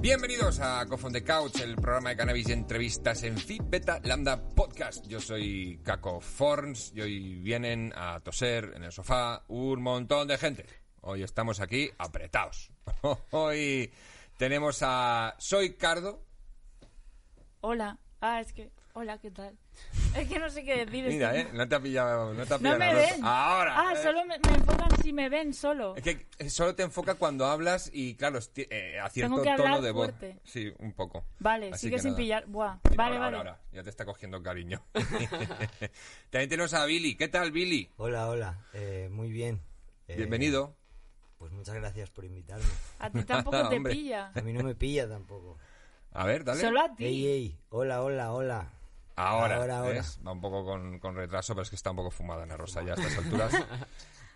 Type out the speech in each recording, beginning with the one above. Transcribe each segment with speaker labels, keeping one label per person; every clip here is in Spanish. Speaker 1: Bienvenidos a Cough on the Couch, el programa de cannabis y entrevistas en Fit Beta Lambda Podcast. Yo soy Caco Forns y hoy vienen a toser en el sofá un montón de gente. Hoy estamos aquí apretados. Hoy tenemos a Soy Cardo.
Speaker 2: Hola. Ah, es que. Hola, ¿qué tal? Es que no sé qué decir.
Speaker 1: Mira, eh, no te ha pillado, no te ha
Speaker 2: No
Speaker 1: pillado
Speaker 2: me
Speaker 1: la rosa.
Speaker 2: ven.
Speaker 1: Ahora.
Speaker 2: Ah,
Speaker 1: eh.
Speaker 2: solo me, me enfocan si me ven solo.
Speaker 1: Es que eh, solo te enfoca cuando hablas y, claro, esti- eh, a cierto
Speaker 2: que hablar
Speaker 1: tono de voz.
Speaker 2: fuerte.
Speaker 1: Sí, un poco.
Speaker 2: Vale,
Speaker 1: Así
Speaker 2: sigue sin
Speaker 1: nada.
Speaker 2: pillar. Buah,
Speaker 1: Mira,
Speaker 2: vale,
Speaker 1: ahora,
Speaker 2: vale.
Speaker 1: ahora, ahora. ya te está cogiendo cariño. También tenemos a Billy. ¿Qué tal, Billy?
Speaker 3: Hola, hola, eh, muy bien. Eh,
Speaker 1: Bienvenido.
Speaker 3: Pues muchas gracias por invitarme.
Speaker 2: A ti tampoco te
Speaker 1: Hombre.
Speaker 2: pilla.
Speaker 3: A mí no me pilla tampoco.
Speaker 1: A ver, dale.
Speaker 2: Solo a ti.
Speaker 3: Ey, ey, hola, hola, hola.
Speaker 1: Ahora,
Speaker 3: Ahora, ahora.
Speaker 1: ¿ves? va un poco con, con retraso, pero es que está un poco fumada Ana Rosa ya a estas alturas.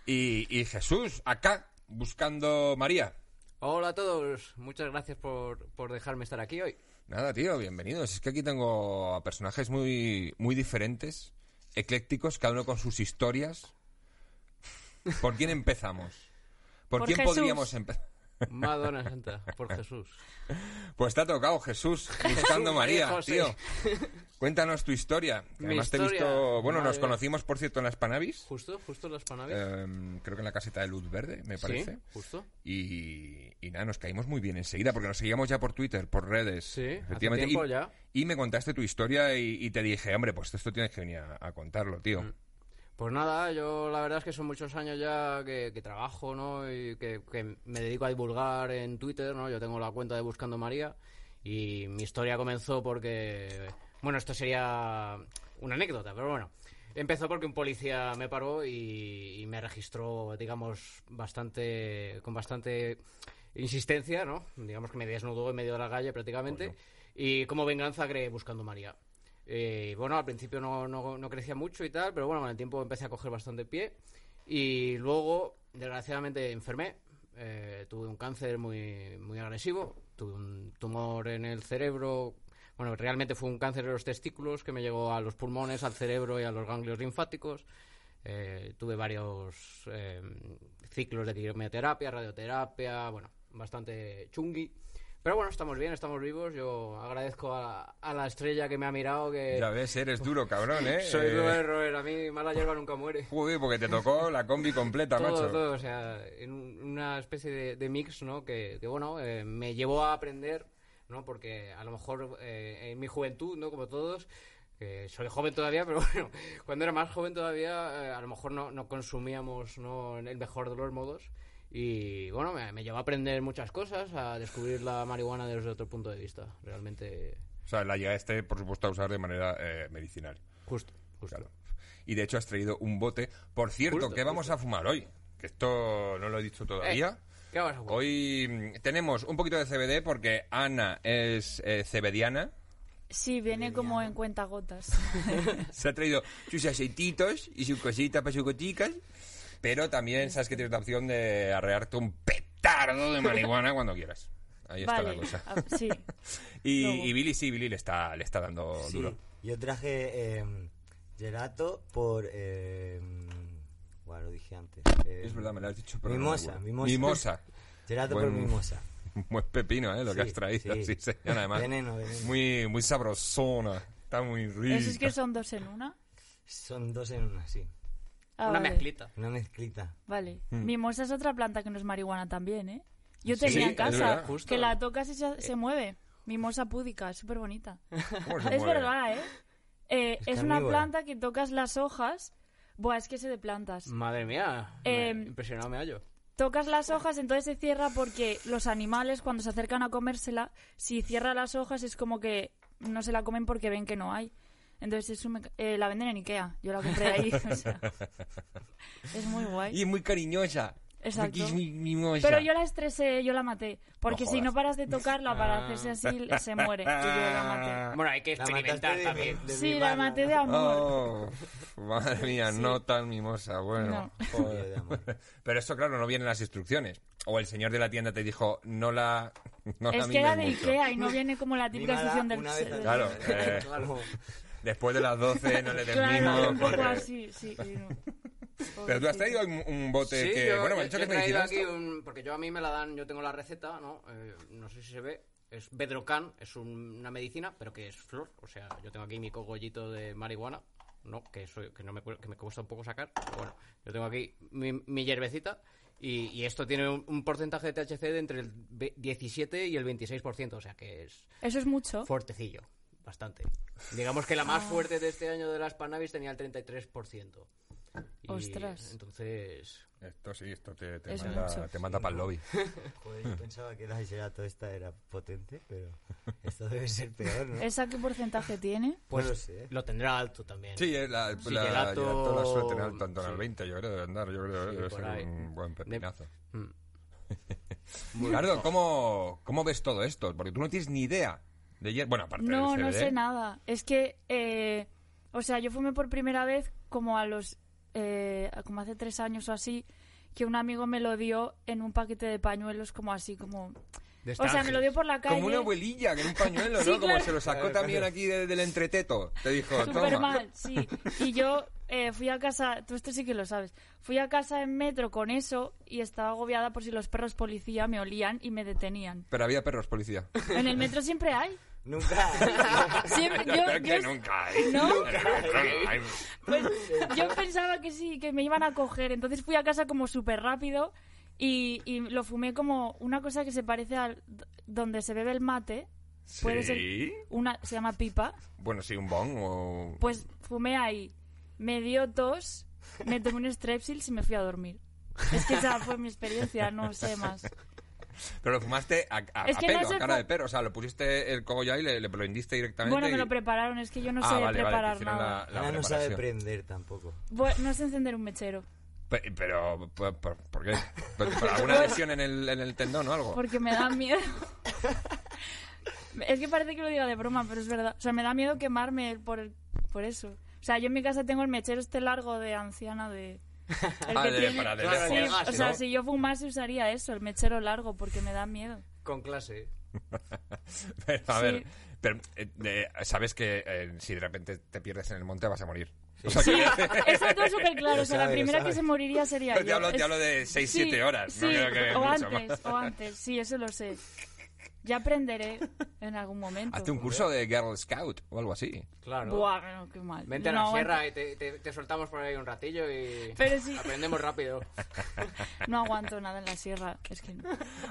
Speaker 1: Y, y Jesús, acá, buscando María.
Speaker 4: Hola a todos, muchas gracias por, por dejarme estar aquí hoy.
Speaker 1: Nada, tío, bienvenidos. Es que aquí tengo a personajes muy, muy diferentes, eclécticos, cada uno con sus historias. ¿Por quién empezamos? ¿Por,
Speaker 2: Por
Speaker 1: quién
Speaker 2: Jesús.
Speaker 1: podríamos empezar?
Speaker 4: Madonna Santa, por Jesús.
Speaker 1: Pues te ha tocado Jesús, buscando María,
Speaker 4: María eh, José.
Speaker 1: tío. Cuéntanos tu historia. que
Speaker 4: Mi
Speaker 1: Además te he
Speaker 4: historia,
Speaker 1: visto... Bueno, nos
Speaker 4: madre.
Speaker 1: conocimos, por cierto, en las Panavis.
Speaker 4: Justo, justo las panavis.
Speaker 1: Em, creo que en la caseta de Luz Verde, me parece.
Speaker 4: Sí, justo.
Speaker 1: Y, y nada, nos caímos muy bien enseguida porque nos seguíamos ya por Twitter, por redes.
Speaker 4: Sí, hace
Speaker 1: Y-
Speaker 4: tiempo ya.
Speaker 1: Y, me contaste tu historia y, y te dije, hombre, pues esto tienes que venir a, a contarlo, tío.
Speaker 4: Pues nada, yo la verdad es que son muchos años ya que, que trabajo, ¿no? Y que, que me dedico a divulgar en Twitter, ¿no? Yo tengo la cuenta de Buscando María y mi historia comenzó porque... Bueno, esto sería una anécdota, pero bueno. Empezó porque un policía me paró y, y me registró, digamos, bastante con bastante insistencia, ¿no? Digamos que me desnudó en medio de la calle prácticamente. Y como venganza creé Buscando María. Eh, bueno, al principio no, no- no crecía mucho y tal, pero bueno, con el tiempo empecé a coger bastante pie. Y luego, desgraciadamente, enfermé. Eh, tuve un cáncer muy, muy agresivo. Tuve un tumor en el cerebro. Bueno, realmente fue un cáncer de los testículos que me llegó a los pulmones, al cerebro y a los ganglios linfáticos. Eh, tuve varios eh, ciclos de quimioterapia, radioterapia, bueno, bastante chungui. Pero bueno, estamos bien, estamos vivos. Yo agradezco a, a la estrella que me ha mirado, que
Speaker 1: Ya ves, eres duro, cabrón, ¿eh?
Speaker 4: Eh, soy
Speaker 1: Eh,
Speaker 4: Robert Robert, a mí mala hierba nunca muere.
Speaker 1: joder, porque te tocó la combi completa,
Speaker 4: Todo,
Speaker 1: macho.
Speaker 4: todo, o sea, en un- una especie de, de mix, ¿no? Que, que, bueno, eh, me llevó a aprender, ¿no? Porque a lo mejor eh, en mi juventud, ¿no? Como todos, que soy joven todavía, pero bueno, cuando era más joven todavía, eh, a lo mejor no, no consumíamos, ¿no? En el mejor de los modos. Y bueno, me, me llevó a aprender muchas cosas, a descubrir la marihuana desde otro punto de vista, realmente
Speaker 1: O sea, la llegaste, por supuesto, a usar de manera eh, medicinal.
Speaker 4: justo. justo.
Speaker 1: Claro. Y de hecho has traído un bote. Por cierto,
Speaker 4: Justo,
Speaker 1: ¿qué vamos a fumar hoy? Que esto no lo he dicho todavía.
Speaker 4: Eh, ¿Qué vas a jugar?
Speaker 1: Hoy mm, tenemos un poquito de CBD porque Ana es eh, CBDiana.
Speaker 2: Sí, viene como en cuentagotas.
Speaker 1: Se ha traído sus aceititos y sus cositas para sus goticas. Pero también sabes que tienes la opción de arrearte un petardo de marihuana cuando quieras. Ahí está
Speaker 2: vale. Ah,
Speaker 1: la cosa.
Speaker 2: a- Sí.
Speaker 1: Y,
Speaker 2: luego.
Speaker 1: y Billy, sí, Billy le está, le está dando
Speaker 3: Sí,
Speaker 1: duro.
Speaker 3: Yo traje eh, gelato por... Eh, bueno, lo dije antes. Eh,
Speaker 1: Es verdad, me lo has dicho. Pero no
Speaker 3: Mimosa,
Speaker 1: me acuerdo.
Speaker 3: mimosa.
Speaker 1: Mimosa.
Speaker 3: Gelato por
Speaker 1: Buen-
Speaker 3: mimosa.
Speaker 1: Buen pepino, ¿eh? Lo que
Speaker 3: Sí,
Speaker 1: has traído. Sí,
Speaker 3: sí.
Speaker 1: señor, además.
Speaker 3: Veneno, veneno.
Speaker 1: Muy, muy sabrosona. Está muy rica.
Speaker 2: ¿Eso es que son dos en una?
Speaker 3: Son dos en una, sí.
Speaker 2: Ah,
Speaker 4: Una
Speaker 2: vale.
Speaker 4: mezclita.
Speaker 3: Una mezclita.
Speaker 2: Vale. Mimosa es otra planta que no es marihuana también, ¿eh? Yo tenía
Speaker 1: Mm. Sí,
Speaker 2: en
Speaker 1: es
Speaker 2: casa
Speaker 1: verdad. Eh.
Speaker 4: Justo.
Speaker 2: que la tocas y se, se mueve. Mimosa púdica, es súper bonita.
Speaker 1: ¿Cómo se
Speaker 2: Es
Speaker 1: mueve?
Speaker 2: verdad, ¿eh? Eh,
Speaker 3: Es
Speaker 2: es una
Speaker 3: carnívora.
Speaker 2: planta que tocas las hojas. Buah, es que sé de plantas.
Speaker 3: Mm.
Speaker 4: Madre mía,
Speaker 2: Eh,
Speaker 4: me- impresionado me hallo.
Speaker 2: tocas las hojas, entonces se cierra porque los animales cuando se acercan a comérsela, si cierra las hojas es como que no se la comen porque ven que no hay. Entonces es un meca- eh, la venden en Ikea, yo la compré ahí. o sea, es muy guay.
Speaker 1: Y muy cariñosa.
Speaker 2: ¿eh? Exacto.
Speaker 1: Porque es mi- mimosa.
Speaker 2: Pero yo la estresé, yo la maté. Porque si no
Speaker 1: jodas.
Speaker 2: paras de tocarla para hacerse así,
Speaker 3: Ah.
Speaker 2: se muere. Y yo la maté.
Speaker 4: Bueno, hay que
Speaker 3: La mataste
Speaker 4: experimentar
Speaker 3: de mi-
Speaker 4: también.
Speaker 3: de
Speaker 2: Sí,
Speaker 3: mi
Speaker 2: la
Speaker 3: mano.
Speaker 2: maté de amor.
Speaker 1: Oh, madre mía, no tan mimosa. Bueno,
Speaker 2: No.
Speaker 1: joder.
Speaker 3: De amor.
Speaker 1: Pero eso, claro, no viene en las instrucciones. O el señor de la tienda te dijo, no la. No la
Speaker 2: es que era
Speaker 1: mimes
Speaker 2: de
Speaker 1: mucho.
Speaker 2: Ikea y no viene como la típica
Speaker 3: Mímala
Speaker 2: instrucción del...
Speaker 3: una vez al
Speaker 2: del-
Speaker 3: día.
Speaker 1: Claro, eh,
Speaker 3: Claro.
Speaker 1: Después de las 12 no le des
Speaker 2: Claro,
Speaker 1: mimo,
Speaker 2: un poco
Speaker 1: porque-
Speaker 2: así, sí. y no.
Speaker 1: Pero tú has traído un, un bote
Speaker 4: Sí,
Speaker 1: que.
Speaker 4: yo,
Speaker 1: bueno, me
Speaker 4: yo-
Speaker 1: has dicho
Speaker 4: yo
Speaker 1: que
Speaker 4: he
Speaker 1: es
Speaker 4: traído
Speaker 1: medicina.
Speaker 4: aquí
Speaker 1: esto.
Speaker 4: un- porque yo a mí me la dan, yo tengo la receta, ¿no? Eh, no sé si se ve. Es Bedrocan, es un- una medicina, pero que es flor. O sea, yo tengo aquí mi cogollito de marihuana, ¿no? Que, soy, que, no me, cu- que me cuesta un poco sacar. pero Bueno, yo tengo aquí mi, mi hierbecita y, y esto tiene un, un porcentaje de THC de entre el ve- 17 y el 26%. O sea, que es
Speaker 2: Eso es mucho.
Speaker 4: fuertecillo, bastante. Digamos que la más
Speaker 2: Ah.
Speaker 4: fuerte de este año de las Panavis tenía el 33%. Y,
Speaker 2: Ostras.
Speaker 4: Entonces,
Speaker 1: Esto sí, esto te, te
Speaker 2: Es
Speaker 1: manda,
Speaker 2: mucho.
Speaker 1: te manda para el lobby.
Speaker 3: Joder, yo pensaba que la Gelato esta era potente, pero esto debe ser peor, ¿no?
Speaker 2: ¿Esa qué porcentaje tiene?
Speaker 4: Pues
Speaker 3: No lo sé. ¿eh?
Speaker 4: lo tendrá alto también.
Speaker 1: Sí, eh, la,
Speaker 4: Sí,
Speaker 1: la,
Speaker 4: que el
Speaker 1: la,
Speaker 4: gato-
Speaker 1: toda la suerte en alto, en torno
Speaker 4: sí.
Speaker 1: al 20, yo creo, de andar. Yo creo que
Speaker 4: Sí,
Speaker 1: debe
Speaker 4: por
Speaker 1: ser
Speaker 4: ahí.
Speaker 1: un buen pepinazo.
Speaker 4: Mm.
Speaker 1: Ricardo, ¿cómo, ¿cómo ves todo esto? Porque tú no tienes ni idea de hier- Bueno, aparte
Speaker 2: No,
Speaker 1: del
Speaker 2: no
Speaker 1: CBD.
Speaker 2: sé nada. Es que, eh, o sea, yo fumé por primera vez como a los, eh, como hace tres años o así, que un amigo me lo dio en un paquete de pañuelos como así, como...
Speaker 4: De
Speaker 2: O sea, me
Speaker 4: Stanges.
Speaker 2: lo dio por la calle.
Speaker 1: Como una abuelilla que en un pañuelo, ¿no?
Speaker 2: Sí,
Speaker 1: Como
Speaker 2: claro.
Speaker 1: se lo sacó también aquí de- del entreteto. Te dijo,
Speaker 2: Súper
Speaker 1: toma.
Speaker 2: mal, sí. Y yo eh, fui a casa, tú esto sí que lo sabes, fui a casa en metro con eso y estaba agobiada por si los perros policía me olían y me detenían.
Speaker 1: Pero había perros, policía.
Speaker 2: En el metro siempre hay.
Speaker 3: Nunca.
Speaker 2: Siempre, yo,
Speaker 1: Pero
Speaker 2: yo-
Speaker 1: que nunca, ¿eh?
Speaker 2: ¿No?
Speaker 1: Nunca.
Speaker 2: pues, yo pensaba que sí, que me iban a coger. Entonces fui a casa como súper rápido y, y lo fumé como una cosa que se parece al donde se bebe el mate. Puede ser
Speaker 1: Sí.
Speaker 2: una, se llama pipa.
Speaker 1: Bueno, sí, un bong o...
Speaker 2: Pues fumé ahí. Me dio tos, me tomé un strepsils y me fui a dormir. Es que esa fue mi experiencia, no sé más.
Speaker 1: Pero lo fumaste a, a-
Speaker 2: Es
Speaker 1: a
Speaker 2: que
Speaker 1: pelo,
Speaker 2: no sé
Speaker 1: a cara
Speaker 2: cu-
Speaker 1: de perro. O sea, lo pusiste el cogollo ahí, le, le lo hundiste directamente.
Speaker 2: Bueno, me
Speaker 1: y-
Speaker 2: lo prepararon, es que yo no
Speaker 1: Ah,
Speaker 2: sé
Speaker 1: vale, vale, te
Speaker 2: preparar
Speaker 1: hicieron
Speaker 2: nada.
Speaker 1: la- la
Speaker 3: Ana no sabe
Speaker 1: preparación.
Speaker 3: prender tampoco.
Speaker 2: Bu- no sé encender un mechero,
Speaker 1: Pe- Pero, ¿por, por- por qué? ¿Por, por alguna lesión en el, en el tendón o algo?
Speaker 2: porque me da miedo. es que parece que lo diga de broma, pero es verdad. O sea, me da miedo quemarme por, por eso. O sea, yo en mi casa tengo el mechero este largo de anciana de... El
Speaker 1: Ah,
Speaker 2: que
Speaker 1: de-
Speaker 2: tiene-
Speaker 1: para de
Speaker 2: Sí,
Speaker 4: lejos,
Speaker 2: o
Speaker 4: ¿no?
Speaker 2: sea, si yo fumase usaría eso, el mechero largo, porque me da miedo.
Speaker 4: Con clase.
Speaker 1: Pero, a
Speaker 2: Sí.
Speaker 1: ver, pero, eh, eh, sabes que eh, si de repente te pierdes en el monte vas a morir. O sea, que-
Speaker 2: Eso lo tengo súper claro.
Speaker 3: Lo
Speaker 2: O sea, la
Speaker 3: sabe, lo
Speaker 2: primera
Speaker 3: sabe.
Speaker 2: que se moriría sería
Speaker 1: Pero te
Speaker 2: yo.
Speaker 1: hablo- te
Speaker 2: Es-
Speaker 1: hablo de seis,
Speaker 2: Sí,
Speaker 1: siete horas, no
Speaker 2: sí,
Speaker 1: creo que
Speaker 2: o
Speaker 1: mucho
Speaker 2: antes,
Speaker 1: más.
Speaker 2: o antes. Sí, eso lo sé. Ya aprenderé en algún momento.
Speaker 1: Hazte un curso de Girl Scout o algo así.
Speaker 4: Claro.
Speaker 2: Buah, no, qué mal.
Speaker 4: Vente a
Speaker 2: No
Speaker 4: la
Speaker 2: aguanto-
Speaker 4: sierra y te, te- te soltamos por ahí un ratillo y
Speaker 2: Pero sí.
Speaker 4: aprendemos rápido.
Speaker 2: No aguanto nada en la sierra. Es que no.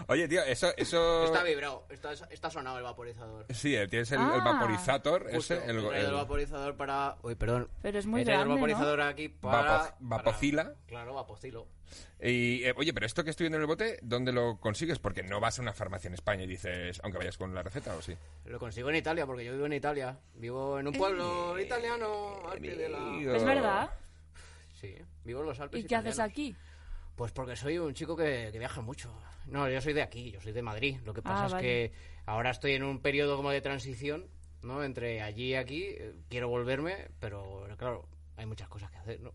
Speaker 1: Oye, tío, eso... eso...
Speaker 4: Está vibrado, está, está sonado el vaporizador.
Speaker 1: Sí, eh, tienes el, el
Speaker 2: Ah.
Speaker 1: vaporizator,
Speaker 4: Justo,
Speaker 1: ese, el,
Speaker 4: he traído el
Speaker 1: el-
Speaker 4: vaporizador para... Uy, perdón.
Speaker 2: Pero es muy
Speaker 4: He traído
Speaker 2: grande,
Speaker 4: el
Speaker 2: ¿no?
Speaker 4: vaporizador aquí para...
Speaker 1: Vapo- vapocila.
Speaker 4: para- claro, vapocilo.
Speaker 1: Y, eh, oye, pero esto que estoy viendo en el bote, ¿dónde lo consigues? Porque no vas a una farmacia en España y dices, aunque vayas con la receta o sí.
Speaker 4: Lo consigo en Italia, porque yo vivo en Italia. Vivo en un pueblo italiano, al pie de la...
Speaker 2: ¿Es verdad?
Speaker 4: Sí, vivo en los Alpes
Speaker 2: ¿Y qué haces
Speaker 4: italianos.
Speaker 2: aquí?
Speaker 4: Pues porque soy un chico que, que viaja mucho. No, yo soy de aquí, yo soy de Madrid. Lo que pasa
Speaker 2: Ah,
Speaker 4: es
Speaker 2: vale.
Speaker 4: que ahora estoy en un periodo como de transición, ¿no? Entre allí y aquí. Eh, Quiero volverme, pero claro, hay muchas cosas que hacer, ¿no?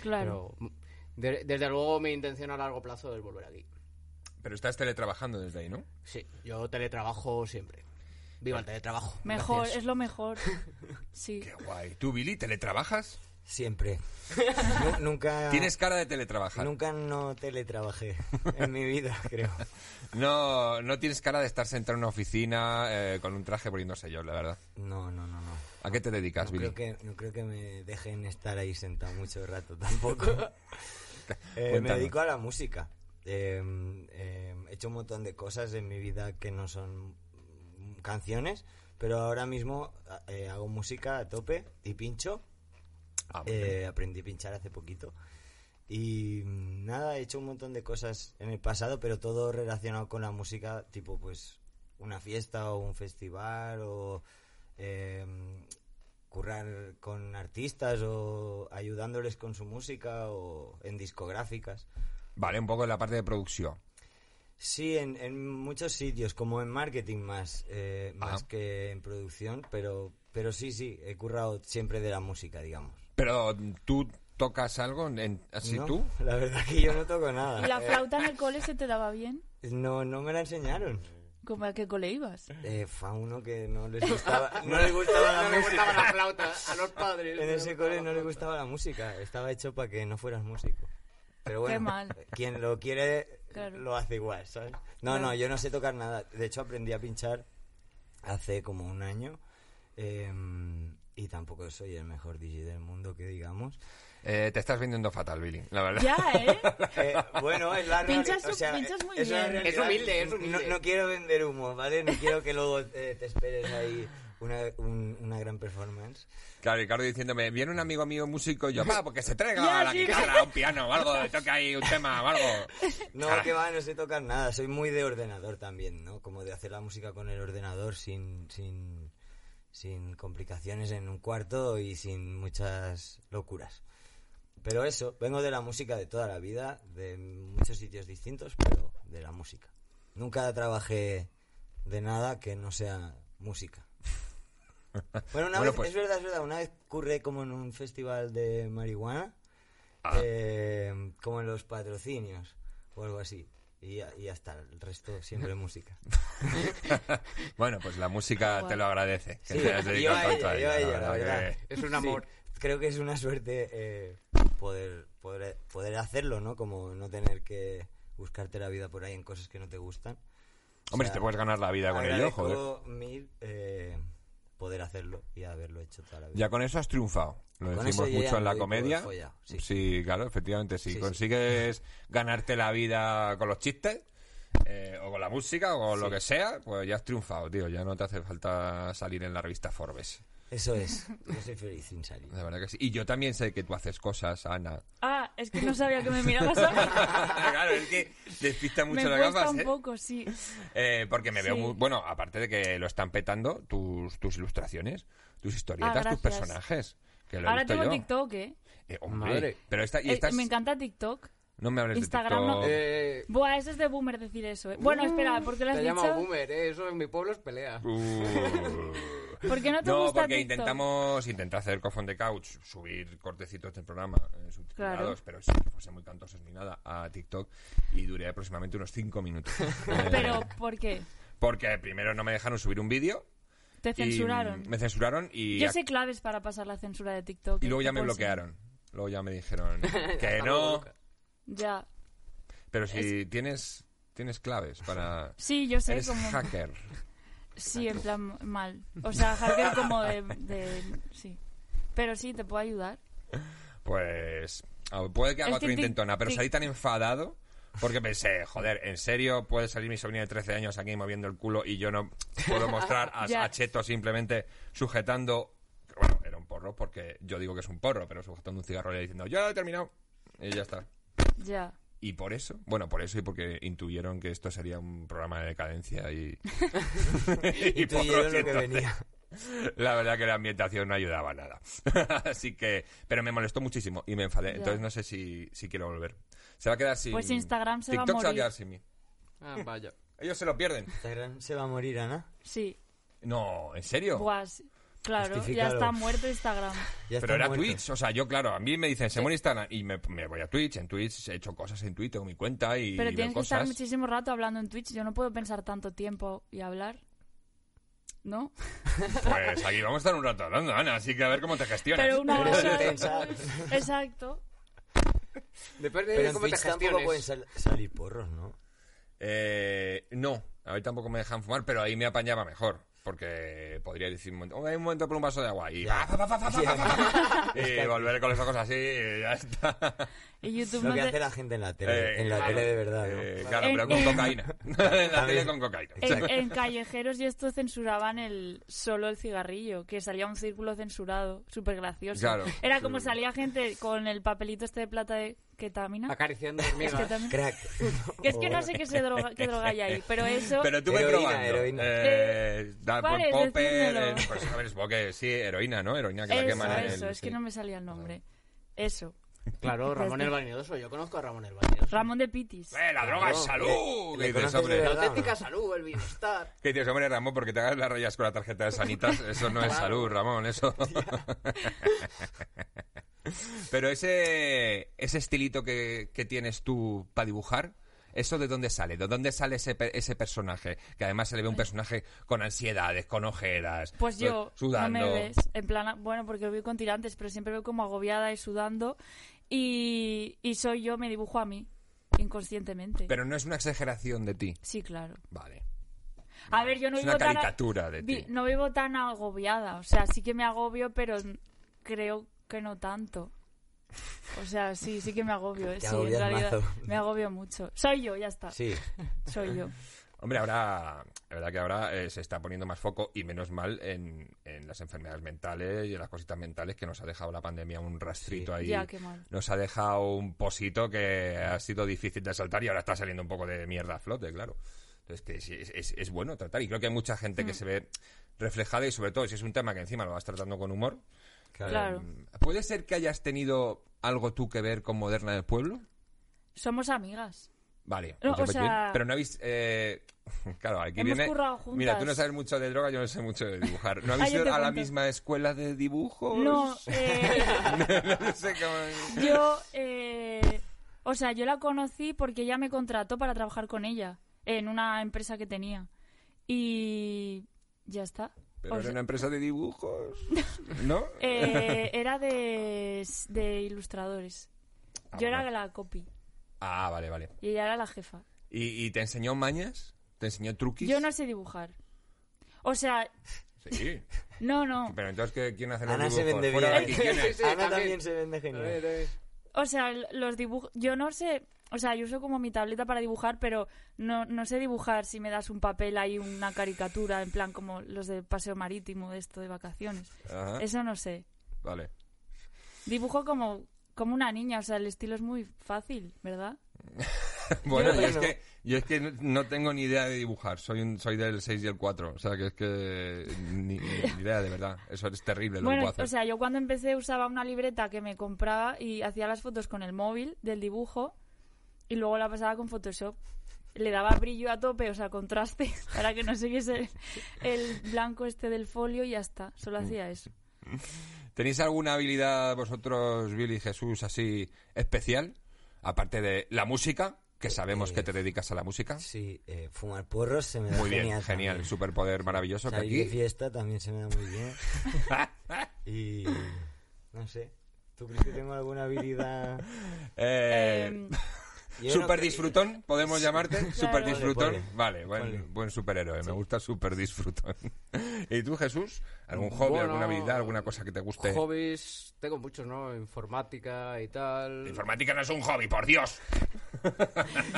Speaker 2: Claro.
Speaker 4: Pero, mm, de- desde luego mi intención a largo plazo es volver aquí.
Speaker 1: Pero estás teletrabajando desde ahí, ¿no?
Speaker 4: Sí, yo teletrabajo siempre. Viva el teletrabajo.
Speaker 2: mejor,
Speaker 4: Gracias.
Speaker 2: es lo mejor. Sí.
Speaker 1: Qué guay. ¿Tú, Billy, teletrabajas?
Speaker 3: Siempre. Nu- nunca.
Speaker 1: Tienes cara de teletrabajar.
Speaker 3: Ah. Nunca no teletrabajé en mi vida, creo.
Speaker 1: No, no tienes cara de estar sentado en una oficina eh, con un traje poniéndose yo, la verdad.
Speaker 3: No, no, no, no.
Speaker 1: ¿A qué te dedicas,
Speaker 3: No
Speaker 1: Billy?
Speaker 3: creo, que, no creo que me dejen estar ahí sentado mucho rato tampoco. Eh, me
Speaker 1: Cuéntanos.
Speaker 3: dedico a la música. Eh, eh, he hecho un montón de cosas en mi vida que no son mm, canciones, pero ahora mismo eh, hago música a tope y pincho.
Speaker 1: Ah, muy bien.
Speaker 3: Eh, aprendí a pinchar hace poquito. Y mm, nada, he hecho un montón de cosas en el pasado, pero todo relacionado con la música, tipo pues una fiesta o un festival o em, currar con artistas o ayudándoles con su música o en discográficas.
Speaker 1: Vale, un poco en la parte de producción.
Speaker 3: Sí, en, en muchos sitios, como en marketing más, eh, más
Speaker 1: Ah.
Speaker 3: que en producción, pero, pero sí, sí, he currado siempre de la música, digamos.
Speaker 1: Pero tú tocas algo, en, así
Speaker 3: No,
Speaker 1: tú.
Speaker 3: La verdad que yo no toco nada.
Speaker 2: ¿Y la flauta en el cole se te daba bien?
Speaker 3: No, no me la enseñaron.
Speaker 2: ¿Cómo a qué cole ibas?
Speaker 3: Eh, fue a uno que no les gustaba, no les gustaba la
Speaker 4: No le
Speaker 3: música.
Speaker 4: gustaba la flauta a los padres.
Speaker 3: En
Speaker 4: le
Speaker 3: ese
Speaker 4: gustaba
Speaker 3: cole
Speaker 4: la
Speaker 3: no le
Speaker 4: flauta.
Speaker 3: gustaba la música, estaba hecho para que no fueras músico. Pero bueno,
Speaker 2: Qué mal.
Speaker 3: quien lo quiere
Speaker 2: Claro.
Speaker 3: lo hace igual, ¿sabes? No,
Speaker 2: Claro.
Speaker 3: no, yo no sé tocar nada. De hecho, aprendí a pinchar hace como un año eh, y tampoco soy el mejor DJ del mundo, que digamos.
Speaker 1: Eh, te estás vendiendo fatal, Billy, la verdad.
Speaker 2: Ya, ¿eh?
Speaker 3: Eh, bueno, es la reali-
Speaker 2: Pinchas-
Speaker 3: o sea,
Speaker 2: pinchas muy
Speaker 3: es la
Speaker 2: bien.
Speaker 3: realidad.
Speaker 4: Es humilde, es humilde.
Speaker 3: No, no quiero vender humo, ¿vale? No quiero que luego eh, te esperes ahí una, un- una gran performance.
Speaker 1: Claro, Ricardo diciéndome, viene un amigo mío músico y yo, va, porque se traiga
Speaker 2: Ya,
Speaker 1: la
Speaker 2: sí,
Speaker 1: guitarra, un piano o algo, le toca ahí un tema o algo.
Speaker 3: No,
Speaker 1: Ah.
Speaker 3: que va, no sé tocar nada. Soy muy de ordenador también, ¿no? Como de hacer la música con el ordenador sin, sin, sin complicaciones en un cuarto y sin muchas locuras. Pero eso, vengo de la música de toda la vida, de muchos sitios distintos, pero de la música. Nunca trabajé de nada que no sea música. Bueno, una
Speaker 1: Bueno,
Speaker 3: vez,
Speaker 1: pues.
Speaker 3: es verdad, es verdad, una vez curré como en un festival de marihuana,
Speaker 1: Ah.
Speaker 3: eh, como en los patrocinios o algo así. Y, ya- y ya está, el resto siempre música.
Speaker 1: Bueno, pues la música te lo agradece. Que
Speaker 3: Sí,
Speaker 1: te hayas
Speaker 3: yo
Speaker 1: dedicado
Speaker 3: a
Speaker 1: tanto
Speaker 3: ella, yo a ella, la verdad.
Speaker 1: que-
Speaker 4: Es un
Speaker 3: Sí,
Speaker 4: amor.
Speaker 3: creo que es una suerte eh, poder, poder, poder hacerlo, ¿no? Como no tener que buscarte la vida por ahí en cosas que no te gustan.
Speaker 1: Hombre,
Speaker 3: O sea,
Speaker 1: si te puedes ganar la vida con ¿eh? ello,
Speaker 3: Agradezco
Speaker 1: joder.
Speaker 3: mil eh, poder hacerlo y haberlo hecho toda la vida.
Speaker 1: Ya con eso has triunfado. Lo
Speaker 3: Con
Speaker 1: decimos
Speaker 3: eso yo
Speaker 1: mucho
Speaker 3: ya
Speaker 1: en la
Speaker 3: voy
Speaker 1: comedia.
Speaker 3: por follado, sí.
Speaker 1: claro, efectivamente. Si
Speaker 3: Sí, sí.
Speaker 1: consigues ganarte la vida con los chistes, eh, o con la música, o con lo que sea, pues ya has triunfado, tío. Ya no te hace falta salir en la revista Forbes.
Speaker 3: Eso es. Yo soy feliz sin salir.
Speaker 1: La verdad que sí. Y yo también sé que tú haces cosas, Ana.
Speaker 2: Ah, es que no sabía que me mirabas a
Speaker 1: claro, es que despista
Speaker 2: Me
Speaker 1: mucho la
Speaker 2: cuesta
Speaker 1: gafas,
Speaker 2: un
Speaker 1: ¿eh?
Speaker 2: poco, sí.
Speaker 1: Eh, porque me veo
Speaker 2: Sí.
Speaker 1: muy... Bueno, aparte de que lo están petando, tus, tus ilustraciones, tus historietas, tus
Speaker 2: Ah, gracias.
Speaker 1: personajes. Que lo he
Speaker 2: Ahora
Speaker 1: visto
Speaker 2: tengo
Speaker 1: yo.
Speaker 2: TikTok, ¿eh?
Speaker 1: Eh, hombre,
Speaker 4: Madre.
Speaker 1: Pero esta, y
Speaker 2: Eh,
Speaker 1: estas-
Speaker 2: Me encanta TikTok.
Speaker 1: No me hables
Speaker 2: Instagram
Speaker 1: de
Speaker 2: no-
Speaker 1: TikTok.
Speaker 4: Eh,
Speaker 2: Buah, eso es de boomer decir eso, ¿eh?
Speaker 1: Mm,
Speaker 2: Bueno, espera, ¿por qué lo has
Speaker 4: te llamo
Speaker 2: dicho?
Speaker 4: boomer, eh, eso en mi pueblo es pelea.
Speaker 1: Uh.
Speaker 2: ¿Por qué no te
Speaker 1: No,
Speaker 2: gusta
Speaker 1: porque
Speaker 2: TikTok?
Speaker 1: intentamos intentar hacer Cofón de Couch, subir cortecitos del programa, eh, subtitulados, pero sin que fuese muy cantosos ni nada, a TikTok y duré aproximadamente unos 5 minutos. Eh,
Speaker 2: Pero, ¿por qué?
Speaker 1: Porque primero no me dejaron subir un vídeo.
Speaker 2: Te
Speaker 1: y, mm,
Speaker 2: censuraron.
Speaker 1: Me censuraron y,
Speaker 2: Yo
Speaker 1: ac-
Speaker 2: sé claves para pasar la censura de TikTok.
Speaker 1: y
Speaker 2: ¿eh?
Speaker 1: luego ya
Speaker 2: Te
Speaker 1: me
Speaker 2: puedo enseñar.
Speaker 1: bloquearon. Luego ya me dijeron que
Speaker 4: Hasta luego,
Speaker 1: no,
Speaker 4: Luca.
Speaker 2: Ya.
Speaker 1: pero si tienes, tienes claves para...
Speaker 2: Sí, yo sé
Speaker 1: Eres
Speaker 2: como...
Speaker 1: hacker.
Speaker 2: Sí, en plan mal. O sea, hacker como de, de- Sí. Pero sí, te puedo ayudar.
Speaker 1: Pues ah, puede que haga
Speaker 2: Es que
Speaker 1: otro
Speaker 2: tic-
Speaker 1: intentona, pero
Speaker 2: tic-
Speaker 1: salí tan enfadado porque pensé, joder, ¿en serio puede salir mi sobrina de 13 años aquí moviendo el culo y yo no puedo mostrar a,
Speaker 2: Ya.
Speaker 1: a Cheto simplemente sujetando... Bueno, era un porro porque yo digo que es un porro, pero sujetando un cigarro y diciendo, ya lo he terminado. Y ya está.
Speaker 2: Ya.
Speaker 1: Y por eso, bueno, por eso y porque intuyeron que esto sería un programa de decadencia y... y
Speaker 3: Tú y yo
Speaker 1: porros,
Speaker 3: lo que
Speaker 1: entonces-
Speaker 3: venía.
Speaker 1: la verdad que la ambientación no ayudaba a nada. Así que, pero me molestó muchísimo y me enfadé.
Speaker 2: Ya.
Speaker 1: Entonces no sé si, si quiero volver. Se va a quedar sin.
Speaker 2: Pues Instagram se va
Speaker 1: TikTok
Speaker 2: a
Speaker 1: se va a
Speaker 2: morir.
Speaker 1: quedar sin mí.
Speaker 4: Ah, vaya.
Speaker 1: Ellos se lo pierden.
Speaker 3: Instagram se va a morir, Ana.
Speaker 2: Sí.
Speaker 1: No, ¿en serio?
Speaker 2: Buah, sí. Claro, ya
Speaker 3: Justifícalo.
Speaker 2: está muerto Instagram.
Speaker 1: Pero
Speaker 3: Ya está
Speaker 1: era
Speaker 3: muerto.
Speaker 1: Twitch, o sea, yo claro, a mí me dicen, se muere Instagram y me, me voy a Twitch, en Twitch he hecho cosas en Twitch, tengo mi cuenta y
Speaker 2: Pero
Speaker 1: veo
Speaker 2: tienes que
Speaker 1: cosas.
Speaker 2: estar muchísimo rato hablando en Twitch. Yo no puedo pensar tanto tiempo y hablar. ¿No?
Speaker 1: Pues aquí vamos a estar un rato hablando, Ana, así que a ver cómo te gestionas.
Speaker 2: Pero una
Speaker 3: Pero sin
Speaker 2: hora.
Speaker 3: pensar.
Speaker 2: Exacto.
Speaker 4: Depende
Speaker 3: Pero
Speaker 4: de
Speaker 3: en
Speaker 4: Eh, cómo te
Speaker 3: Twitch tampoco pueden
Speaker 4: gestiones.
Speaker 3: sal- salir porros, ¿no?
Speaker 1: Eh, no, a mí tampoco me dejan fumar, pero ahí me apañaba mejor. Porque podría decir, un momento, "Oh, hay un momento por un vaso de agua y,
Speaker 3: Ya.
Speaker 1: pa, pa, pa, pa, pa, pa, pa, pa, y volver con los ojos así y ya está.
Speaker 2: Y YouTube
Speaker 3: Lo
Speaker 2: no
Speaker 3: que
Speaker 2: te-
Speaker 3: hace la gente en la tele,
Speaker 1: Eh,
Speaker 3: en la
Speaker 1: claro,
Speaker 3: tele de verdad, ¿no?
Speaker 1: eh, claro,
Speaker 2: En-
Speaker 1: pero con
Speaker 2: en-
Speaker 1: cocaína. en la tele con cocaína.
Speaker 2: En, en callejeros y esto censuraban el solo el cigarrillo, que salía un círculo censurado, súper gracioso.
Speaker 1: Claro,
Speaker 2: Era
Speaker 1: sí.
Speaker 2: como salía gente con el papelito este de plata de ketamina.
Speaker 4: Acariciando
Speaker 2: Es que,
Speaker 4: hormigas.
Speaker 2: también-
Speaker 3: Crack.
Speaker 2: que es que no sé qué, se droga, qué droga hay ahí, pero eso...
Speaker 1: Pero tú me
Speaker 3: Heroína,
Speaker 1: probando.
Speaker 3: heroína.
Speaker 1: Eh, da por
Speaker 2: ¿cuál es?
Speaker 1: popper,
Speaker 2: Decídmelo.
Speaker 1: eh, pues a ver, supongo que sí, heroína, ¿no? Heroína que la
Speaker 2: eso,
Speaker 1: queman en
Speaker 2: eso,
Speaker 1: el-
Speaker 2: es que
Speaker 1: sí.
Speaker 2: no me salía el nombre. Eso.
Speaker 4: Claro, Ramón el Vanidoso. Yo conozco a Ramón el Vanidoso.
Speaker 2: Ramón de Pitis.
Speaker 1: ¡Eh, la droga es salud!
Speaker 3: le
Speaker 1: ¿Qué dices,
Speaker 3: conoces eh, de
Speaker 1: hombre?
Speaker 4: La
Speaker 3: verdad.
Speaker 4: auténtica salud, el bienestar.
Speaker 1: ¿Qué dices, hombre, Ramón? Porque te hagas las rayas con la tarjeta de Sanitas, eso no es
Speaker 4: Claro.
Speaker 1: salud, Ramón, eso... Pero ese, ese estilito que, que tienes tú para dibujar... ¿Eso de dónde sale? ¿De dónde sale ese, pe- ese personaje? Que además se le ve un personaje con ansiedades, con ojeras,
Speaker 2: Pues yo,
Speaker 1: sudando.
Speaker 2: no me ves. En plan, bueno, porque voy con tirantes, pero siempre veo como agobiada y sudando. Y, y soy yo, me dibujo a mí, inconscientemente.
Speaker 1: Pero no es una exageración de ti.
Speaker 2: Sí, claro.
Speaker 1: Vale.
Speaker 2: A ver, yo no
Speaker 1: Es
Speaker 2: vivo
Speaker 1: una
Speaker 2: tan a-
Speaker 1: caricatura de
Speaker 2: vi-
Speaker 1: ti.
Speaker 2: No vivo tan agobiada. O sea, sí que me agobio, pero n- creo que no tanto. O sea, sí, sí que me agobio. eh, sí, en
Speaker 3: agobias
Speaker 2: realidad
Speaker 3: mazo.
Speaker 2: me agobio mucho. Soy yo, ya está.
Speaker 3: Sí.
Speaker 2: Soy yo.
Speaker 1: Hombre, ahora, la verdad que ahora eh, se está poniendo más foco y menos mal en, en las enfermedades mentales y en las cositas mentales que nos ha dejado la pandemia un rastrito ahí.
Speaker 2: Ya, qué mal.
Speaker 1: Nos ha dejado un posito que ha sido difícil de saltar y ahora está saliendo un poco de mierda a flote, claro. Entonces, que es, es- es- es bueno tratar y creo que hay mucha gente
Speaker 2: Mm.
Speaker 1: que se ve reflejada y sobre todo si es un tema que encima lo vas tratando con humor.
Speaker 2: Claro.
Speaker 1: eh, ¿Puede ser que hayas tenido algo tú que ver con Moderna del Pueblo?
Speaker 2: Somos amigas.
Speaker 1: Vale,
Speaker 2: No,
Speaker 1: pues ya,
Speaker 2: o sea-
Speaker 1: bien. pero no habéis... eh, claro, aquí
Speaker 2: Hemos
Speaker 1: viene...
Speaker 2: currado juntas.
Speaker 1: Mira, tú no sabes mucho de droga, yo no sé mucho de dibujar. ¿No
Speaker 2: Ah,
Speaker 1: habéis
Speaker 2: yo
Speaker 1: ido
Speaker 2: te
Speaker 1: a la
Speaker 2: cuento.
Speaker 1: misma escuela de dibujos?
Speaker 2: No, eh,
Speaker 1: no sé cómo...
Speaker 2: Yo, eh, o sea, yo la conocí porque ella me contrató para trabajar con ella en una empresa que tenía. Y ya está.
Speaker 1: Pero
Speaker 2: O
Speaker 1: era
Speaker 2: sea,
Speaker 1: una empresa de dibujos, ¿no?
Speaker 2: eh, era de, de ilustradores.
Speaker 1: Ah,
Speaker 2: yo
Speaker 1: bueno.
Speaker 2: era la copy
Speaker 1: Ah, vale, vale.
Speaker 2: y ella era la jefa.
Speaker 1: ¿Y, y te enseñó mañas? ¿Te enseñó truquis?
Speaker 2: Yo no sé dibujar. O sea,
Speaker 1: Sí,
Speaker 2: no, no.
Speaker 1: pero entonces ¿qué- ¿quién hace los
Speaker 3: Ana se
Speaker 1: dibujos?
Speaker 3: vende
Speaker 1: Fuera de
Speaker 3: bien.
Speaker 1: aquí, ¿quién es?
Speaker 4: Sí,
Speaker 3: Ana
Speaker 4: también.
Speaker 3: también se vende genial.
Speaker 2: O sea, l- los dibujos. Yo no sé. O sea, yo uso como mi tableta para dibujar, pero no, no sé dibujar si me das un papel ahí, una caricatura, en plan como los de paseo marítimo, de esto de vacaciones.
Speaker 1: Ajá,
Speaker 2: Eso no sé.
Speaker 1: Vale.
Speaker 2: Dibujo como, como una niña, o sea, el estilo es muy fácil, ¿verdad?
Speaker 1: Bueno, yo,
Speaker 3: Yo
Speaker 1: es
Speaker 3: no.
Speaker 1: que, yo es que no- no tengo ni idea de dibujar. Soy un, soy del 6 y el 4. O sea, que es que ni, ni idea, de verdad. Eso es terrible lo que
Speaker 2: Bueno,
Speaker 1: puedo hacer.
Speaker 2: o sea, yo cuando empecé usaba una libreta que me compraba y hacía las fotos con el móvil del dibujo y luego la pasaba con Photoshop. Le daba brillo a tope, o sea, contraste, para que no se viese el, el blanco este del folio y ya está. Solo
Speaker 1: Mm.
Speaker 2: hacía eso.
Speaker 1: ¿Tenéis alguna habilidad vosotros, Billy y Jesús, así especial? Aparte de la música, que sabemos
Speaker 3: Eh,
Speaker 1: que te dedicas a la música.
Speaker 3: Sí, eh, fumar porros se me da
Speaker 1: Muy bien,
Speaker 3: genial.
Speaker 1: genial.
Speaker 3: también.
Speaker 1: Superpoder maravilloso que
Speaker 3: Salir de
Speaker 1: aquí...
Speaker 3: fiesta también se me da muy bien. Y no sé. ¿Tú crees que tengo alguna habilidad?
Speaker 1: Eh,
Speaker 2: Em,
Speaker 3: Yo no
Speaker 1: super
Speaker 3: creo-
Speaker 1: disfrutón, podemos llamarte. Super disfrutón.
Speaker 3: Ponle, ponle.
Speaker 1: Vale,
Speaker 3: Ponle.
Speaker 1: buen, buen superhéroe. Me gusta super disfrutón. ¿Y tú, Jesús? ¿Algún hobby,
Speaker 4: Bueno,
Speaker 1: alguna habilidad, alguna cosa que te guste?
Speaker 4: Hobbies, tengo muchos, ¿no? Informática y tal.
Speaker 1: Informática no es un hobby, por Dios.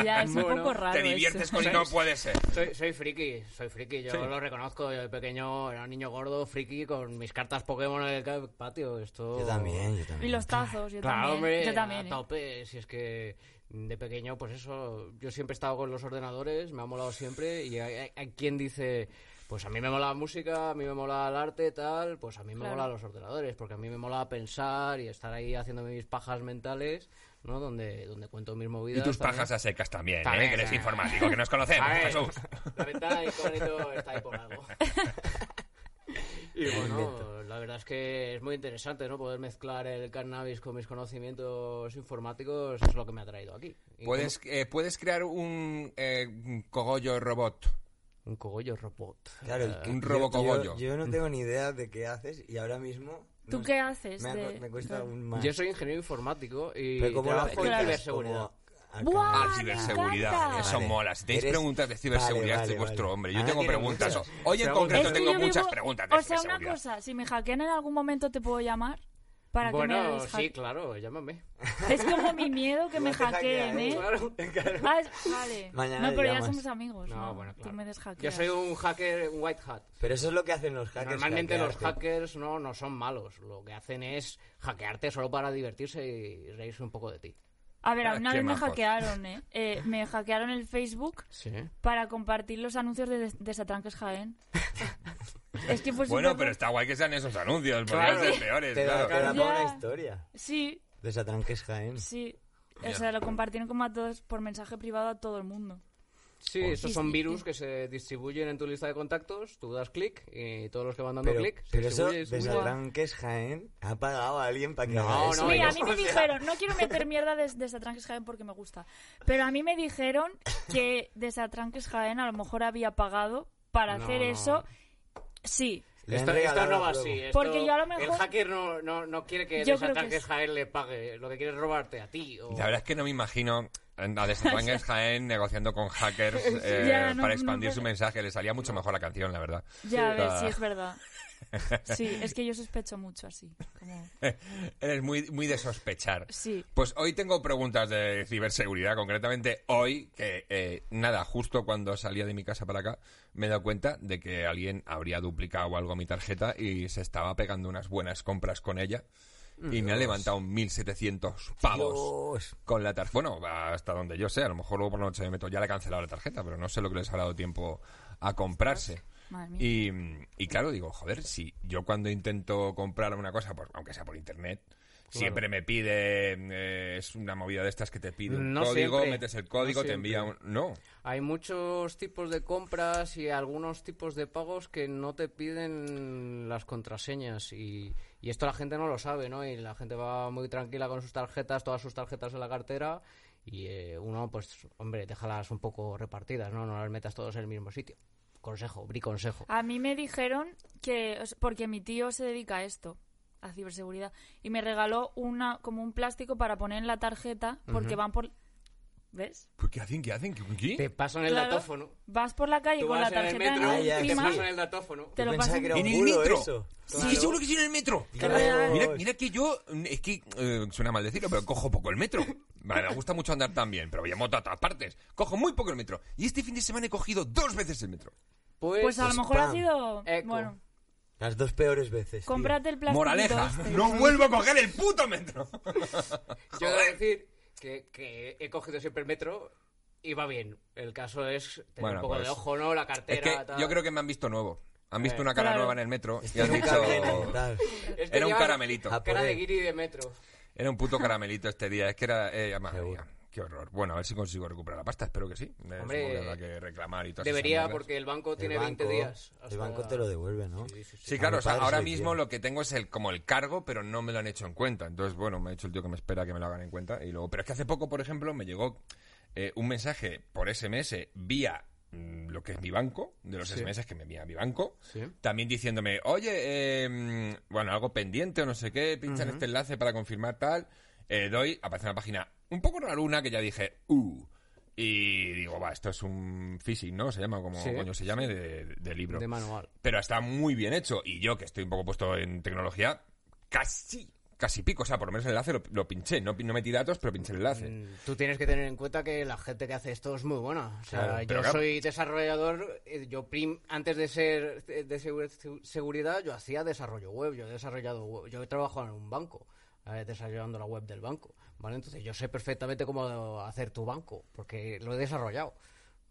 Speaker 2: ya es un
Speaker 4: Bueno,
Speaker 2: poco raro.
Speaker 1: Te diviertes
Speaker 2: eso.
Speaker 1: con no puede ser.
Speaker 4: Soy, soy friki, soy friki, yo
Speaker 1: Sí.
Speaker 4: lo reconozco. Yo de pequeño era un niño gordo, friki, con mis cartas Pokémon en el ca- patio. Esto...
Speaker 3: Yo también, yo
Speaker 2: Y
Speaker 3: también.
Speaker 2: los tazos, yo
Speaker 4: Claro,
Speaker 2: también.
Speaker 4: hombre,
Speaker 2: yo también.
Speaker 4: a
Speaker 2: ¿eh?
Speaker 4: tope. Si es que de pequeño, pues eso, yo siempre he estado con los ordenadores, me ha molado siempre. Y hay, hay- hay quien dice, pues a mí me mola la música, a mí me mola el arte, tal, pues a mí me
Speaker 2: Claro.
Speaker 4: mola los ordenadores, porque a mí me mola pensar y estar ahí haciendo mis pajas mentales, ¿no? Donde, donde cuento mis movidas.
Speaker 1: Y tus
Speaker 4: también.
Speaker 1: pajas a secas también,
Speaker 4: También,
Speaker 1: ¿eh? Que eres
Speaker 4: sí.
Speaker 1: informático, que nos conocemos,
Speaker 4: A ver,
Speaker 1: Jesús.
Speaker 4: La ventana de incógnito está ahí por algo. Y bueno, la verdad es que es muy interesante, ¿no? Poder mezclar el cannabis con mis conocimientos informáticos es lo que me ha traído aquí. Y
Speaker 1: ¿Puedes, eh, puedes crear un eh, un cogollo robot.
Speaker 4: como- Un cogollo robot.
Speaker 3: Claro, el que-
Speaker 1: Eh, un
Speaker 3: yo-
Speaker 1: robocogollo.
Speaker 3: Yo, yo no tengo ni idea de qué haces y ahora mismo. no
Speaker 2: ¿Tú
Speaker 3: sé,
Speaker 2: qué haces?
Speaker 3: Me, ha co-
Speaker 2: de-
Speaker 3: me cuesta aún más.
Speaker 4: Yo soy ingeniero informático y
Speaker 3: Pero ¿cómo lo
Speaker 4: trabajo en
Speaker 3: aplicas?
Speaker 4: ciberseguridad.
Speaker 3: ¿Cómo
Speaker 2: ¡Buah!
Speaker 1: Ah,
Speaker 3: alcanzas?
Speaker 2: me
Speaker 1: ciberseguridad.
Speaker 2: encanta.
Speaker 1: Eso
Speaker 3: Vale.
Speaker 1: mola. Si tenéis
Speaker 3: Eres-
Speaker 1: preguidas de ciberseguridad,
Speaker 3: Vale,
Speaker 1: soy
Speaker 3: vale,
Speaker 1: vuestro
Speaker 3: vale.
Speaker 1: hombre. Yo
Speaker 3: Ahora
Speaker 1: tengo
Speaker 3: tiene
Speaker 1: preguntas. Hoy
Speaker 3: muchas.
Speaker 1: en
Speaker 4: Preguntas.
Speaker 1: concreto
Speaker 2: que
Speaker 1: tengo
Speaker 2: yo
Speaker 1: muchas
Speaker 2: vivo-
Speaker 1: preguntas de
Speaker 2: O sea, una
Speaker 1: ciberseguridad.
Speaker 2: cosa, si me hackean en algún momento, ¿te puedo llamar? para que me
Speaker 4: bueno,
Speaker 2: hagáis
Speaker 4: sí,
Speaker 2: hack-
Speaker 4: claro, llámame.
Speaker 2: Es como mi miedo que me
Speaker 3: Tú haces
Speaker 2: hackeen,
Speaker 3: hackear, ¿eh?
Speaker 2: ¿eh?
Speaker 4: Claro.
Speaker 2: Ah, es- vale.
Speaker 3: Mañana
Speaker 2: no, pero ya
Speaker 3: llamas.
Speaker 2: somos amigos. No,
Speaker 4: No, bueno, claro.
Speaker 2: Tú me
Speaker 4: Yo
Speaker 2: deshackeas.
Speaker 4: soy un hacker, un white hat.
Speaker 3: Pero eso es lo que hacen los hackers.
Speaker 4: Normalmente los
Speaker 3: hackearte.
Speaker 4: hackers no, no son malos. Lo que hacen es hackearte solo para divertirse y reírse un poco de ti.
Speaker 2: A ver, a mí
Speaker 1: Ah,
Speaker 2: una
Speaker 1: qué
Speaker 2: vez me
Speaker 1: majos.
Speaker 2: hackearon, ¿eh? Eh, Me hackearon el Facebook
Speaker 4: Sí.
Speaker 2: para compartir los anuncios de des- Desatranques Jaén. es que fue
Speaker 1: Bueno,
Speaker 2: súper-
Speaker 1: pero está guay que sean esos anuncios, podrían
Speaker 4: Claro.
Speaker 1: ser peores,
Speaker 3: Te da,
Speaker 1: claro.
Speaker 3: te da
Speaker 2: Ya.
Speaker 3: para una historia.
Speaker 2: Sí,
Speaker 3: De Satranques Jaén.
Speaker 2: sí.
Speaker 1: Ya.
Speaker 2: O sea, lo compartieron como a todos por mensaje privado a todo el mundo.
Speaker 4: Sí, estos son virus que se distribuyen en tu lista de contactos, tú das clic y todos los que van dando
Speaker 3: Pero,
Speaker 4: clic se
Speaker 3: pero eso,
Speaker 4: distribuye,
Speaker 3: de
Speaker 4: distribuye.
Speaker 3: Satranques Jaén, ha pagado a alguien para que
Speaker 4: No,
Speaker 3: haga
Speaker 4: no,
Speaker 3: eso.
Speaker 2: Mira, a mí
Speaker 4: no.
Speaker 2: me dijeron, no quiero meter mierda de Desatranques Jaén porque me gusta, pero a mí me dijeron que Desatranques Jaén a lo mejor había pagado para
Speaker 4: No,
Speaker 2: hacer
Speaker 4: no.
Speaker 2: eso. Sí,
Speaker 3: Le han
Speaker 4: Esto, esto
Speaker 3: regalado
Speaker 4: no
Speaker 3: la
Speaker 4: va
Speaker 3: prueba.
Speaker 4: así. esto-
Speaker 2: Porque yo a lo mejor-
Speaker 4: El hacker no, no, no quiere que
Speaker 2: Yo creo que
Speaker 4: Desatranques
Speaker 2: es-
Speaker 4: Jaén le pague. Lo que quiere es robarte a ti. O...
Speaker 1: La verdad es que no me imagino a Desatangues Jaén negociando con hackers eh,
Speaker 2: Ya, no,
Speaker 1: para
Speaker 2: no
Speaker 1: expandir
Speaker 2: puede.
Speaker 1: su mensaje. Le salía mucho mejor la canción, la verdad.
Speaker 2: ya
Speaker 1: Sí.
Speaker 2: ves, sí, es verdad. Sí, es que yo sospecho mucho así. como-
Speaker 1: Eres muy, muy de sospechar.
Speaker 2: Sí.
Speaker 1: Pues hoy tengo preguntas de ciberseguridad, concretamente hoy, que eh, nada, justo cuando salía de mi casa para acá, me he dado cuenta de que alguien habría duplicado algo mi tarjeta y se estaba pegando unas buenas compras con ella. Y me ha levantado 1.700 pavos
Speaker 3: Dios.
Speaker 1: con la tarjeta. Bueno, hasta donde yo sé, a lo mejor luego por la noche me meto, ya le he cancelado la tarjeta, pero no sé lo que les ha dado tiempo a comprarse.
Speaker 2: Madre mía.
Speaker 1: Y, y claro, digo, joder, si yo cuando intento comprar una cosa, por- aunque sea por internet, siempre me pide, eh, es una movida de estas que te pide un
Speaker 4: No
Speaker 1: código,
Speaker 4: siempre.
Speaker 1: metes el código,
Speaker 4: No
Speaker 1: te envía un...
Speaker 4: siempre.
Speaker 1: No,
Speaker 4: Hay muchos tipos de compras y algunos tipos de pagos que no te piden las contraseñas y, y esto la gente no lo sabe, ¿no? Y la gente va muy tranquila con sus tarjetas, todas sus tarjetas en la cartera y eh, uno, pues, hombre, déjalas un poco repartidas, ¿no? No las metas todas en el mismo sitio. Consejo, briconsejo.
Speaker 2: A mí me dijeron que, os- porque mi tío se dedica a esto, a ciberseguridad, y me regaló una como un plástico para poner en la tarjeta porque van por... ¿Ves?
Speaker 1: ¿Pues ¿qué hacen? ¿Qué hacen? ¿Qué? qué?
Speaker 4: Te pasan el
Speaker 2: Claro.
Speaker 4: datófono.
Speaker 2: Vas por la calle
Speaker 4: Tú
Speaker 2: con la
Speaker 4: vas en el
Speaker 2: tarjeta
Speaker 4: metro,
Speaker 3: Ah,
Speaker 2: de
Speaker 3: ya,
Speaker 4: te
Speaker 2: encima.
Speaker 3: sí.
Speaker 4: pasan el datófono.
Speaker 2: Te lo
Speaker 3: Yo pensaba
Speaker 2: pasan.
Speaker 3: que era
Speaker 1: ¿En
Speaker 3: un
Speaker 1: el
Speaker 3: bulo
Speaker 1: metro?
Speaker 3: eso.
Speaker 1: Sí, seguro que sí en el metro.
Speaker 3: Claro.
Speaker 1: Mira, mira que yo, mm, es que eh, suena mal decirlo, pero cojo poco el metro. Vale, me gusta mucho andar también, pero voy a moto a todas partes. Cojo muy poco el metro. Y este fin de semana he cogido dos veces el metro.
Speaker 4: Pues,
Speaker 2: Pues a lo mejor ha
Speaker 3: spam.
Speaker 2: sido...
Speaker 4: Eco.
Speaker 2: Bueno,
Speaker 3: Las dos peores veces. tío.
Speaker 2: cómprate el plástico. este.
Speaker 1: Moraleja, no vuelvo a coger el puto metro.
Speaker 4: Yo debo decir que, que he cogido siempre el metro y va bien. El caso es tener
Speaker 1: Bueno,
Speaker 4: un poco
Speaker 1: pues,
Speaker 4: de ojo, ¿no? La
Speaker 1: Es
Speaker 4: cartera,
Speaker 1: que
Speaker 4: tal.
Speaker 1: yo creo que me han visto nuevo. Han visto
Speaker 4: Eh,
Speaker 1: una cara
Speaker 2: claro.
Speaker 1: nueva en el metro y
Speaker 3: Este
Speaker 1: han
Speaker 3: nunca viene,
Speaker 1: dicho...
Speaker 3: tal.
Speaker 4: Es que
Speaker 1: Era un
Speaker 4: llevaba
Speaker 1: caramelito.
Speaker 3: A por
Speaker 4: Cara de
Speaker 3: él.
Speaker 4: guiri de metro.
Speaker 1: Era un puto caramelito este día. Es que era... Eh, madre
Speaker 3: Seguro.
Speaker 1: mía, qué horror. Bueno, a ver si consigo recuperar la pasta. Espero que sí. Eh,
Speaker 4: Hombre,
Speaker 1: supongo que habrá que reclamar y todas esas
Speaker 4: Debería,
Speaker 1: mierdas.
Speaker 4: porque el banco
Speaker 3: El
Speaker 4: tiene 20
Speaker 3: banco-
Speaker 4: días. hasta-
Speaker 3: El banco te lo devuelve, ¿no?
Speaker 1: Sí, claro,
Speaker 3: A
Speaker 1: o sea,
Speaker 3: mi padre
Speaker 1: ahora
Speaker 3: sí,
Speaker 1: mismo
Speaker 3: tío.
Speaker 1: lo que tengo es el como el cargo, pero no me lo han hecho en cuenta. Entonces, bueno, me ha dicho el tío que me espera que me lo hagan en cuenta. Y luego, pero es que hace poco, por ejemplo, me llegó eh, un mensaje por SMS vía mm, lo que es mi banco, de los SMS que me envía mi banco,
Speaker 4: Sí.
Speaker 1: también diciéndome, oye, eh, mm, bueno, algo pendiente o no sé qué, pincha en este enlace para confirmar tal. Eh, doy, aparece una página un poco raruna que ya dije, uh. Y digo, va, esto es un phishing, ¿no? Se llama, como
Speaker 4: Sí.
Speaker 1: coño se llame, de, de libro
Speaker 4: De manual.
Speaker 1: pero está muy bien hecho. Y yo, que estoy un poco puesto en tecnología, casi, casi pico. O sea, por lo menos el enlace lo, lo pinché. No, pi- no metí datos, pero pinché el enlace.
Speaker 4: Mm, Tú tienes que tener en cuenta que la gente que hace esto es muy buena. O sea,
Speaker 1: Claro, pero
Speaker 4: yo
Speaker 1: claro.
Speaker 4: soy desarrollador. eh, Yo prim- antes de ser eh, de segu- seguridad, yo hacía desarrollo web. Yo he desarrollado web. Yo he trabajado en un banco, eh, desarrollando la web del banco. ¿Vale? Entonces yo sé perfectamente cómo hacer tu banco, porque lo he desarrollado.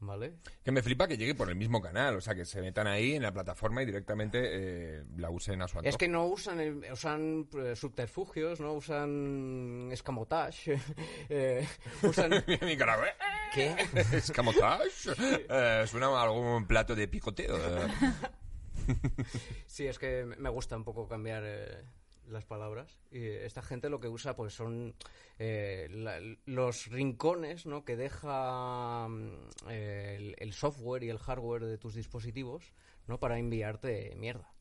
Speaker 4: ¿Vale?
Speaker 1: Que me flipa que llegue por el mismo canal. O sea, que se metan ahí en la plataforma y directamente eh, la usen a su antojo.
Speaker 4: Es que no usan, el- usan eh, subterfugios, no usan escamotage, eh, usan,
Speaker 1: Mi cara, "Eh,
Speaker 3: ¿Qué?
Speaker 1: escamotage". Eh, suena a algún plato de picoteo. eh.
Speaker 4: Sí, es que me me gusta un poco cambiar eh, las palabras. Y eh, esta gente lo que usa pues son eh, la- los rincones ¿no? que deja mm, eh, el, el software y el hardware de tus dispositivos ¿no? para enviarte mierda.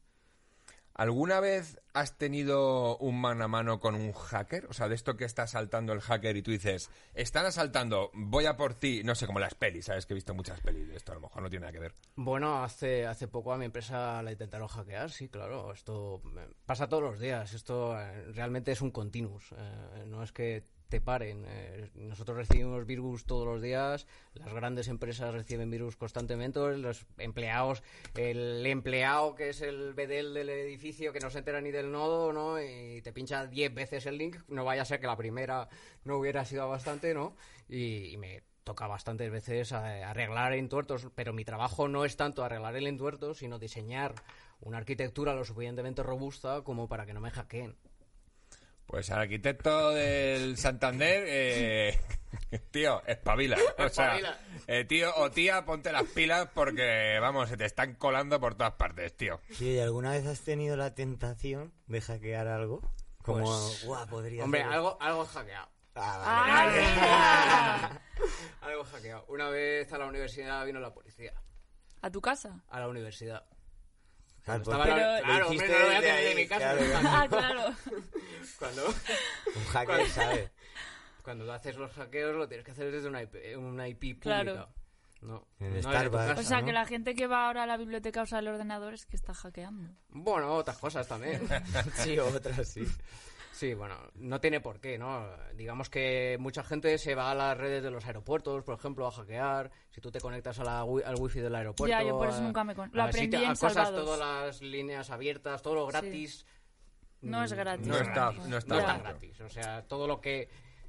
Speaker 1: ¿Alguna vez ¿Has tenido un mano a mano con un hacker? O sea, de esto que está asaltando el hacker y tú dices, están asaltando, voy a por ti. No sé, como las pelis, ¿sabes? Que he visto muchas pelis de esto, a lo mejor no tiene nada que ver.
Speaker 4: Bueno, hace, hace poco a mi empresa la intentaron hackear, sí, claro. Esto eh, pasa todos los días. Esto eh, realmente es un continuous. eh, no es que te paren. eh, nosotros recibimos virus todos los días. Las grandes empresas reciben virus constantemente. Los empleados, el empleado que es el bedel del edificio que no se entera ni del nodo, ¿no? Y te pincha 10 veces el link. No vaya a ser que la primera no hubiera sido bastante, ¿no? Y- y me toca bastantes veces eh, arreglar entuertos, pero mi trabajo no es tanto arreglar el entuerto, sino diseñar una arquitectura lo suficientemente robusta como para que no me hackeen.
Speaker 1: Pues al arquitecto del Santander, eh, tío, espabila. O sea,
Speaker 4: Espabila.
Speaker 1: eh, tío o tía, ponte las pilas porque, vamos, se te están colando por todas partes, tío.
Speaker 3: Sí, ¿y alguna vez has tenido la tentación de hackear algo? Como,
Speaker 1: Pues-
Speaker 3: guau, podría
Speaker 4: Hombre,
Speaker 3: hacer-
Speaker 4: algo, algo he hackeado.
Speaker 3: Ah, vale.
Speaker 2: ¡Ay!
Speaker 4: Algo he hackeado. Una vez a la universidad vino la policía.
Speaker 2: ¿A tu casa?
Speaker 4: A la universidad.
Speaker 3: Claro,
Speaker 4: Estaba
Speaker 3: pues,
Speaker 4: la-
Speaker 3: lo
Speaker 4: claro, hombre,
Speaker 3: hiciste
Speaker 4: no lo voy a
Speaker 3: desde
Speaker 4: tener en
Speaker 3: ahí,
Speaker 4: mi casa.
Speaker 3: claro.
Speaker 2: Ah, claro.
Speaker 4: Cuando,
Speaker 3: Un hacker, ¿sabes?
Speaker 4: cuando haces los hackeos lo tienes que hacer desde una IP, una IP pública.
Speaker 2: Claro.
Speaker 4: No,
Speaker 3: En
Speaker 4: no era tu
Speaker 3: Starbucks.
Speaker 4: casa.
Speaker 2: O sea,
Speaker 3: ¿no?
Speaker 2: que la gente que va ahora a la biblioteca a usar el ordenador es que está hackeando.
Speaker 4: Bueno, otras cosas también.
Speaker 3: Sí, otra sí.
Speaker 4: Sí, bueno, no tiene por qué, ¿no? Digamos que mucha gente se va a las redes de los aeropuertos, por ejemplo, a hackear. Si tú te conectas a la wi- al wifi del aeropuerto...
Speaker 2: Ya, yo por
Speaker 4: a-
Speaker 2: eso nunca me con- lo
Speaker 4: a
Speaker 2: aprendí
Speaker 4: sitio- a
Speaker 2: en
Speaker 4: cosas,
Speaker 2: Salvados.
Speaker 4: todas las líneas abiertas, todo lo gratis.
Speaker 2: No es
Speaker 4: mm,
Speaker 2: gratis.
Speaker 1: No está- no está
Speaker 4: no está
Speaker 1: gratis.
Speaker 4: gratis. O sea, todo lo que...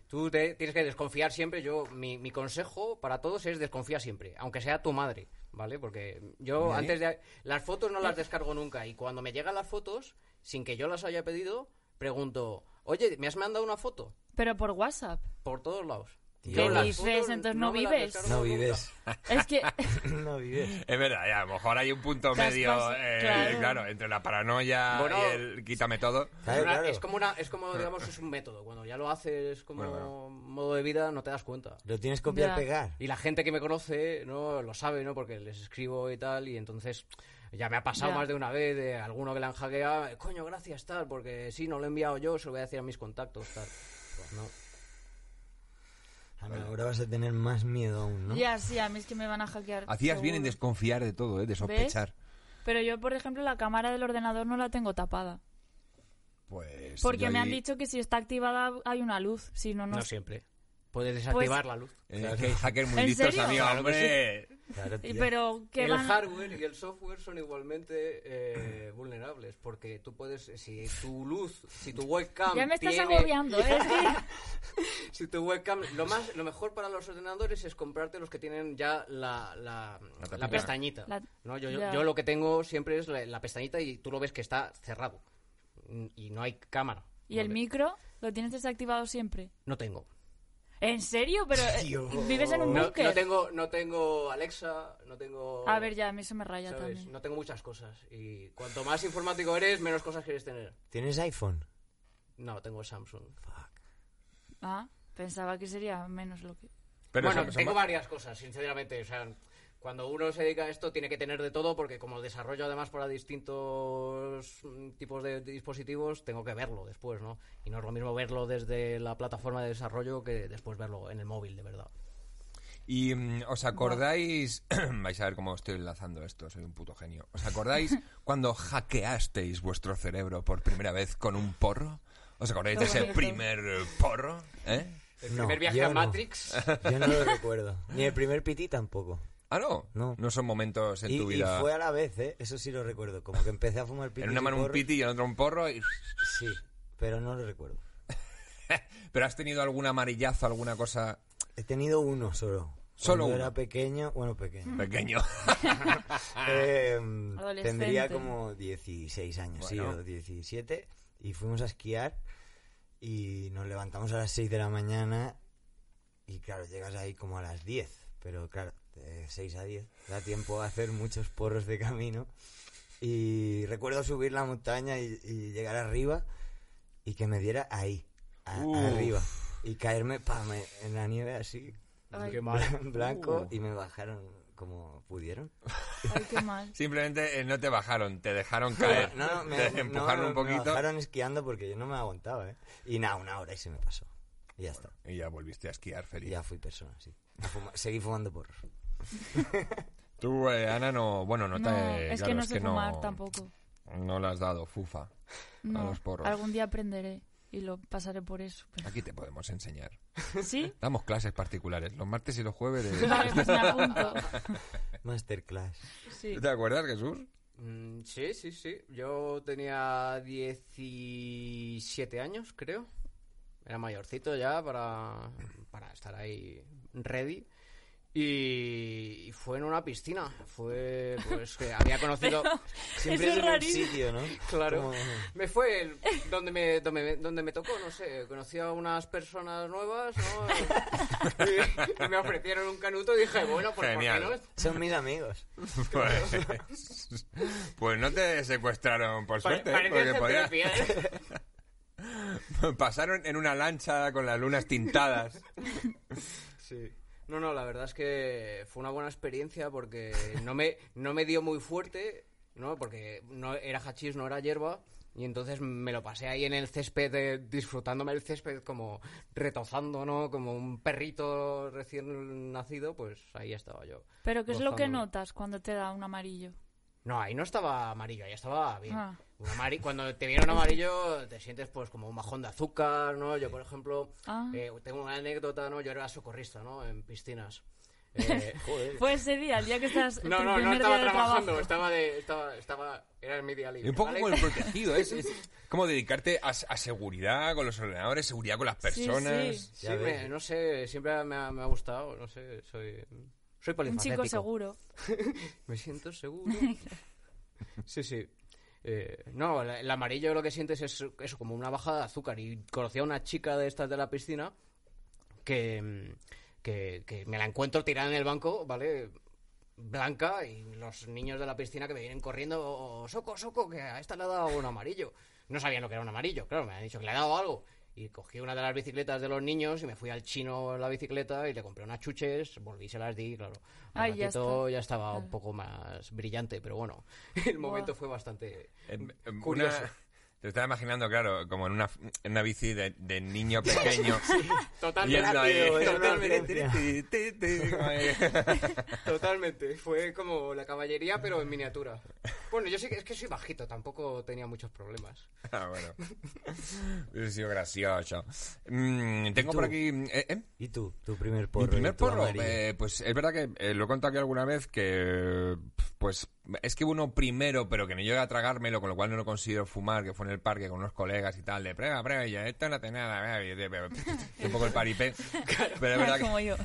Speaker 4: Tú te- tienes que desconfiar siempre. Yo, mi, mi consejo para todos es desconfía siempre, aunque sea tu madre, ¿vale? Porque yo antes de... Las fotos no las descargo nunca y cuando me llegan las fotos, sin que yo las haya pedido, pregunto, oye, ¿me has mandado una foto?
Speaker 2: Pero por WhatsApp.
Speaker 4: Por todos lados.
Speaker 3: ¿Qué
Speaker 4: Yo las
Speaker 2: dices?
Speaker 4: fotos
Speaker 2: Entonces no
Speaker 4: me las
Speaker 2: vives.
Speaker 4: descargo
Speaker 3: No
Speaker 4: nunca.
Speaker 3: vives.
Speaker 2: Es que,
Speaker 3: No vives.
Speaker 1: Es verdad, ya, a lo mejor hay un punto
Speaker 2: Te has
Speaker 1: medio,
Speaker 2: pas-
Speaker 1: eh, claro.
Speaker 2: claro.
Speaker 1: entre la paranoia
Speaker 4: Bueno.
Speaker 1: y el quítame todo.
Speaker 4: Es,
Speaker 2: Ah,
Speaker 3: Claro,
Speaker 4: una-
Speaker 3: claro.
Speaker 4: es como una, es como digamos es un método. Cuando ya lo haces como
Speaker 1: Bueno, bueno.
Speaker 4: modo de vida no te das cuenta.
Speaker 3: Lo tienes copiar
Speaker 2: Ya.
Speaker 3: pegar.
Speaker 4: Y la gente que me conoce no lo sabe, ¿no? Porque les escribo y tal y entonces ya me ha pasado
Speaker 2: Ya.
Speaker 4: más de una vez de alguno que la han hackeado, coño, gracias tal, porque sí, no lo he enviado yo, se lo voy a decir a mis contactos tal. Pues no.
Speaker 3: Ah, no, Ahora vas a tener más miedo aún, ¿no?
Speaker 2: ya, sí, a mí es que me van a hackear.
Speaker 1: Hacías bien en
Speaker 2: seguro.
Speaker 1: desconfiar de todo, ¿eh? de sospechar.
Speaker 2: Pero yo, por ejemplo, la cámara del ordenador no la tengo tapada.
Speaker 1: Pues
Speaker 2: Porque
Speaker 1: yo
Speaker 2: me han
Speaker 1: ahí-
Speaker 2: dicho que si está activada hay una luz. Si no, no.
Speaker 4: No
Speaker 2: sé. Pues
Speaker 4: siempre. Puedes desactivar la luz.
Speaker 1: eh, que hay hackers muy
Speaker 2: ¿En
Speaker 1: listos,
Speaker 2: serio?
Speaker 1: amigo,
Speaker 4: Claro que
Speaker 1: hombre.
Speaker 3: Claro,
Speaker 2: Y-
Speaker 3: tía.
Speaker 2: Pero que
Speaker 4: el
Speaker 2: van...
Speaker 4: hardware y el software son igualmente eh, vulnerables porque tú puedes si tu luz si tu webcam
Speaker 2: Ya me estás
Speaker 4: tiene-
Speaker 2: agobiando, ¿eh? Es que-
Speaker 4: si tu webcam lo más lo mejor para los ordenadores es comprarte los que tienen ya la, la,
Speaker 1: La
Speaker 4: la
Speaker 1: tapita.
Speaker 4: pestañita
Speaker 2: La-
Speaker 4: ¿no? yo, yo-
Speaker 2: ya.
Speaker 4: yo lo que tengo siempre es la, la pestañita y tú lo ves que está cerrado Mm, y no hay cámara
Speaker 2: ¿Y
Speaker 4: No
Speaker 2: el
Speaker 4: te-
Speaker 2: micro? ¿Lo tienes desactivado siempre?
Speaker 4: no tengo
Speaker 2: ¿En serio? Pero eh,
Speaker 3: Tío.
Speaker 2: vives en un
Speaker 4: no,
Speaker 2: búnker.
Speaker 4: no tengo no tengo Alexa no tengo
Speaker 2: A ver, ya, a mí se me raya
Speaker 4: ¿sabes?
Speaker 2: también.
Speaker 4: no tengo muchas cosas y cuanto más informático eres menos cosas quieres tener
Speaker 3: ¿Tienes iPhone?
Speaker 4: no tengo Samsung
Speaker 2: Ah, pensaba que sería menos lo que...
Speaker 1: Pero
Speaker 4: bueno,
Speaker 1: son- son
Speaker 4: tengo
Speaker 1: ma-
Speaker 4: varias cosas, sinceramente. O sea, cuando uno se dedica a esto tiene que tener de todo porque como desarrollo además para distintos mm, tipos de dispositivos, tengo que verlo después, ¿no? Y no es lo mismo verlo desde la plataforma de desarrollo que después verlo en el móvil, de verdad.
Speaker 1: Y mm, os acordáis, vais a ver cómo estoy enlazando esto, soy un puto genio. ¿Os acordáis cuando hackeasteis vuestro cerebro por primera vez con un porro? ¿Os acordáis
Speaker 2: Qué
Speaker 1: de ese
Speaker 2: bonito.
Speaker 1: primer eh, porro? ¿Eh?
Speaker 4: El
Speaker 3: No,
Speaker 4: primer viaje
Speaker 3: yo
Speaker 4: a
Speaker 3: no.
Speaker 4: Matrix.
Speaker 3: Yo no lo recuerdo. Ni el primer pití tampoco.
Speaker 1: Ah, no.
Speaker 3: No.
Speaker 1: son momentos en
Speaker 3: Y,
Speaker 1: tu
Speaker 3: y
Speaker 1: vida.
Speaker 3: fue a la vez, ¿eh? Eso sí lo recuerdo. Como que empecé a fumar pití.
Speaker 1: En una mano un piti y en otra un porro. y-
Speaker 3: Sí, pero no lo recuerdo.
Speaker 1: Pero has tenido algún amarillazo, alguna cosa
Speaker 3: He tenido uno solo.
Speaker 1: Solo
Speaker 3: Cuando
Speaker 1: uno.
Speaker 3: era pequeño, bueno,
Speaker 2: Mm.
Speaker 3: pequeño.
Speaker 1: pequeño. Ah,
Speaker 3: Eh,
Speaker 2: Adolescente.
Speaker 3: tendría como 16 años, sí,
Speaker 1: Bueno.
Speaker 3: o 17. Y fuimos a esquiar y nos levantamos a las 6 de la mañana y claro, llegas ahí como a las 10. Pero claro, de 6 a 10 da tiempo a hacer muchos porros de camino. Y recuerdo subir la montaña y, y llegar arriba y que me diera ahí, a-
Speaker 1: Uf.
Speaker 3: arriba. Y caerme pam, en la nieve así,
Speaker 2: Ay.
Speaker 1: Uh.
Speaker 3: blan- blanco y me bajaron como pudieron.
Speaker 2: Ay, qué mal.
Speaker 1: Simplemente eh, no te bajaron, te dejaron caer.
Speaker 3: No, no, me,
Speaker 1: te empujaron
Speaker 3: no,
Speaker 1: un
Speaker 3: me
Speaker 1: poquito
Speaker 3: bajaron esquiando porque yo no me aguantaba, ¿eh? Y nada, una hora y se me pasó. Y ya está.
Speaker 1: y ya volviste a esquiar
Speaker 3: Y
Speaker 1: feliz.
Speaker 3: ya fui persona, sí. A fuma- seguí fumando porros.
Speaker 1: Tú, eh, Ana, no. Bueno, no,
Speaker 2: No,
Speaker 1: te.
Speaker 2: es
Speaker 1: eh, claro,
Speaker 2: que no
Speaker 1: es
Speaker 2: sé
Speaker 1: que
Speaker 2: fumar tampoco.
Speaker 1: No le has dado fufa
Speaker 2: No,
Speaker 1: a los porros.
Speaker 2: Algún día aprenderé y lo pasaré por eso. pero-
Speaker 1: Aquí te podemos enseñar.
Speaker 2: ¿Sí?
Speaker 1: Damos clases particulares los martes y los jueves. de-
Speaker 2: Vale, pues me apunto.
Speaker 3: Masterclass.
Speaker 2: Sí.
Speaker 1: ¿Te acuerdas, Jesús?
Speaker 4: Mm, sí, sí, sí. Yo tenía 17 años, creo. Era mayorcito ya para, para estar ahí ready. Y, y fue en una piscina. Fue, pues, que había conocido...
Speaker 3: Siempre
Speaker 2: Eso es
Speaker 3: es en un
Speaker 2: rarísimo.
Speaker 3: sitio, ¿no?
Speaker 4: Claro.
Speaker 3: Como-
Speaker 4: Me fue el- donde, me, donde, me, donde me tocó, no sé. Conocí a unas personas nuevas, ¿no? y, y me ofrecieron un canuto y dije, bueno, pues ¿por qué
Speaker 1: Genial.
Speaker 4: no?
Speaker 3: Son mis amigos.
Speaker 1: Pues, pues no te secuestraron, por
Speaker 4: Pa-
Speaker 1: suerte, ¿eh?
Speaker 4: parece
Speaker 1: porque
Speaker 4: gente
Speaker 1: podía-
Speaker 4: de fiar.
Speaker 1: pasaron en una lancha con las lunas tintadas.
Speaker 4: Sí. No, no, la verdad es que fue una buena experiencia porque no me, no me dio muy fuerte, ¿no? Porque no era hachís, no era hierba. Y entonces me lo pasé ahí en el césped, eh, disfrutándome el césped, como retozando, ¿no? Como un perrito recién nacido, pues ahí estaba yo.
Speaker 2: Pero ¿qué es lo que
Speaker 4: Gozándolo.
Speaker 2: notas cuando te da un amarillo?
Speaker 4: No, ahí no estaba amarillo, ahí estaba bien.
Speaker 2: Ah.
Speaker 4: Un amari- cuando te vieron amarillo te sientes pues como un bajón de azúcar, ¿no? Yo, por ejemplo,
Speaker 2: Ah.
Speaker 4: eh, tengo una anécdota, ¿no? Yo era socorrista, ¿no? En piscinas. Eh,
Speaker 2: Fue ese día, el día que estás.
Speaker 4: no,
Speaker 2: tu
Speaker 4: no, no
Speaker 2: primer
Speaker 4: estaba
Speaker 2: día de
Speaker 4: trabajando,
Speaker 2: trabajo.
Speaker 4: estaba de... Estaba, estaba, era mi día libre,
Speaker 1: Y un poco
Speaker 4: ¿vale?
Speaker 1: como el protegido, ¿eh? es, es como dedicarte a, a seguridad con los ordenadores, seguridad con las
Speaker 2: Sí, sí.
Speaker 1: personas.
Speaker 4: Sí,
Speaker 3: Ya
Speaker 4: me-
Speaker 3: ves.
Speaker 4: no sé, siempre me ha, me ha gustado, no sé, soy... Soy
Speaker 2: Un
Speaker 4: polifacético.
Speaker 2: chico seguro.
Speaker 4: Me siento seguro. Sí, sí. Eh, no, la- el amarillo lo que sientes es eso, como una bajada de azúcar. Y conocí a una chica de estas de la piscina que, mm, que, que me la encuentro tirada en el banco, ¿vale? Blanca y los niños de la piscina que me vienen corriendo, "Oh, soco, soco, que a esta le ha dado un amarillo. No sabían lo que era un amarillo, claro, me han dicho que le ha dado algo. Y cogí una de las bicicletas de los niños y me fui al chino en la bicicleta y le compré unas chuches, volví y se las di, claro. Al
Speaker 2: Ay, ya
Speaker 4: ratito
Speaker 2: está.
Speaker 4: ya estaba un
Speaker 2: Claro.
Speaker 4: poco más brillante, pero bueno, el
Speaker 2: Buah.
Speaker 4: momento fue bastante
Speaker 1: Em, em, una-
Speaker 4: curioso.
Speaker 1: te estaba imaginando, claro, como en una, en una bici de, de niño pequeño.
Speaker 4: Totalmente,
Speaker 1: yendo ahí.
Speaker 3: rápido, es una
Speaker 1: Totalmente. Ti,
Speaker 3: urgencia.
Speaker 1: ti, ti, como ahí.
Speaker 4: totalmente. Fue como la caballería, pero en miniatura. Bueno, yo sí que es que soy bajito, tampoco tenía muchos problemas.
Speaker 1: Ah, bueno. Hubiese sido gracioso. Mm, tengo por
Speaker 3: tú?
Speaker 1: aquí. eh, ¿eh?
Speaker 3: ¿Y tú? ¿Tu primer porro?
Speaker 1: Mi
Speaker 3: y
Speaker 1: primer
Speaker 3: tu
Speaker 1: porro,
Speaker 3: amarillo?
Speaker 1: eh, pues es verdad que eh, lo he contado aquí alguna vez que pf, pues es que hubo uno primero, pero que me llegué a tragármelo, con lo cual no lo considero fumar, que fue en el parque con unos colegas y tal, de prueba, prueba, y yo, esto no te nada, eh, y de- de- de- un poco el paripé. Pero es verdad que,
Speaker 2: Ah, Como yo.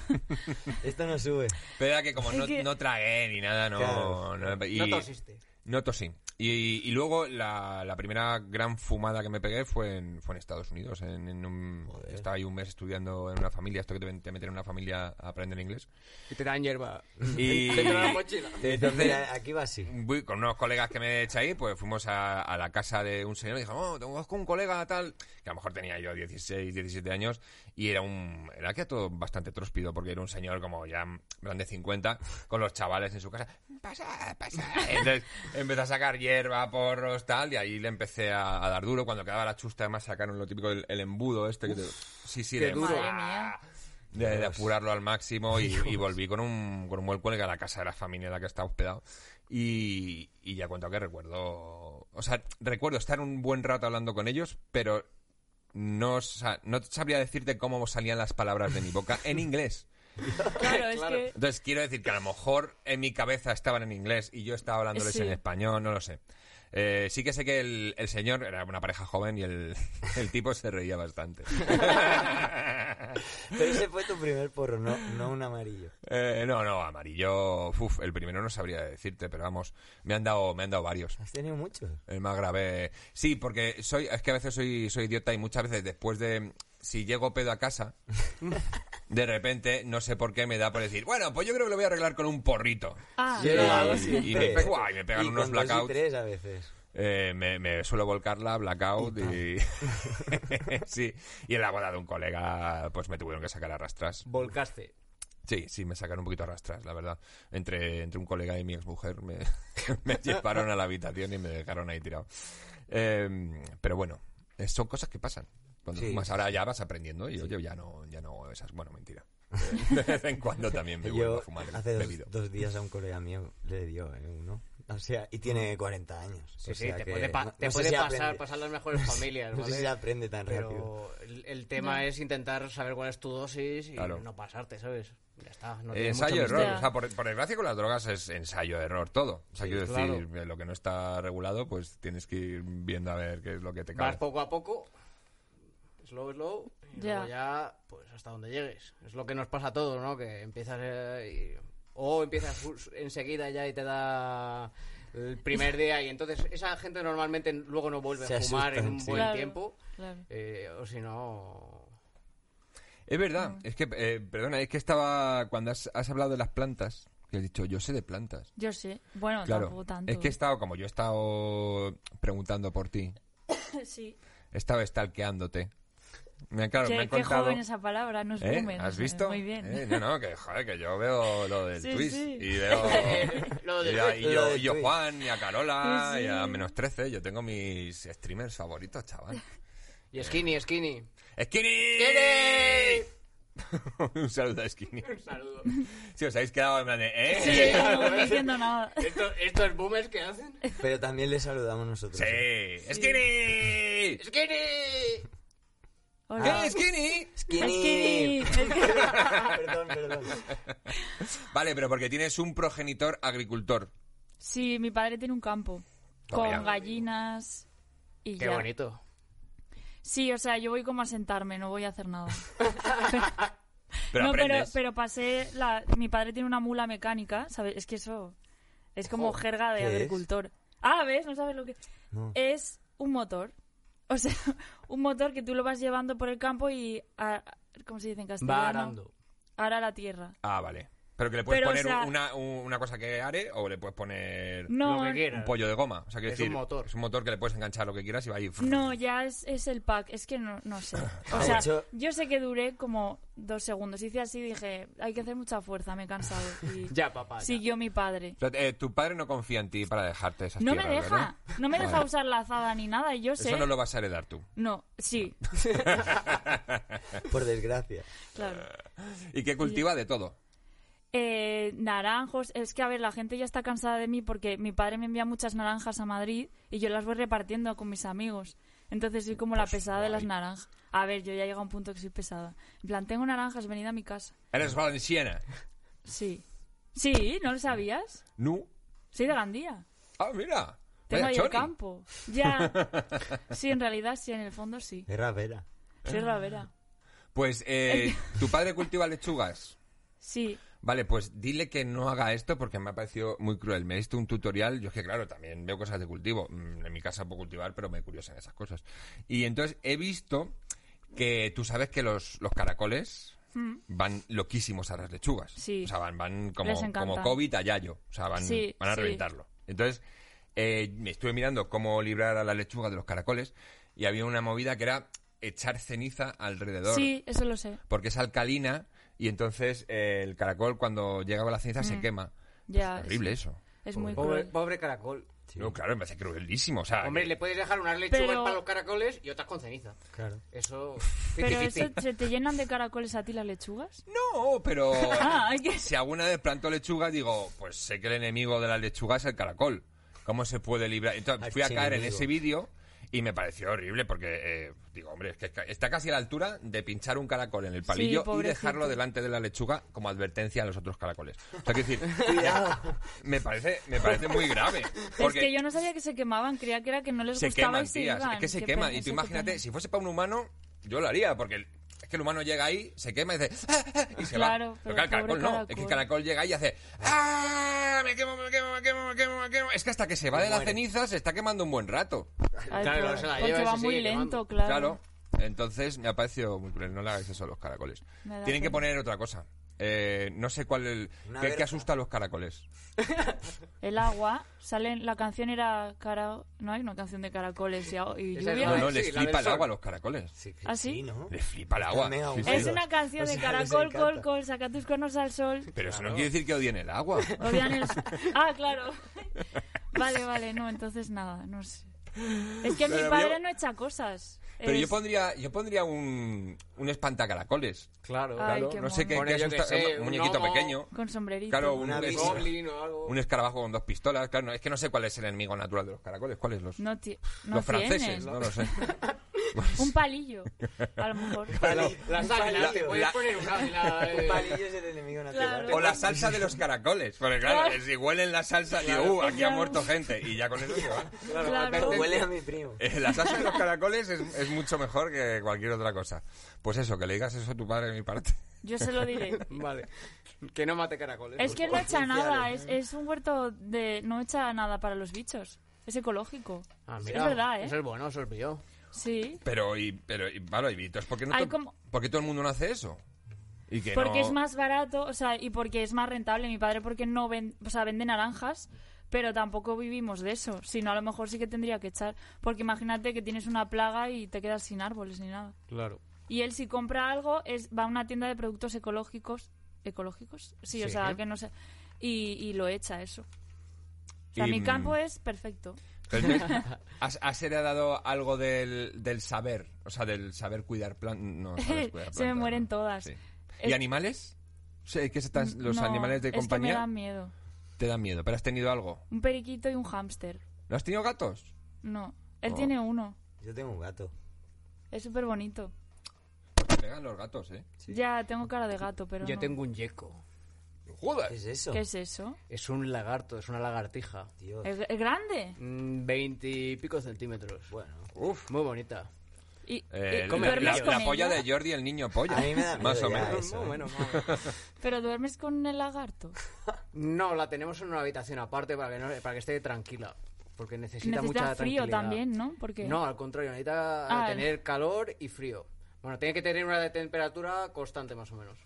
Speaker 3: Esto no sube.
Speaker 1: pero era que como
Speaker 2: Es
Speaker 1: no,
Speaker 2: que-
Speaker 1: no tragué ni nada, no...
Speaker 3: Claro.
Speaker 1: no- y-
Speaker 4: No tosiste.
Speaker 1: no tosí. Y, y luego la, la primera gran fumada que me pegué fue en, fue en Estados Unidos. En, en un- estaba ahí un mes estudiando en una familia, esto que te, te meten en una familia a aprender inglés.
Speaker 4: Y te dan hierba.
Speaker 1: Y
Speaker 4: Te dan la mochila.
Speaker 1: entonces
Speaker 3: Mira, aquí va así.
Speaker 1: voy con unos colegas que me he hecho ahí, pues fuimos a, a la casa de un señor y dijo, oh, tengo con un colega tal, que a lo mejor tenía yo 16, 17 años, y era un, era que todo bastante tróspido, porque era un señor como ya grande 50, con los chavales en su casa, pasa, pasa. Entonces empezó a sacar hierba, porros, tal, y ahí le empecé a, a dar duro, cuando quedaba la chusta, además sacaron lo típico del el embudo este, que te- sí, sí,
Speaker 4: qué
Speaker 1: de-
Speaker 4: duro.
Speaker 2: Madre mía.
Speaker 1: de, de apurarlo al máximo y, y volví con un, con un buen cuelgue a la casa de la familia en la que estaba hospedado. Y, y ya cuento que recuerdo. O sea, recuerdo estar un buen rato hablando con ellos, pero no, sa- no sabría decirte cómo salían las palabras de mi boca en inglés.
Speaker 2: Claro, es
Speaker 4: Claro.
Speaker 2: que.
Speaker 1: Entonces quiero decir que a lo mejor en mi cabeza estaban en inglés y yo estaba hablándoles
Speaker 2: Sí.
Speaker 1: en español, no lo sé. Eh, sí que sé que el, el señor era una pareja joven y el, el tipo se reía bastante.
Speaker 3: Pero ese fue tu primer porro, no, no un amarillo.
Speaker 1: Eh, no, no, amarillo. Uf, el primero no sabría decirte, pero vamos, me han dado, me han dado varios.
Speaker 3: Has tenido muchos.
Speaker 1: El más grave. Sí, porque soy, es que a veces soy, soy idiota y muchas veces después de. Si llego pedo a casa, de repente, no sé por qué me da por decir, bueno, pues yo creo que lo voy a arreglar con un porrito.
Speaker 2: Ah,
Speaker 1: Sí.
Speaker 3: Yo lo hago
Speaker 1: y- y
Speaker 3: siempre.
Speaker 1: me pe- guay, me pegan
Speaker 3: Y
Speaker 1: unos
Speaker 3: con dos y
Speaker 1: blackouts.
Speaker 3: tres a veces.
Speaker 1: Eh, me, me suelo volcarla, blackout y. sí. Y en la boda de un colega, pues me tuvieron que sacar a rastras.
Speaker 4: Volcaste.
Speaker 1: Sí, sí, me sacaron un poquito a rastras, la verdad. Entre, entre un colega y mi exmujer me, me llevaron a la habitación y me dejaron ahí tirado. Eh, pero bueno, eh, son cosas que pasan. Cuando
Speaker 3: Sí.
Speaker 1: fumas ahora ya vas aprendiendo y oye, ya no, ya no hago esas. Bueno, mentira. Eh, De vez en cuando también me vuelvo
Speaker 3: Yo
Speaker 1: a fumar el
Speaker 3: hace
Speaker 1: bebido.
Speaker 3: dos, dos días a un colega mío le dio eh, uno. O sea, y
Speaker 1: Mm.
Speaker 3: tiene 40 años.
Speaker 4: Sí,
Speaker 3: o
Speaker 4: sí,
Speaker 3: sea
Speaker 4: te
Speaker 3: que
Speaker 4: puede, pa-
Speaker 3: no-
Speaker 4: te
Speaker 3: no sé
Speaker 4: puede
Speaker 3: si
Speaker 4: pasar,
Speaker 3: aprende-
Speaker 4: pasar las mejores familias,
Speaker 3: No sé
Speaker 4: ¿vale?
Speaker 3: si aprende tan rápido.
Speaker 4: Pero el, el tema es intentar saber cuál es tu dosis y
Speaker 1: Claro.
Speaker 4: no pasarte, ¿sabes? Ya está. No tiene mucho
Speaker 1: Ensayo error,
Speaker 4: misterio.
Speaker 2: misterio.
Speaker 1: o sea, por, por desgracia con las drogas es ensayo error todo. O sea, quiero
Speaker 4: claro.
Speaker 1: decir, eh, lo que no está regulado, pues tienes que ir viendo a ver qué es lo que te
Speaker 4: Vas
Speaker 1: cae.
Speaker 4: poco a poco, slow, slow, y
Speaker 2: Ya.
Speaker 4: luego ya, pues hasta donde llegues. Es lo que nos pasa a todos, ¿no? Que empiezas eh, y- o empiezas us- enseguida ya y te da el primer día y entonces esa gente normalmente luego no vuelve
Speaker 3: Se
Speaker 4: a fumar en
Speaker 3: asustan,
Speaker 4: un
Speaker 3: sí.
Speaker 4: buen
Speaker 2: Claro,
Speaker 4: tiempo.
Speaker 2: claro.
Speaker 4: eh, o si no...
Speaker 1: Es
Speaker 2: Mm.
Speaker 1: verdad, es que, eh, perdona, es que estaba, cuando has, has hablado de las plantas, que he dicho, yo sé de plantas.
Speaker 2: Yo sé. Bueno,
Speaker 1: Claro,
Speaker 2: tampoco tanto.
Speaker 1: es que he estado, como yo he estado preguntando por ti,
Speaker 2: sí.
Speaker 1: he estado estalqueándote. Me, claro, me
Speaker 2: qué,
Speaker 1: han
Speaker 2: qué
Speaker 1: contado-
Speaker 2: joven esa palabra, no es
Speaker 1: ¿Eh?
Speaker 2: boomer,
Speaker 1: ¿Has
Speaker 2: eh,
Speaker 1: visto?
Speaker 2: Muy bien.
Speaker 1: Eh, No, no, que joder, que yo veo lo del
Speaker 2: Sí,
Speaker 1: twist
Speaker 2: sí.
Speaker 1: y veo
Speaker 4: Lo del
Speaker 1: y, a- y
Speaker 3: twist. Lo
Speaker 1: yo,
Speaker 3: del
Speaker 1: y yo
Speaker 3: twist.
Speaker 1: Juan y a Carola
Speaker 2: Sí, sí.
Speaker 1: y a menos 13, yo tengo mis streamers favoritos, chaval.
Speaker 3: Eh.
Speaker 4: Y skinny, skinny.
Speaker 1: ¡Skinny! Un saludo a Skinny.
Speaker 4: Un saludo.
Speaker 1: Si os habéis quedado en plan de, ¿eh?
Speaker 2: Sí, como no diciendo nada.
Speaker 4: ¿Esto- ¿Estos boomers que hacen?
Speaker 3: Pero también le saludamos nosotros. ¿eh?
Speaker 1: Sí. ¡Skinny!
Speaker 4: ¡Skinny!
Speaker 2: Hola.
Speaker 1: ¡Eh, Skinny!
Speaker 3: Skinny.
Speaker 2: Es que-
Speaker 3: Ah, perdón, perdón.
Speaker 1: Vale, pero porque tienes un progenitor agricultor.
Speaker 2: Sí, mi padre tiene un campo
Speaker 1: Toma
Speaker 2: con
Speaker 1: ya.
Speaker 2: gallinas y
Speaker 4: Qué
Speaker 2: ya.
Speaker 4: bonito.
Speaker 2: Sí, o sea, yo voy como a sentarme, no voy a hacer nada.
Speaker 1: Pero
Speaker 2: no, pero,
Speaker 1: aprendes.
Speaker 2: pero pasé la... Mi padre tiene una mula mecánica, ¿sabes? Es que eso es como jerga de
Speaker 3: ¿qué es?
Speaker 2: agricultor. Ah, ¿ves? No sabes lo que...
Speaker 3: No.
Speaker 2: Es un motor. O sea, un motor que tú lo vas llevando por el campo y... a- ¿Cómo se dice en castellano?
Speaker 4: Va arando.
Speaker 2: Ara la tierra.
Speaker 1: Ah, vale. Pero que le puedes
Speaker 2: Pero, o
Speaker 1: poner
Speaker 2: sea-
Speaker 1: una, un- una cosa que are o le puedes poner...
Speaker 2: No,
Speaker 4: Lo que
Speaker 1: un
Speaker 4: quieras.
Speaker 1: pollo de goma. O sea, quiero
Speaker 4: Es un
Speaker 1: decir,
Speaker 4: motor.
Speaker 1: Es un motor que le puedes enganchar lo que quieras y va ahí.
Speaker 2: No, ya es, es el pack, es que no, no sé. O
Speaker 3: De
Speaker 2: sea,
Speaker 3: hecho-
Speaker 2: yo sé que duré como dos segundos. Hice así, dije, hay que hacer mucha fuerza, me he cansado. Y
Speaker 4: Ya, papá. ya.
Speaker 2: siguió mi padre.
Speaker 1: O sea, eh, tu padre no confía en ti para dejarte esas
Speaker 2: No me
Speaker 1: tierras, ¿verdad?
Speaker 2: deja, no me deja usar la azada ni nada, y yo sé.
Speaker 1: Eso no lo vas a heredar tú.
Speaker 2: No, sí,
Speaker 3: Por desgracia.
Speaker 2: claro.
Speaker 1: Y que cultiva de todo.
Speaker 2: Eh, naranjos, es que a ver, la gente ya está cansada de mí porque mi padre me envía muchas naranjas a Madrid y yo las voy repartiendo con mis amigos. Entonces soy como la pesada de las naranjas. A ver, yo ya llega a un punto que soy pesada. En plan, tengo naranjas, venid a mi casa.
Speaker 1: Eres valenciana.
Speaker 2: Sí. Sí, ¿no lo sabías?
Speaker 1: No.
Speaker 2: Soy de Gandía.
Speaker 1: Ah, mira.
Speaker 2: Tengo
Speaker 1: Vaya
Speaker 2: ahí el
Speaker 1: choni.
Speaker 2: campo. Ya. Sí, en realidad sí, en el fondo sí.
Speaker 3: Es rapera.
Speaker 2: Soy rabera.
Speaker 1: Pues eh, tu padre cultiva lechugas.
Speaker 2: Sí.
Speaker 1: Vale, pues dile que no haga esto porque me ha parecido muy cruel. Me diste un tutorial, yo es que claro, también veo cosas de cultivo. Mm, En mi casa puedo cultivar, pero me curiosan esas cosas. Y entonces he visto que tú sabes que los, los caracoles van loquísimos a las lechugas.
Speaker 2: Mm. Sí.
Speaker 1: O sea, van, van como,
Speaker 2: Les encanta.
Speaker 1: como COVID a Yayo. O sea, van,
Speaker 2: Sí,
Speaker 1: van a
Speaker 2: sí.
Speaker 1: reventarlo. Entonces, eh, me estuve mirando cómo librar a la lechuga de los caracoles y había una movida que era echar ceniza alrededor
Speaker 2: Sí, eso lo sé.
Speaker 1: porque es alcalina y entonces eh, el caracol cuando llega con la ceniza se quema.
Speaker 2: Mm. Ya,
Speaker 1: es horrible eso.
Speaker 2: Es muy
Speaker 4: Pobre,
Speaker 2: cruel.
Speaker 4: pobre caracol.
Speaker 1: No, claro, me parece cruelísimo. O sea,
Speaker 4: Hombre,
Speaker 1: Ah, que-
Speaker 4: le puedes dejar unas lechugas
Speaker 2: Pero-
Speaker 4: para los caracoles y otras con ceniza.
Speaker 3: Claro.
Speaker 4: Eso.
Speaker 2: Pero
Speaker 4: fifty-fifty.
Speaker 2: eso, ¿se te llenan de caracoles a ti las lechugas?
Speaker 1: No, pero
Speaker 2: Ah, hay que-
Speaker 1: si alguna vez planto lechuga, digo, pues sé que el enemigo de la lechuga es el caracol. ¿Cómo se puede librar? Entonces fui a caer en
Speaker 3: Archienemigo.
Speaker 1: ese vídeo y me pareció horrible porque, eh, digo, hombre, es que ca- está casi a la altura de pinchar un caracol en el palillo y
Speaker 2: pobrecito.
Speaker 1: dejarlo delante de la lechuga como advertencia a los otros caracoles. O sea, quiero decir, me parece, me parece muy grave. Porque
Speaker 2: Es que yo no sabía que se quemaban, creía que era que no les
Speaker 1: se
Speaker 2: gustaba
Speaker 1: queman,
Speaker 2: y se
Speaker 1: tías.
Speaker 2: iban.
Speaker 1: Es que se
Speaker 2: Qué
Speaker 1: queman.
Speaker 2: pena,
Speaker 1: Y tú
Speaker 2: qué
Speaker 1: imagínate,
Speaker 2: pena.
Speaker 1: si fuese para un humano, yo lo haría, porque el- es que el humano llega ahí, se quema y dice. "Ah, ah", y se
Speaker 2: Claro,
Speaker 1: va.
Speaker 2: pero
Speaker 1: claro, el caracol
Speaker 2: pobre
Speaker 1: no.
Speaker 2: caracol.
Speaker 1: Es que el caracol llega ahí y hace. ¡Ah! Me quemo, me quemo, me quemo, me quemo, me quemo. Es que hasta que se va de la
Speaker 3: muere.
Speaker 1: ceniza se está quemando un buen rato.
Speaker 2: Ay,
Speaker 4: Claro,
Speaker 2: pobre,
Speaker 4: se la lleva
Speaker 2: porque
Speaker 4: y
Speaker 2: va
Speaker 4: se
Speaker 2: muy
Speaker 4: sigue
Speaker 2: lento,
Speaker 4: quemando.
Speaker 2: claro.
Speaker 1: Entonces me ha parecido muy cruel. No le hagáis eso a los caracoles.
Speaker 2: Me da
Speaker 1: Tienen que
Speaker 2: pena.
Speaker 1: poner otra cosa. Eh, no sé cuál el...
Speaker 3: Una
Speaker 1: ¿Qué,
Speaker 3: verja.
Speaker 1: asusta a los caracoles?
Speaker 2: El agua, salen, la canción era cara, no hay una canción de caracoles y, a- y
Speaker 4: Esa es
Speaker 2: lluvia.
Speaker 1: No,
Speaker 4: Ah,
Speaker 1: no,
Speaker 4: sí,
Speaker 1: les
Speaker 4: la
Speaker 1: flipa
Speaker 4: del
Speaker 1: el agua
Speaker 4: sol.
Speaker 1: a los caracoles.
Speaker 3: Sí, que
Speaker 2: ¿Ah, sí?
Speaker 3: sí, ¿no?
Speaker 1: Les flipa el agua.
Speaker 3: Mega
Speaker 1: Sí, sí.
Speaker 2: es
Speaker 3: aburrido.
Speaker 2: una canción
Speaker 3: O
Speaker 2: de
Speaker 3: sea, les
Speaker 2: caracol, col,
Speaker 3: encanta.
Speaker 2: col, saca tus cuernos al sol.
Speaker 1: Pero eso no quiere decir que odien el agua.
Speaker 2: Odian el... Ah, claro. Vale, vale, no, entonces nada, no sé. Es que
Speaker 1: Pero
Speaker 2: mi padre
Speaker 1: yo-
Speaker 2: no echa cosas.
Speaker 1: Pero yo
Speaker 2: Es-
Speaker 1: pondría, yo pondría un, un espantacaracoles.
Speaker 4: Claro,
Speaker 2: Ay,
Speaker 4: claro.
Speaker 2: qué
Speaker 1: No sé qué,
Speaker 4: mono.
Speaker 1: qué
Speaker 4: Pone, yo qué
Speaker 1: asusta-
Speaker 4: sé,
Speaker 1: un
Speaker 4: un
Speaker 1: muñequito
Speaker 4: gnomo.
Speaker 1: pequeño.
Speaker 2: Con sombrerito.
Speaker 1: Claro, un,
Speaker 3: Una
Speaker 1: es-
Speaker 3: bici.
Speaker 4: Goblin o algo.
Speaker 1: un escarabajo con dos pistolas. Claro, no, es que no sé cuál es el enemigo natural de los caracoles. ¿Cuáles los?
Speaker 2: No, ti- no
Speaker 1: los franceses,
Speaker 2: tienen.
Speaker 1: no lo sé. Pues,
Speaker 2: Un palillo, a lo mejor.
Speaker 3: Pali-
Speaker 4: Las
Speaker 3: un
Speaker 4: águilas, te
Speaker 3: palillo.
Speaker 4: puedes poner un águila.
Speaker 3: Un
Speaker 4: eh.
Speaker 3: palillo es el enemigo natural.
Speaker 2: Claro.
Speaker 1: O la salsa de los caracoles. Porque claro, si huelen la salsa, digo, uh, aquí ha
Speaker 2: Claro.
Speaker 1: muerto gente. Y ya con eso se van.
Speaker 4: Claro,
Speaker 2: Claro.
Speaker 4: advertencia.
Speaker 3: O Huele a mi primo.
Speaker 1: Eh, La salsa de los caracoles es, es mucho mejor que cualquier otra cosa. Pues eso, que le digas eso a tu padre de mi parte.
Speaker 2: Yo se lo diré.
Speaker 4: Vale. Que no mate caracoles.
Speaker 2: Es
Speaker 4: por
Speaker 2: que no
Speaker 4: favor.
Speaker 2: echa nada,
Speaker 4: ¿eh?
Speaker 2: es, es un huerto de... No echa nada para los bichos. Es ecológico.
Speaker 4: Ah,
Speaker 2: Es
Speaker 4: mira,
Speaker 2: verdad, ¿eh?
Speaker 4: Eso es bueno, eso es mío.
Speaker 2: Sí,
Speaker 1: Pero, y, pero, y, claro, y entonces, ¿por qué, no
Speaker 2: Hay
Speaker 1: to-
Speaker 2: como-
Speaker 1: por qué todo el mundo no hace eso? Y que
Speaker 2: porque
Speaker 1: no-
Speaker 2: es más barato, o sea, y porque es más rentable. Mi padre porque no ven- o sea, vende naranjas, pero tampoco vivimos de eso. Si no, a lo mejor sí que tendría que echar. Porque imagínate que tienes una plaga y te quedas sin árboles ni nada.
Speaker 4: Claro.
Speaker 2: Y él si compra algo es va a una tienda de productos ecológicos, ecológicos, sí, o
Speaker 4: Sí.
Speaker 2: sea que no sé, y, y lo echa eso. O sea,
Speaker 1: Y,
Speaker 2: mi campo
Speaker 1: mm,
Speaker 2: es perfecto.
Speaker 1: Pero entonces, ¿has, has heredado algo del, del saber? O sea, del saber cuidar plantas. No, sabes cuidar
Speaker 2: Se me
Speaker 1: plantas,
Speaker 2: mueren
Speaker 1: ¿no?
Speaker 2: todas.
Speaker 1: Sí. ¿Y
Speaker 2: Es-
Speaker 1: animales? Sí, ¿qué estás- ¿Los
Speaker 2: No,
Speaker 1: animales de
Speaker 2: Es que me
Speaker 1: compañía
Speaker 2: dan miedo.
Speaker 1: te dan miedo? ¿Pero has tenido algo?
Speaker 2: Un periquito y un hámster.
Speaker 1: ¿No has tenido gatos?
Speaker 2: No, él
Speaker 1: Oh.
Speaker 2: tiene uno.
Speaker 3: Yo tengo un gato.
Speaker 2: Es súper bonito.
Speaker 1: Pues te pegan los gatos, ¿eh?
Speaker 2: Ya tengo cara de gato, pero
Speaker 4: Yo
Speaker 2: no.
Speaker 4: tengo un yeco.
Speaker 3: ¿Qué
Speaker 1: ¡Joder!
Speaker 3: es eso?
Speaker 2: ¿Qué es eso?
Speaker 4: Es un lagarto, es una lagartija. Mm,
Speaker 3: Tío,
Speaker 2: ¿Es, es grande?
Speaker 4: Veintipico centímetros.
Speaker 3: bueno.
Speaker 1: ¡Uf!
Speaker 4: Muy bonita.
Speaker 2: Y,
Speaker 1: Eh,
Speaker 2: y
Speaker 4: come-
Speaker 1: la,
Speaker 2: duermes
Speaker 1: la-
Speaker 2: con
Speaker 1: la polla
Speaker 2: ella?
Speaker 1: de Jordi, el niño polla.
Speaker 3: A mí me da miedo
Speaker 1: Más o
Speaker 3: ya
Speaker 1: menos.
Speaker 3: eso,
Speaker 4: Muy
Speaker 3: ¿eh?
Speaker 4: bueno, muy bueno.
Speaker 2: Pero duermes con el lagarto.
Speaker 4: No, la tenemos en una habitación aparte para que, no- para que esté tranquila. Porque necesita,
Speaker 2: Necesita
Speaker 4: mucha
Speaker 2: frío
Speaker 4: tranquilidad.
Speaker 2: también, ¿no? Porque
Speaker 4: No, al contrario, necesita
Speaker 2: Ah,
Speaker 4: tener calor y frío. Bueno, tiene que tener una temperatura constante más o menos.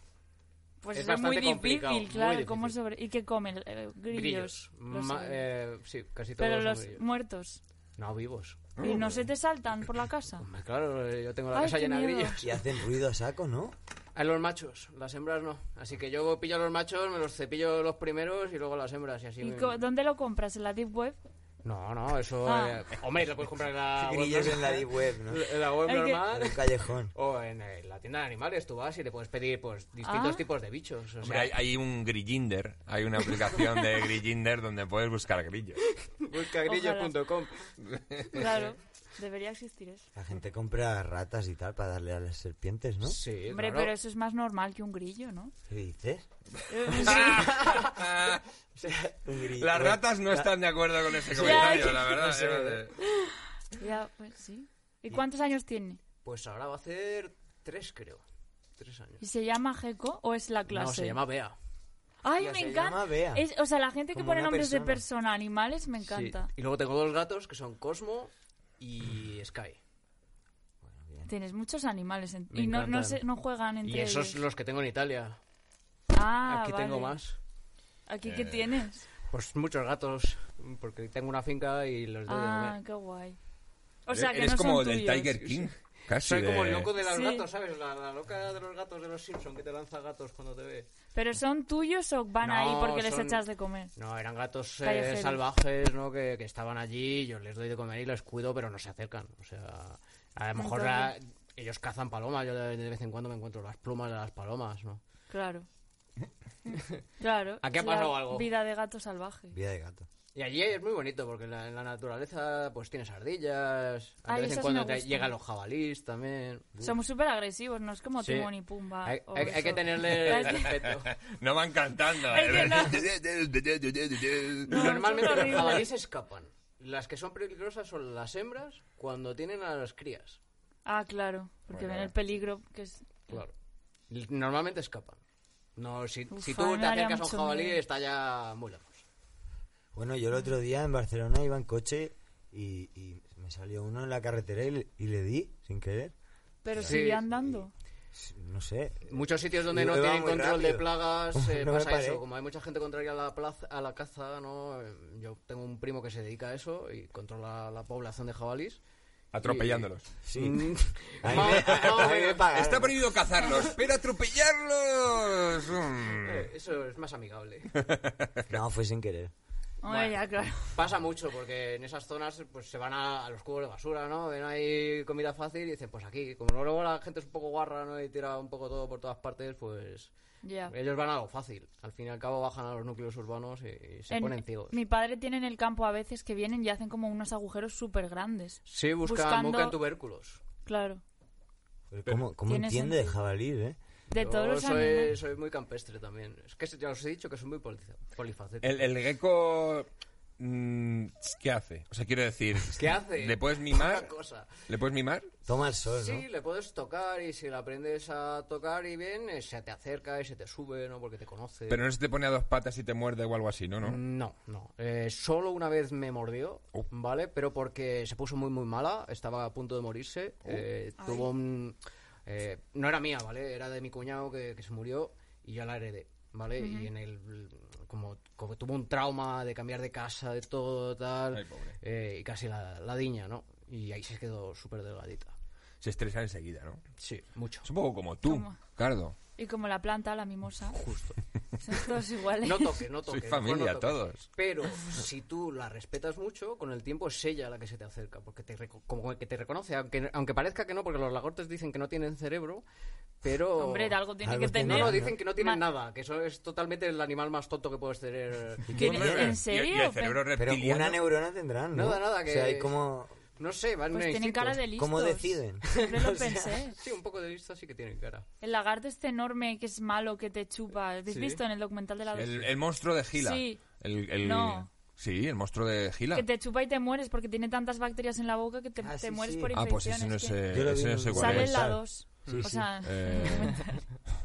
Speaker 2: Pues
Speaker 4: Es
Speaker 2: es, muy
Speaker 4: bastante complicado,
Speaker 2: difícil,
Speaker 4: muy
Speaker 2: claro.
Speaker 4: difícil.
Speaker 2: ¿cómo sobre... ¿Y qué comen? Eh, grillos.
Speaker 4: Grillos.
Speaker 2: los
Speaker 4: Ma-
Speaker 2: grillos.
Speaker 4: eh, sí, casi todos
Speaker 2: Pero
Speaker 4: son
Speaker 2: los
Speaker 4: grillos.
Speaker 2: muertos.
Speaker 4: No, vivos.
Speaker 2: ¿Y no se te saltan por la casa?
Speaker 4: Hombre, Claro, yo tengo la
Speaker 2: Ay,
Speaker 4: casa
Speaker 2: qué
Speaker 4: llena de
Speaker 2: miedo.
Speaker 4: grillos.
Speaker 3: Y hacen ruido a saco, ¿no?
Speaker 4: A los machos, las hembras no. Así que yo pillo a los machos, me los cepillo los primeros y luego las hembras y así.
Speaker 2: ¿Y
Speaker 4: me-
Speaker 2: co- dónde lo compras? ¿En la Deep Web?
Speaker 4: No, no, eso...
Speaker 2: Ah.
Speaker 4: eh, hombre, lo puedes comprar en la web
Speaker 3: Grillos en la
Speaker 4: normal.
Speaker 3: deep web, ¿no?
Speaker 4: En la web
Speaker 2: Hay que-
Speaker 3: En
Speaker 4: normal.
Speaker 3: un callejón.
Speaker 4: O en eh, la tienda de animales tú vas y te puedes pedir pues distintos
Speaker 2: Ah.
Speaker 4: tipos de bichos. O
Speaker 1: Hombre,
Speaker 4: sea,
Speaker 1: hay, hay un grillinder, hay una aplicación de grillinder donde puedes buscar grillos.
Speaker 4: buscagrillos.com.
Speaker 2: Claro. Debería existir eso.
Speaker 3: La gente compra ratas y tal para darle a las serpientes, ¿no?
Speaker 4: Sí,
Speaker 2: Hombre,
Speaker 4: claro.
Speaker 2: pero eso es más normal que un grillo, ¿no? Eh,
Speaker 3: ¿Qué dices? Un grillo.
Speaker 1: Las
Speaker 3: Bueno,
Speaker 1: ratas no están de acuerdo con ese comentario, la verdad. eh.
Speaker 2: Ya, pues sí. ¿Y cuántos años tiene?
Speaker 4: Pues ahora va a hacer tres, creo. Tres años.
Speaker 2: ¿Y se llama Gecko o es la clase?
Speaker 4: No, se llama Bea.
Speaker 2: ¡Ay,
Speaker 3: Tía,
Speaker 2: me
Speaker 3: se
Speaker 2: encanta!
Speaker 3: llama Bea.
Speaker 2: Es- o sea, la gente que
Speaker 3: Como
Speaker 2: pone
Speaker 3: una
Speaker 2: nombres de
Speaker 3: persona.
Speaker 2: persona, animales, me encanta.
Speaker 4: Sí. Y luego tengo dos gatos que son Cosmo y Sky.
Speaker 2: Tienes muchos animales en-
Speaker 4: Me
Speaker 2: y no, no,
Speaker 4: encantan.
Speaker 2: se, no juegan entre
Speaker 4: Y esos
Speaker 2: ellos.
Speaker 4: los que tengo en Italia.
Speaker 2: Ah,
Speaker 4: Aquí tengo
Speaker 2: vale.
Speaker 4: más. Eh,
Speaker 2: ¿Aquí qué tienes?
Speaker 4: Pues muchos gatos, porque tengo una finca y los doy de
Speaker 2: Ah,
Speaker 4: comer.
Speaker 2: qué guay. O sea, que
Speaker 1: Eh, Eres
Speaker 2: no
Speaker 1: como
Speaker 2: son
Speaker 1: del
Speaker 2: tuyos.
Speaker 1: Tiger King. Casi
Speaker 4: Soy
Speaker 1: de-
Speaker 4: como el loco de los
Speaker 2: Sí.
Speaker 4: gatos, ¿sabes? La, la loca de los gatos de los Simpsons que te lanza gatos cuando te ve.
Speaker 2: ¿Pero son tuyos o van
Speaker 4: No,
Speaker 2: ahí porque les
Speaker 4: son-
Speaker 2: echas de comer?
Speaker 4: No, eran gatos eh,
Speaker 2: Callejeros.
Speaker 4: salvajes, ¿no? Que, que estaban allí, yo les doy de comer y los cuido, pero no se acercan. O sea, a lo mejor la- ellos cazan palomas, yo de, de vez en cuando me encuentro las plumas de las palomas, ¿no?
Speaker 2: Claro. claro.
Speaker 4: Aquí ha
Speaker 2: es la
Speaker 4: pasado algo.
Speaker 2: Vida de gato salvaje.
Speaker 3: Vida de gato.
Speaker 4: Y allí es muy bonito, porque en la, en la naturaleza pues tienes ardillas,
Speaker 2: Ay,
Speaker 4: de vez en
Speaker 2: esas
Speaker 4: cuando
Speaker 2: me
Speaker 4: te-
Speaker 2: gustan.
Speaker 4: llegan los jabalís también.
Speaker 2: Somos súper agresivos, no es como
Speaker 4: Sí.
Speaker 2: Timón y Pumba.
Speaker 4: hay,
Speaker 2: o
Speaker 4: hay- hay que
Speaker 2: eso.
Speaker 4: tenerle respeto.
Speaker 1: No van cantando. ¿eh?
Speaker 2: Es que No,
Speaker 4: Normalmente
Speaker 2: son
Speaker 4: los
Speaker 2: horribles.
Speaker 4: jabalíes escapan. Las que son peligrosas son las hembras cuando tienen a las crías.
Speaker 2: Ah, claro. Porque ven el peligro que es...
Speaker 4: Claro. L- Normalmente escapan. No, si,
Speaker 2: Uf,
Speaker 4: si
Speaker 2: a mí
Speaker 4: tú
Speaker 2: me
Speaker 4: te
Speaker 2: daría
Speaker 4: acercas a un
Speaker 2: mucho
Speaker 4: jabalí
Speaker 2: miedo.
Speaker 4: está ya muy lejos.
Speaker 3: Bueno, yo el otro día en Barcelona iba en coche y, y me salió uno en la carretera y le, y le di, sin querer.
Speaker 2: Pero
Speaker 4: Sí,
Speaker 2: sigue andando.
Speaker 3: No sé.
Speaker 4: Muchos sitios donde
Speaker 3: Yo
Speaker 4: no
Speaker 3: me va
Speaker 4: tienen
Speaker 3: muy
Speaker 4: control de
Speaker 3: rápido.
Speaker 4: plagas eh,
Speaker 3: No me
Speaker 4: pasa
Speaker 3: paré.
Speaker 4: eso. Como hay mucha gente contraria a la, plaza, a la caza, ¿no? Eh, Yo tengo un primo que se dedica a eso y controla la población de jabalís.
Speaker 1: Atropellándolos.
Speaker 3: Sí.
Speaker 4: Mm,
Speaker 3: A mí
Speaker 4: más-
Speaker 3: me-
Speaker 4: más o
Speaker 3: a- a mí me
Speaker 4: menos.
Speaker 2: Ah.
Speaker 3: pagaron.
Speaker 1: Está prohibido cazarlos, pero atropellarlos. mm.
Speaker 4: Eh, Eso es más amigable.
Speaker 3: No, fue sin querer.
Speaker 2: Hombre,
Speaker 4: Bueno.
Speaker 2: ya, claro.
Speaker 4: Pasa mucho porque en esas zonas pues se van a, a los cubos de basura, ¿no? Ven ahí comida fácil y dicen, pues aquí, como luego la gente es un poco guarra, ¿no? Y tira un poco todo por todas partes, pues
Speaker 2: Ya.
Speaker 4: ellos van a lo fácil. Al fin y al cabo bajan a los núcleos urbanos y, y se
Speaker 2: En-
Speaker 4: ponen ciegos.
Speaker 2: Mi padre tiene en el campo a veces que vienen y hacen como unos agujeros súper grandes.
Speaker 4: Sí, buscan,
Speaker 2: buscando-
Speaker 4: buscan tubérculos.
Speaker 2: Claro.
Speaker 3: Pero ¿Cómo, cómo
Speaker 2: Tiene
Speaker 3: entiende de
Speaker 2: sentido.
Speaker 3: jabalí, eh?
Speaker 2: De
Speaker 4: Yo
Speaker 2: todos los
Speaker 4: soy,
Speaker 2: animales.
Speaker 4: soy muy campestre también. Es que ya os he dicho que soy muy poliza- polifacético.
Speaker 1: El, el gecko. mm, ¿Qué hace? O sea, quiero decir.
Speaker 4: ¿Qué hace?
Speaker 1: ¿Le puedes
Speaker 4: Poca
Speaker 1: mimar?
Speaker 4: cosa.
Speaker 1: ¿Le puedes mimar?
Speaker 3: Toma el sol, ¿no?
Speaker 4: Sí, le puedes tocar y si la aprendes a tocar y bien, eh, se te acerca y se te sube, ¿no? Porque te conoce.
Speaker 1: Pero no se te pone a dos patas y te muerde o algo así, ¿no?
Speaker 2: Mm.
Speaker 1: ¿No?
Speaker 4: No, no. Eh, solo una vez me mordió,
Speaker 1: Oh.
Speaker 4: ¿vale? Pero porque se puso muy, muy mala, estaba a punto de morirse.
Speaker 1: Oh.
Speaker 4: eh, tuvo un... eh, no era mía, ¿vale? Era de mi cuñado que, que se murió y yo la heredé, ¿vale? Y en el... Como, como tuvo un trauma de cambiar de casa, de todo, tal...
Speaker 1: Ay, pobre.
Speaker 4: eh, y casi la, la diña, ¿no? Y ahí se quedó súper delgadita.
Speaker 1: Se estresa enseguida, ¿no?
Speaker 4: Sí, mucho.
Speaker 1: Es un poco como tú,
Speaker 2: Como-
Speaker 1: Cardo.
Speaker 2: Y como la planta, la mimosa.
Speaker 4: Justo.
Speaker 2: Son todos iguales.
Speaker 4: No toque, no toque.
Speaker 1: Soy
Speaker 4: mejor no
Speaker 1: familia,
Speaker 4: toque.
Speaker 1: todos.
Speaker 4: Pero si tú la respetas mucho, con el tiempo es ella la que se te acerca, porque te reco- como que te reconoce, aunque, aunque parezca que no, porque los lagartos dicen que no tienen cerebro, pero...
Speaker 2: Hombre, de algo tiene
Speaker 3: Algo
Speaker 2: que
Speaker 3: tiene,
Speaker 2: tener.
Speaker 4: No, no, dicen que no tienen
Speaker 2: Ma-
Speaker 4: nada, que eso es totalmente el animal más tonto que puedes tener.
Speaker 2: ¿Qué di-
Speaker 1: Hombre,
Speaker 2: ¿En
Speaker 1: y-
Speaker 2: serio?
Speaker 1: Y, el cerebro
Speaker 3: Pero
Speaker 1: reptiliano.
Speaker 3: una neurona tendrán, ¿no?
Speaker 4: Nada, nada,
Speaker 3: O sea,
Speaker 4: que-
Speaker 3: hay como...
Speaker 4: No sé, van
Speaker 2: Pues
Speaker 4: en
Speaker 2: tienen
Speaker 4: instinto.
Speaker 2: cara de listos.
Speaker 3: ¿Cómo deciden?
Speaker 2: Siempre lo pensé.
Speaker 4: Sí, un poco de lista sí que tienen cara.
Speaker 2: El lagarto este enorme que es malo, que te chupa. ¿Habéis
Speaker 4: Sí.
Speaker 2: visto en el documental de la
Speaker 1: El, el monstruo de Gila.
Speaker 2: Sí.
Speaker 1: El, el-
Speaker 2: No.
Speaker 1: Sí, el monstruo de Gila.
Speaker 2: Que te chupa y te mueres porque tiene tantas bacterias en la boca que te,
Speaker 3: Ah,
Speaker 2: te
Speaker 3: sí,
Speaker 2: mueres
Speaker 3: sí.
Speaker 2: por
Speaker 1: Ah,
Speaker 2: infecciones.
Speaker 1: pues ese no
Speaker 2: que-
Speaker 1: sé,
Speaker 3: Yo lo
Speaker 1: ese
Speaker 3: vi
Speaker 1: no sé
Speaker 3: en-
Speaker 1: cuál
Speaker 2: Sale
Speaker 1: es.
Speaker 2: en la 2.
Speaker 3: Sí,
Speaker 2: o
Speaker 3: sí.
Speaker 2: sea,
Speaker 1: Eh,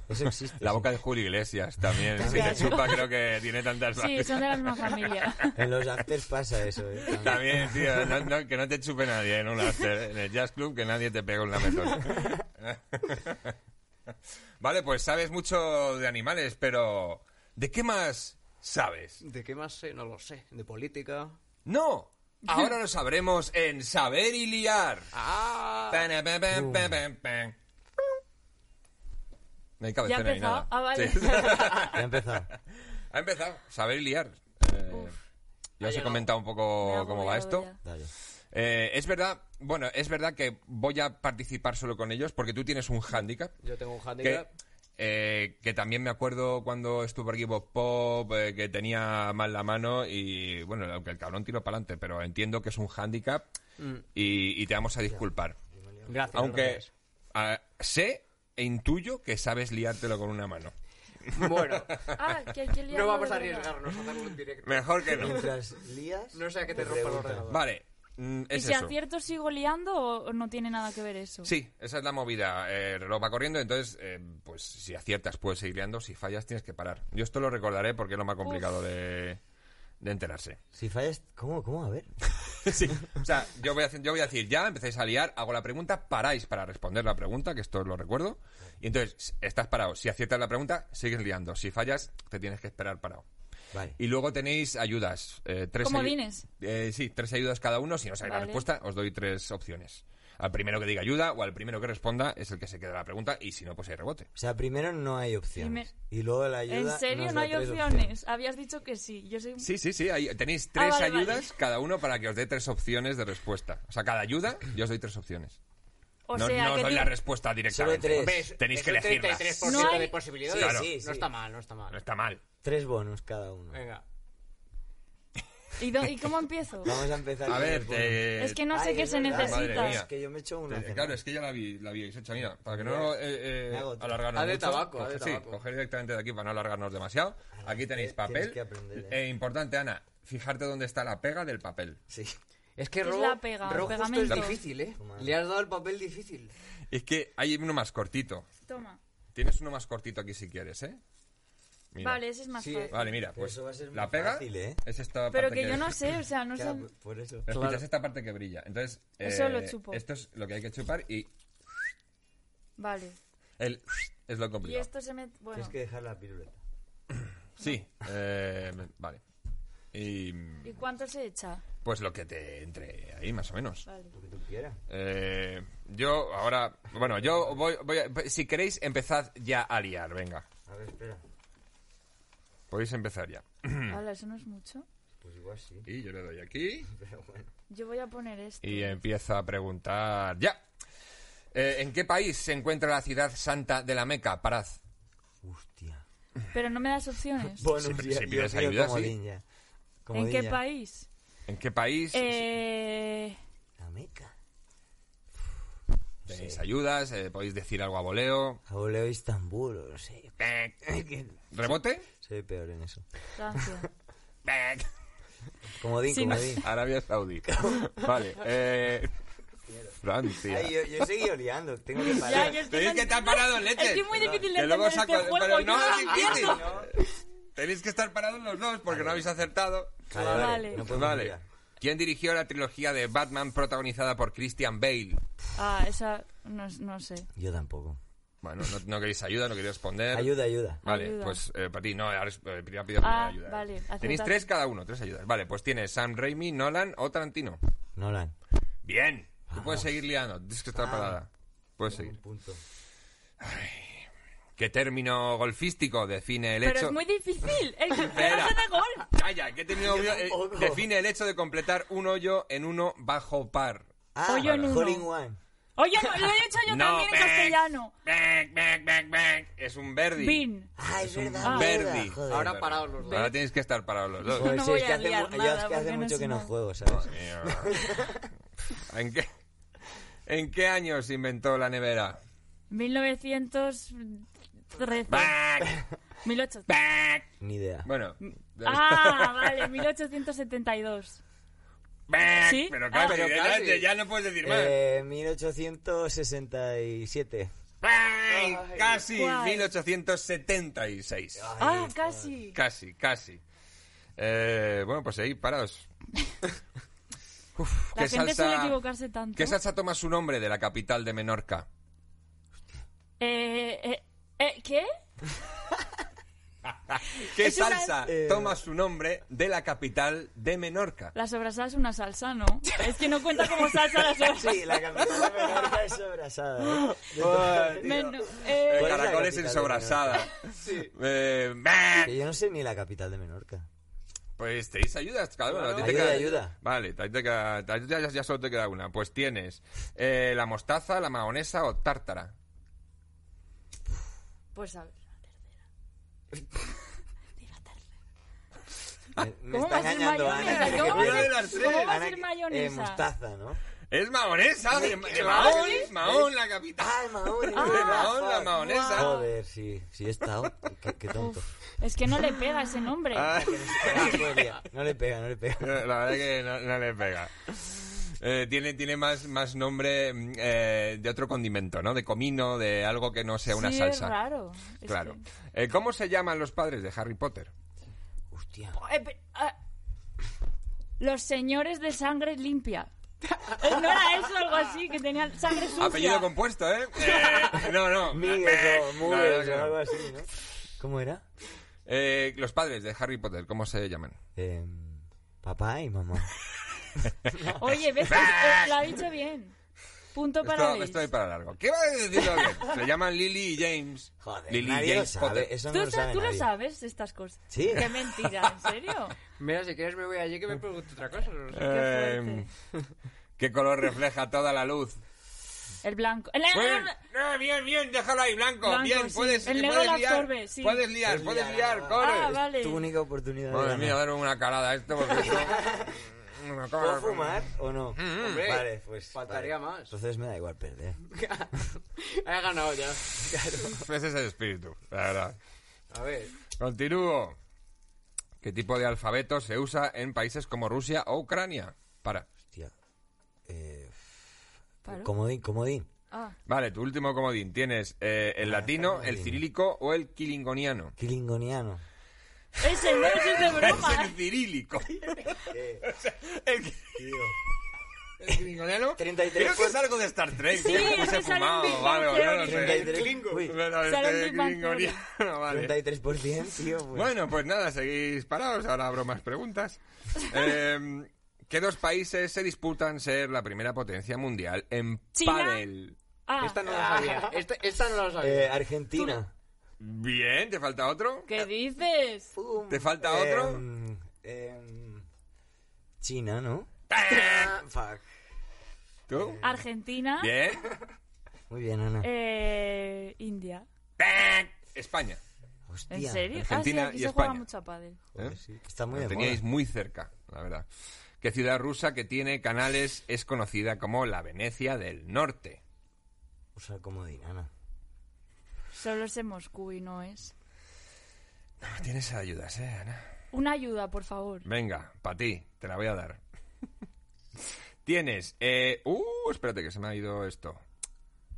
Speaker 3: Eso existe.
Speaker 1: la boca de Julio Iglesias también. Si te chupa, creo que tiene tantas
Speaker 2: sí,
Speaker 1: bacterias.
Speaker 2: son de la misma familia.
Speaker 3: En los afters pasa eso, ¿eh?
Speaker 1: También, tío, no- no, que no te chupe nadie ¿eh? en un after, en el jazz club, que nadie te pega un lametón. vale, pues sabes mucho de animales, pero ¿de qué más sabes?
Speaker 4: ¿De qué más sé? No lo sé. ¿De política?
Speaker 1: No, ahora lo sabremos en Saber y Liar.
Speaker 4: ¡Ah!
Speaker 1: Pan, pan, pan, pan, pan, pan. No hay
Speaker 2: ¿Ya ha
Speaker 1: cabecera ni
Speaker 2: empezado?
Speaker 1: nada.
Speaker 2: Ah, vale.
Speaker 1: Sí.
Speaker 3: Ya ha empezado.
Speaker 1: ha empezado, Saber y Liar. Eh, ya
Speaker 4: Ha
Speaker 1: os he
Speaker 4: llegado.
Speaker 1: comentado un
Speaker 2: Me ha
Speaker 1: poco cómo va
Speaker 2: agobiado
Speaker 1: esto.
Speaker 2: ya.
Speaker 3: Dale.
Speaker 1: Eh, es verdad, bueno, es verdad que voy a participar solo con ellos porque tú tienes un hándicap.
Speaker 4: Yo tengo un
Speaker 1: Que,
Speaker 4: handicap.
Speaker 1: eh, que también me acuerdo cuando estuvo aquí Bob Pop, eh, que tenía mal la mano y bueno, aunque el cabrón tiró para adelante, pero entiendo que es un hándicap y, y te vamos a disculpar.
Speaker 4: Gracias.
Speaker 1: Aunque
Speaker 4: gracias.
Speaker 1: ah, sé e intuyo que sabes liártelo con una mano.
Speaker 4: Bueno,
Speaker 2: Ah, que hay que liarlo
Speaker 4: no vamos
Speaker 2: de
Speaker 4: a
Speaker 2: verdad.
Speaker 4: arriesgarnos a hacer un directo.
Speaker 1: Mejor que no.
Speaker 3: Mientras lías...
Speaker 4: No sea que te
Speaker 3: me
Speaker 4: rompa el
Speaker 3: pregunta.
Speaker 4: ordenador.
Speaker 1: Vale, mm,
Speaker 2: ¿Y
Speaker 1: es
Speaker 2: si
Speaker 1: eso.
Speaker 2: acierto sigo liando o o no tiene nada que ver eso?
Speaker 1: Sí, esa es la movida. Eh, El reloj va corriendo, entonces, eh, pues si aciertas puedes seguir liando, si fallas tienes que parar. Yo esto lo recordaré porque es lo más complicado de, de enterarse.
Speaker 3: Si fallas... ¿Cómo? ¿Cómo? A ver.
Speaker 1: Sí. O sea, yo voy, a, hacer- yo voy a decir ya, empezáis a liar, hago la pregunta, paráis para responder la pregunta, que esto os lo recuerdo. Y entonces, s- estás parado. Si aciertas la pregunta, sigues liando. Si fallas, te tienes que esperar parado.
Speaker 3: Vale.
Speaker 1: Y luego tenéis ayudas. eh, tres ayu-
Speaker 2: Comodines.
Speaker 1: eh, sí, tres ayudas cada uno. Si no sabéis la
Speaker 2: Vale.
Speaker 1: respuesta, os doy tres opciones. Al primero que diga ayuda o al primero que responda es el que se queda la pregunta y si no, pues hay rebote.
Speaker 3: O sea, primero no hay opciones. Y luego la ayuda...
Speaker 2: ¿En serio
Speaker 3: nos
Speaker 2: no
Speaker 3: da
Speaker 2: hay
Speaker 3: tres
Speaker 2: opciones? Habías dicho que sí. Yo soy...
Speaker 1: Sí, sí, sí. ahí- tenéis tres
Speaker 2: Ah, vale,
Speaker 1: ayudas
Speaker 2: vale.
Speaker 1: cada uno para que os dé tres opciones de respuesta. O sea, cada ayuda yo os doy tres opciones.
Speaker 2: O
Speaker 1: no
Speaker 2: sea,
Speaker 1: no os
Speaker 2: que
Speaker 1: doy
Speaker 2: tú-
Speaker 1: la respuesta directamente.
Speaker 3: tres.
Speaker 4: Hombre, es-
Speaker 1: Tenéis
Speaker 4: es
Speaker 1: que
Speaker 4: un
Speaker 1: elegirla.
Speaker 4: 33%
Speaker 2: No hay-
Speaker 4: de posibilidades.
Speaker 1: Sí, claro.
Speaker 3: sí, sí.
Speaker 4: No está mal, no está
Speaker 1: No
Speaker 4: mal.
Speaker 1: está mal.
Speaker 3: Tres bonos cada uno.
Speaker 1: Eh,
Speaker 4: Venga.
Speaker 2: ¿Y, do- y cómo empiezo?
Speaker 3: Vamos a empezar...
Speaker 1: A
Speaker 3: con
Speaker 1: ver,
Speaker 3: los bonos.
Speaker 1: te-
Speaker 2: Es que no sé
Speaker 3: Ay,
Speaker 2: qué
Speaker 3: es
Speaker 2: se
Speaker 3: verdad.
Speaker 1: Madre mía.
Speaker 2: necesita.
Speaker 3: Es que yo me echo una...
Speaker 1: Eh,
Speaker 3: cena.
Speaker 1: Claro, es que ya la, vi, la habíais hecho, mira, para que no eh, eh,
Speaker 3: Me hago otra.
Speaker 1: alargarnos
Speaker 4: Haz de
Speaker 1: mucho,
Speaker 4: tabaco, haz de
Speaker 1: coge- sí,
Speaker 4: tabaco.
Speaker 1: coger directamente de aquí para no alargarnos demasiado. Aquí tenéis
Speaker 3: Ah, eh, tienes
Speaker 1: papel.
Speaker 3: que aprender,
Speaker 1: Eh, importante, Ana, fijarte dónde está la pega del papel.
Speaker 3: Sí.
Speaker 4: Es que
Speaker 2: Es
Speaker 4: Ro,
Speaker 2: la pega,
Speaker 4: Ro
Speaker 2: el
Speaker 4: justo es
Speaker 2: pegamento.
Speaker 4: difícil, ¿eh? Le has dado el papel difícil.
Speaker 1: Es que hay uno más cortito.
Speaker 2: Toma.
Speaker 1: Tienes uno más cortito aquí si quieres, ¿eh? Mira.
Speaker 2: Vale, ese es más
Speaker 4: Sí,
Speaker 2: fácil.
Speaker 1: Vale, mira,
Speaker 3: Pero
Speaker 1: pues
Speaker 3: eso va a ser muy
Speaker 1: la pega
Speaker 3: fácil, ¿eh?
Speaker 1: es esta
Speaker 2: Pero
Speaker 1: parte
Speaker 2: que yo no sé, o sea, no sé...
Speaker 1: pues,
Speaker 3: Claro, por eso.
Speaker 1: Escucha,
Speaker 4: Claro.
Speaker 1: es esta parte que brilla. Entonces,
Speaker 2: Eso
Speaker 1: eh,
Speaker 2: lo chupo.
Speaker 1: esto es lo que hay que chupar y
Speaker 2: Vale.
Speaker 1: El es lo
Speaker 2: Y
Speaker 1: complicado.
Speaker 2: esto se me... Bueno,
Speaker 3: Tienes que dejar la piruleta.
Speaker 1: Sí, eh, vale. Y
Speaker 2: ¿y cuánto se echa?
Speaker 1: pues lo que te entre ahí, más o menos.
Speaker 2: Vale.
Speaker 3: Lo que tú quieras.
Speaker 1: Eh, yo ahora, bueno, yo voy, voy a- si queréis empezad ya a liar, venga.
Speaker 3: A ver, espera.
Speaker 1: Podéis empezar ya.
Speaker 2: Hala, eso no es mucho.
Speaker 3: Pues igual sí.
Speaker 1: Y yo le doy aquí.
Speaker 3: Pero bueno.
Speaker 2: Yo voy a poner esto.
Speaker 1: Y empieza a preguntar ya. Eh, ¿En qué país se encuentra la ciudad santa de la Meca, Paraz?
Speaker 3: Hostia.
Speaker 2: Pero no me das opciones.
Speaker 3: Bueno,
Speaker 1: Si-
Speaker 3: sí,
Speaker 1: si
Speaker 3: yo
Speaker 1: pides
Speaker 3: quiero
Speaker 1: ayuda, sí.
Speaker 3: comodín ya.
Speaker 2: ¿En
Speaker 3: Comodín
Speaker 2: qué
Speaker 3: ya.
Speaker 2: país?
Speaker 1: ¿En qué país?
Speaker 2: Eh...
Speaker 3: La Meca.
Speaker 1: ¿Tenéis ayudas? Eh, ¿Podéis decir algo a voleo?
Speaker 3: Jaboleo Istambul, o no sé.
Speaker 1: ¿Rebote?
Speaker 3: Soy peor en eso.
Speaker 2: Francia.
Speaker 3: Comodín,
Speaker 2: Sí, no.
Speaker 3: comodín.
Speaker 1: Arabia Saudí. Vale. Eh, Francia.
Speaker 3: Ay, yo, yo he seguido liando. Tengo que
Speaker 2: Ya,
Speaker 3: parar.
Speaker 2: yo estoy
Speaker 1: Tenéis
Speaker 2: tan-
Speaker 1: que estar parados, leches.
Speaker 2: Es que es muy difícil de
Speaker 1: Que luego
Speaker 2: entender este
Speaker 1: saco-
Speaker 2: juego.
Speaker 1: pero
Speaker 2: yo
Speaker 1: no
Speaker 2: lo
Speaker 1: es difícil.
Speaker 2: entiendo.
Speaker 1: Tenéis que estar parados los dos porque no habéis acertado.
Speaker 3: Vale,
Speaker 2: Ah,
Speaker 3: vale.
Speaker 2: vale.
Speaker 3: No podemos
Speaker 1: Vale.
Speaker 3: liar.
Speaker 1: ¿Quién dirigió la trilogía de Batman protagonizada por Christian Bale?
Speaker 2: Ah, esa... No, no sé.
Speaker 3: Yo tampoco.
Speaker 1: Bueno, no, no queréis ayuda, no queréis responder.
Speaker 3: Ayuda, ayuda.
Speaker 1: Vale,
Speaker 2: Ayuda.
Speaker 1: pues eh, para ti, no, ahora es, eh, pido primero
Speaker 2: Ah,
Speaker 1: ayuda.
Speaker 2: vale,
Speaker 1: Tenéis
Speaker 2: aceptad.
Speaker 1: tres cada uno, tres ayudas. Vale, pues tienes Sam Raimi, Nolan o Tarantino.
Speaker 3: Nolan.
Speaker 1: Bien, tú puedes seguir liando, tienes que estar
Speaker 2: Ah.
Speaker 1: parada. Puedes seguir.
Speaker 3: Punto.
Speaker 1: ¿Qué término golfístico define el
Speaker 2: Pero
Speaker 1: hecho?
Speaker 2: es muy difícil. El que
Speaker 1: Espera.
Speaker 2: no se da gol.
Speaker 1: Calla, ¿qué término
Speaker 3: Yo
Speaker 1: eh,
Speaker 3: tampoco.
Speaker 1: define el hecho de completar un hoyo en uno bajo par?
Speaker 3: Ah,
Speaker 2: Hoyo en uno.
Speaker 3: Hole in one.
Speaker 2: Oye, lo he hecho yo también en
Speaker 1: bec,
Speaker 2: castellano.
Speaker 1: bec, bec, bec, bec. Es un verdi.
Speaker 2: Bin.
Speaker 3: Ah, es verdad.
Speaker 2: Ah.
Speaker 3: verdad,
Speaker 1: Verdi.
Speaker 3: joder.
Speaker 4: Ahora parados los dos.
Speaker 1: Ahora tienes que estar parados los dos.
Speaker 3: Joder,
Speaker 2: No
Speaker 3: sí,
Speaker 2: voy
Speaker 3: es que
Speaker 2: a
Speaker 3: hace,
Speaker 2: liar
Speaker 3: mu- yo
Speaker 2: nada,
Speaker 3: es que hace
Speaker 2: porque no
Speaker 3: mucho
Speaker 2: es
Speaker 3: que no
Speaker 2: una-
Speaker 3: juego, ¿sabes?
Speaker 1: ¿En qué, ¿En qué año se inventó la nevera?
Speaker 2: 1913.
Speaker 1: Back,
Speaker 2: 1800.
Speaker 1: back.
Speaker 3: Ni idea.
Speaker 1: Bueno.
Speaker 2: Mm, Ah, vale, 1872.
Speaker 1: Back.
Speaker 2: ¿Sí?
Speaker 1: Pero
Speaker 2: Ah.
Speaker 1: casi,
Speaker 4: Pero
Speaker 1: ya-
Speaker 4: casi.
Speaker 1: Ya, no puedes decir más.
Speaker 3: Eh, 1867.
Speaker 1: Back. Casi
Speaker 2: Guay.
Speaker 1: 1876.
Speaker 2: Ah, casi.
Speaker 1: Casi, casi. Eh, bueno, pues ahí, paraos. Uf,
Speaker 2: La
Speaker 1: ¿qué
Speaker 2: gente
Speaker 1: salsa-
Speaker 2: suele equivocarse tanto.
Speaker 1: ¿Qué salsa toma su nombre de la capital de Menorca?
Speaker 2: Eh, eh, eh, ¿Qué?
Speaker 1: ¿Qué
Speaker 2: Es una-
Speaker 1: salsa
Speaker 3: Eh,
Speaker 1: toma su nombre de la capital de Menorca?
Speaker 2: La sobrasada es una salsa, ¿no? Es que no cuenta como salsa la sobrasada.
Speaker 3: Sí, la capital de Menorca es sobrasada. ¿eh?
Speaker 2: Men-
Speaker 1: Eh,
Speaker 2: eh,
Speaker 3: ¿Cuál es la
Speaker 1: caracoles en
Speaker 3: capital de
Speaker 1: sobrasada. Eh,
Speaker 3: Que yo no sé ni la capital de Menorca.
Speaker 1: pues tenéis ayudas, cada uno. a ti te
Speaker 3: Ayuda,
Speaker 1: queda-
Speaker 3: ayuda.
Speaker 1: Vale, a ti te queda- a ti ya, ya solo te queda una. Pues tienes eh, la mostaza, la mahonesa o tártara.
Speaker 2: Pues a ver.
Speaker 3: Me, me
Speaker 2: ¿Cómo
Speaker 3: está
Speaker 2: va a ser
Speaker 3: engañando
Speaker 2: mayonesa?
Speaker 3: Ana.
Speaker 2: ¿Cómo va a
Speaker 1: Una de
Speaker 2: ser-
Speaker 1: las tres.
Speaker 2: cómo va a
Speaker 3: Ana,
Speaker 2: ser
Speaker 3: eh,
Speaker 2: mayonesa?
Speaker 3: mostaza, ¿no?
Speaker 1: Es mahonesa, de, de
Speaker 3: ¿Qué
Speaker 1: Mahón,
Speaker 3: más?
Speaker 1: Mahón la capital.
Speaker 3: Ah, el Mahón. es
Speaker 1: de
Speaker 3: verdad,
Speaker 1: Mahón la
Speaker 3: joder.
Speaker 1: mahonesa.
Speaker 3: Joder, sí, sí he estado. Qué, qué tonto.
Speaker 2: Es que no le pega ese nombre.
Speaker 1: Ah,
Speaker 3: No le pega, no le pega.
Speaker 1: La verdad que no, no le pega. Eh, tiene tiene más, más nombre mm, eh, de otro condimento, ¿no? De comino, de algo que no sea una
Speaker 2: sí,
Speaker 1: salsa.
Speaker 2: Es raro. Es
Speaker 1: Claro.
Speaker 2: que-
Speaker 1: Eh, ¿Cómo se llaman los padres de Harry Potter?
Speaker 3: Hostia.
Speaker 2: Eh, pe- ah. Los señores de sangre limpia. Eh, No era eso, algo así, que tenían sangre sucia.
Speaker 1: Apellido compuesto, ¿eh? Eh, no, no.
Speaker 3: Miguel o
Speaker 1: La verdad
Speaker 3: Mugues
Speaker 1: que
Speaker 3: o
Speaker 1: no.
Speaker 3: algo así, ¿no? ¿Cómo era?
Speaker 1: Eh, los padres de Harry Potter, ¿cómo se llaman?
Speaker 3: Eh, papá y mamá.
Speaker 2: Oye, ves, que eh, lo ha dicho bien. Punto para
Speaker 1: Esto,
Speaker 2: Luis.
Speaker 1: esto hay para largo. ¿Qué va a decirlo bien? Se llaman Lily y James.
Speaker 3: Joder,
Speaker 1: Lily y
Speaker 3: nadie lo
Speaker 1: James Potter.
Speaker 3: sabe. Eso
Speaker 2: ¿Tú,
Speaker 3: no lo
Speaker 2: sa-
Speaker 3: sabe
Speaker 2: tú
Speaker 3: nadie.
Speaker 2: lo sabes, estas cosas.
Speaker 3: Sí.
Speaker 2: Qué mentira, ¿en serio?
Speaker 4: Mira, si quieres me voy allí que me pregunto otra cosa. no sé.
Speaker 1: Eh, ¿Qué color refleja toda la luz?
Speaker 2: El blanco. El- el-
Speaker 1: Bien, no, bien, bien, déjalo ahí, blanco.
Speaker 2: Blanco,
Speaker 1: bien,
Speaker 2: sí.
Speaker 1: puedes,
Speaker 2: El negro
Speaker 1: puedes
Speaker 2: lo
Speaker 1: liar.
Speaker 2: absorbe, sí.
Speaker 1: Puedes liar,
Speaker 3: Puedes
Speaker 1: puedes
Speaker 3: liar,
Speaker 1: liar,
Speaker 3: ah,
Speaker 1: corre.
Speaker 2: ah, vale.
Speaker 3: Tu única oportunidad.
Speaker 1: Madre
Speaker 3: de
Speaker 1: mía,
Speaker 3: ganar.
Speaker 1: darme una calada a esto porque esto... no me acabo de-
Speaker 3: ¿Puedo fumar o no?
Speaker 4: Hombre,
Speaker 3: vale, pues.
Speaker 4: faltaría
Speaker 3: vale.
Speaker 4: más.
Speaker 3: Entonces me da igual perder.
Speaker 4: He ganado ya.
Speaker 1: Ese es el espíritu, la verdad.
Speaker 4: A ver.
Speaker 1: Continúo. ¿Qué tipo de alfabeto se usa en países como Rusia o Ucrania? Para.
Speaker 3: Hostia. Eh,
Speaker 2: ¿Paro?
Speaker 3: comodín, comodín.
Speaker 2: Ah,
Speaker 1: Vale, tu último comodín. Tienes eh, el latino, el cirílico o el quilingoniano.
Speaker 3: Kilingoniano.
Speaker 2: ese no ese es de
Speaker 1: Es
Speaker 2: broma.
Speaker 1: el cirílico. O sea, el-
Speaker 3: Tío.
Speaker 1: el gringonero.
Speaker 3: 33
Speaker 1: Creo que es algo de Star Trek.
Speaker 2: Sí,
Speaker 1: que me
Speaker 2: es
Speaker 1: puse
Speaker 2: que sale
Speaker 1: fumado
Speaker 2: un Big
Speaker 1: o algo,
Speaker 2: Bang
Speaker 1: no lo
Speaker 2: Theory.
Speaker 1: sé.
Speaker 3: 33, uy,
Speaker 1: Pero
Speaker 2: Sale un
Speaker 1: este
Speaker 2: Big Bang Theory.
Speaker 1: gringoniano, vale.
Speaker 3: 33%, tío. pues.
Speaker 1: Bueno, pues nada, seguís parados, ahora abro más preguntas. Eh, ¿Qué dos países se disputan ser la primera potencia mundial en
Speaker 2: China.
Speaker 1: pádel?
Speaker 2: Ah,
Speaker 4: Esta no la sabía. Este- esta no la sabía.
Speaker 3: Eh, Argentina.
Speaker 1: Bien, ¿te falta otro?
Speaker 2: ¿qué dices?
Speaker 3: Pum.
Speaker 1: ¿Te falta otro?
Speaker 3: Em, em, China, ¿no?
Speaker 2: Ah.
Speaker 3: Fuck.
Speaker 1: ¿Tú?
Speaker 2: Argentina,
Speaker 1: Bien.
Speaker 3: Muy bien, Ana.
Speaker 2: eh, India.
Speaker 1: España.
Speaker 3: Hostia.
Speaker 2: ¿En serio?
Speaker 1: Argentina
Speaker 2: ah, sí, aquí
Speaker 1: y
Speaker 2: se
Speaker 1: España.
Speaker 2: juega mucho a pádel.
Speaker 3: Joder,
Speaker 1: ¿Eh?
Speaker 3: sí, Está muy
Speaker 1: Lo
Speaker 3: de
Speaker 1: teníais
Speaker 3: moda.
Speaker 1: muy cerca, la verdad. ¿Qué ciudad rusa que tiene canales es conocida como la Venecia del Norte?
Speaker 3: Usa el comodín, Ana.
Speaker 2: Solo es en Moscú y no es.
Speaker 1: No, Tienes ayudas, eh, Ana.
Speaker 2: Una ayuda, por favor.
Speaker 1: Venga, para ti, te la voy a dar. Tienes, eh, uh, espérate que se me ha ido esto.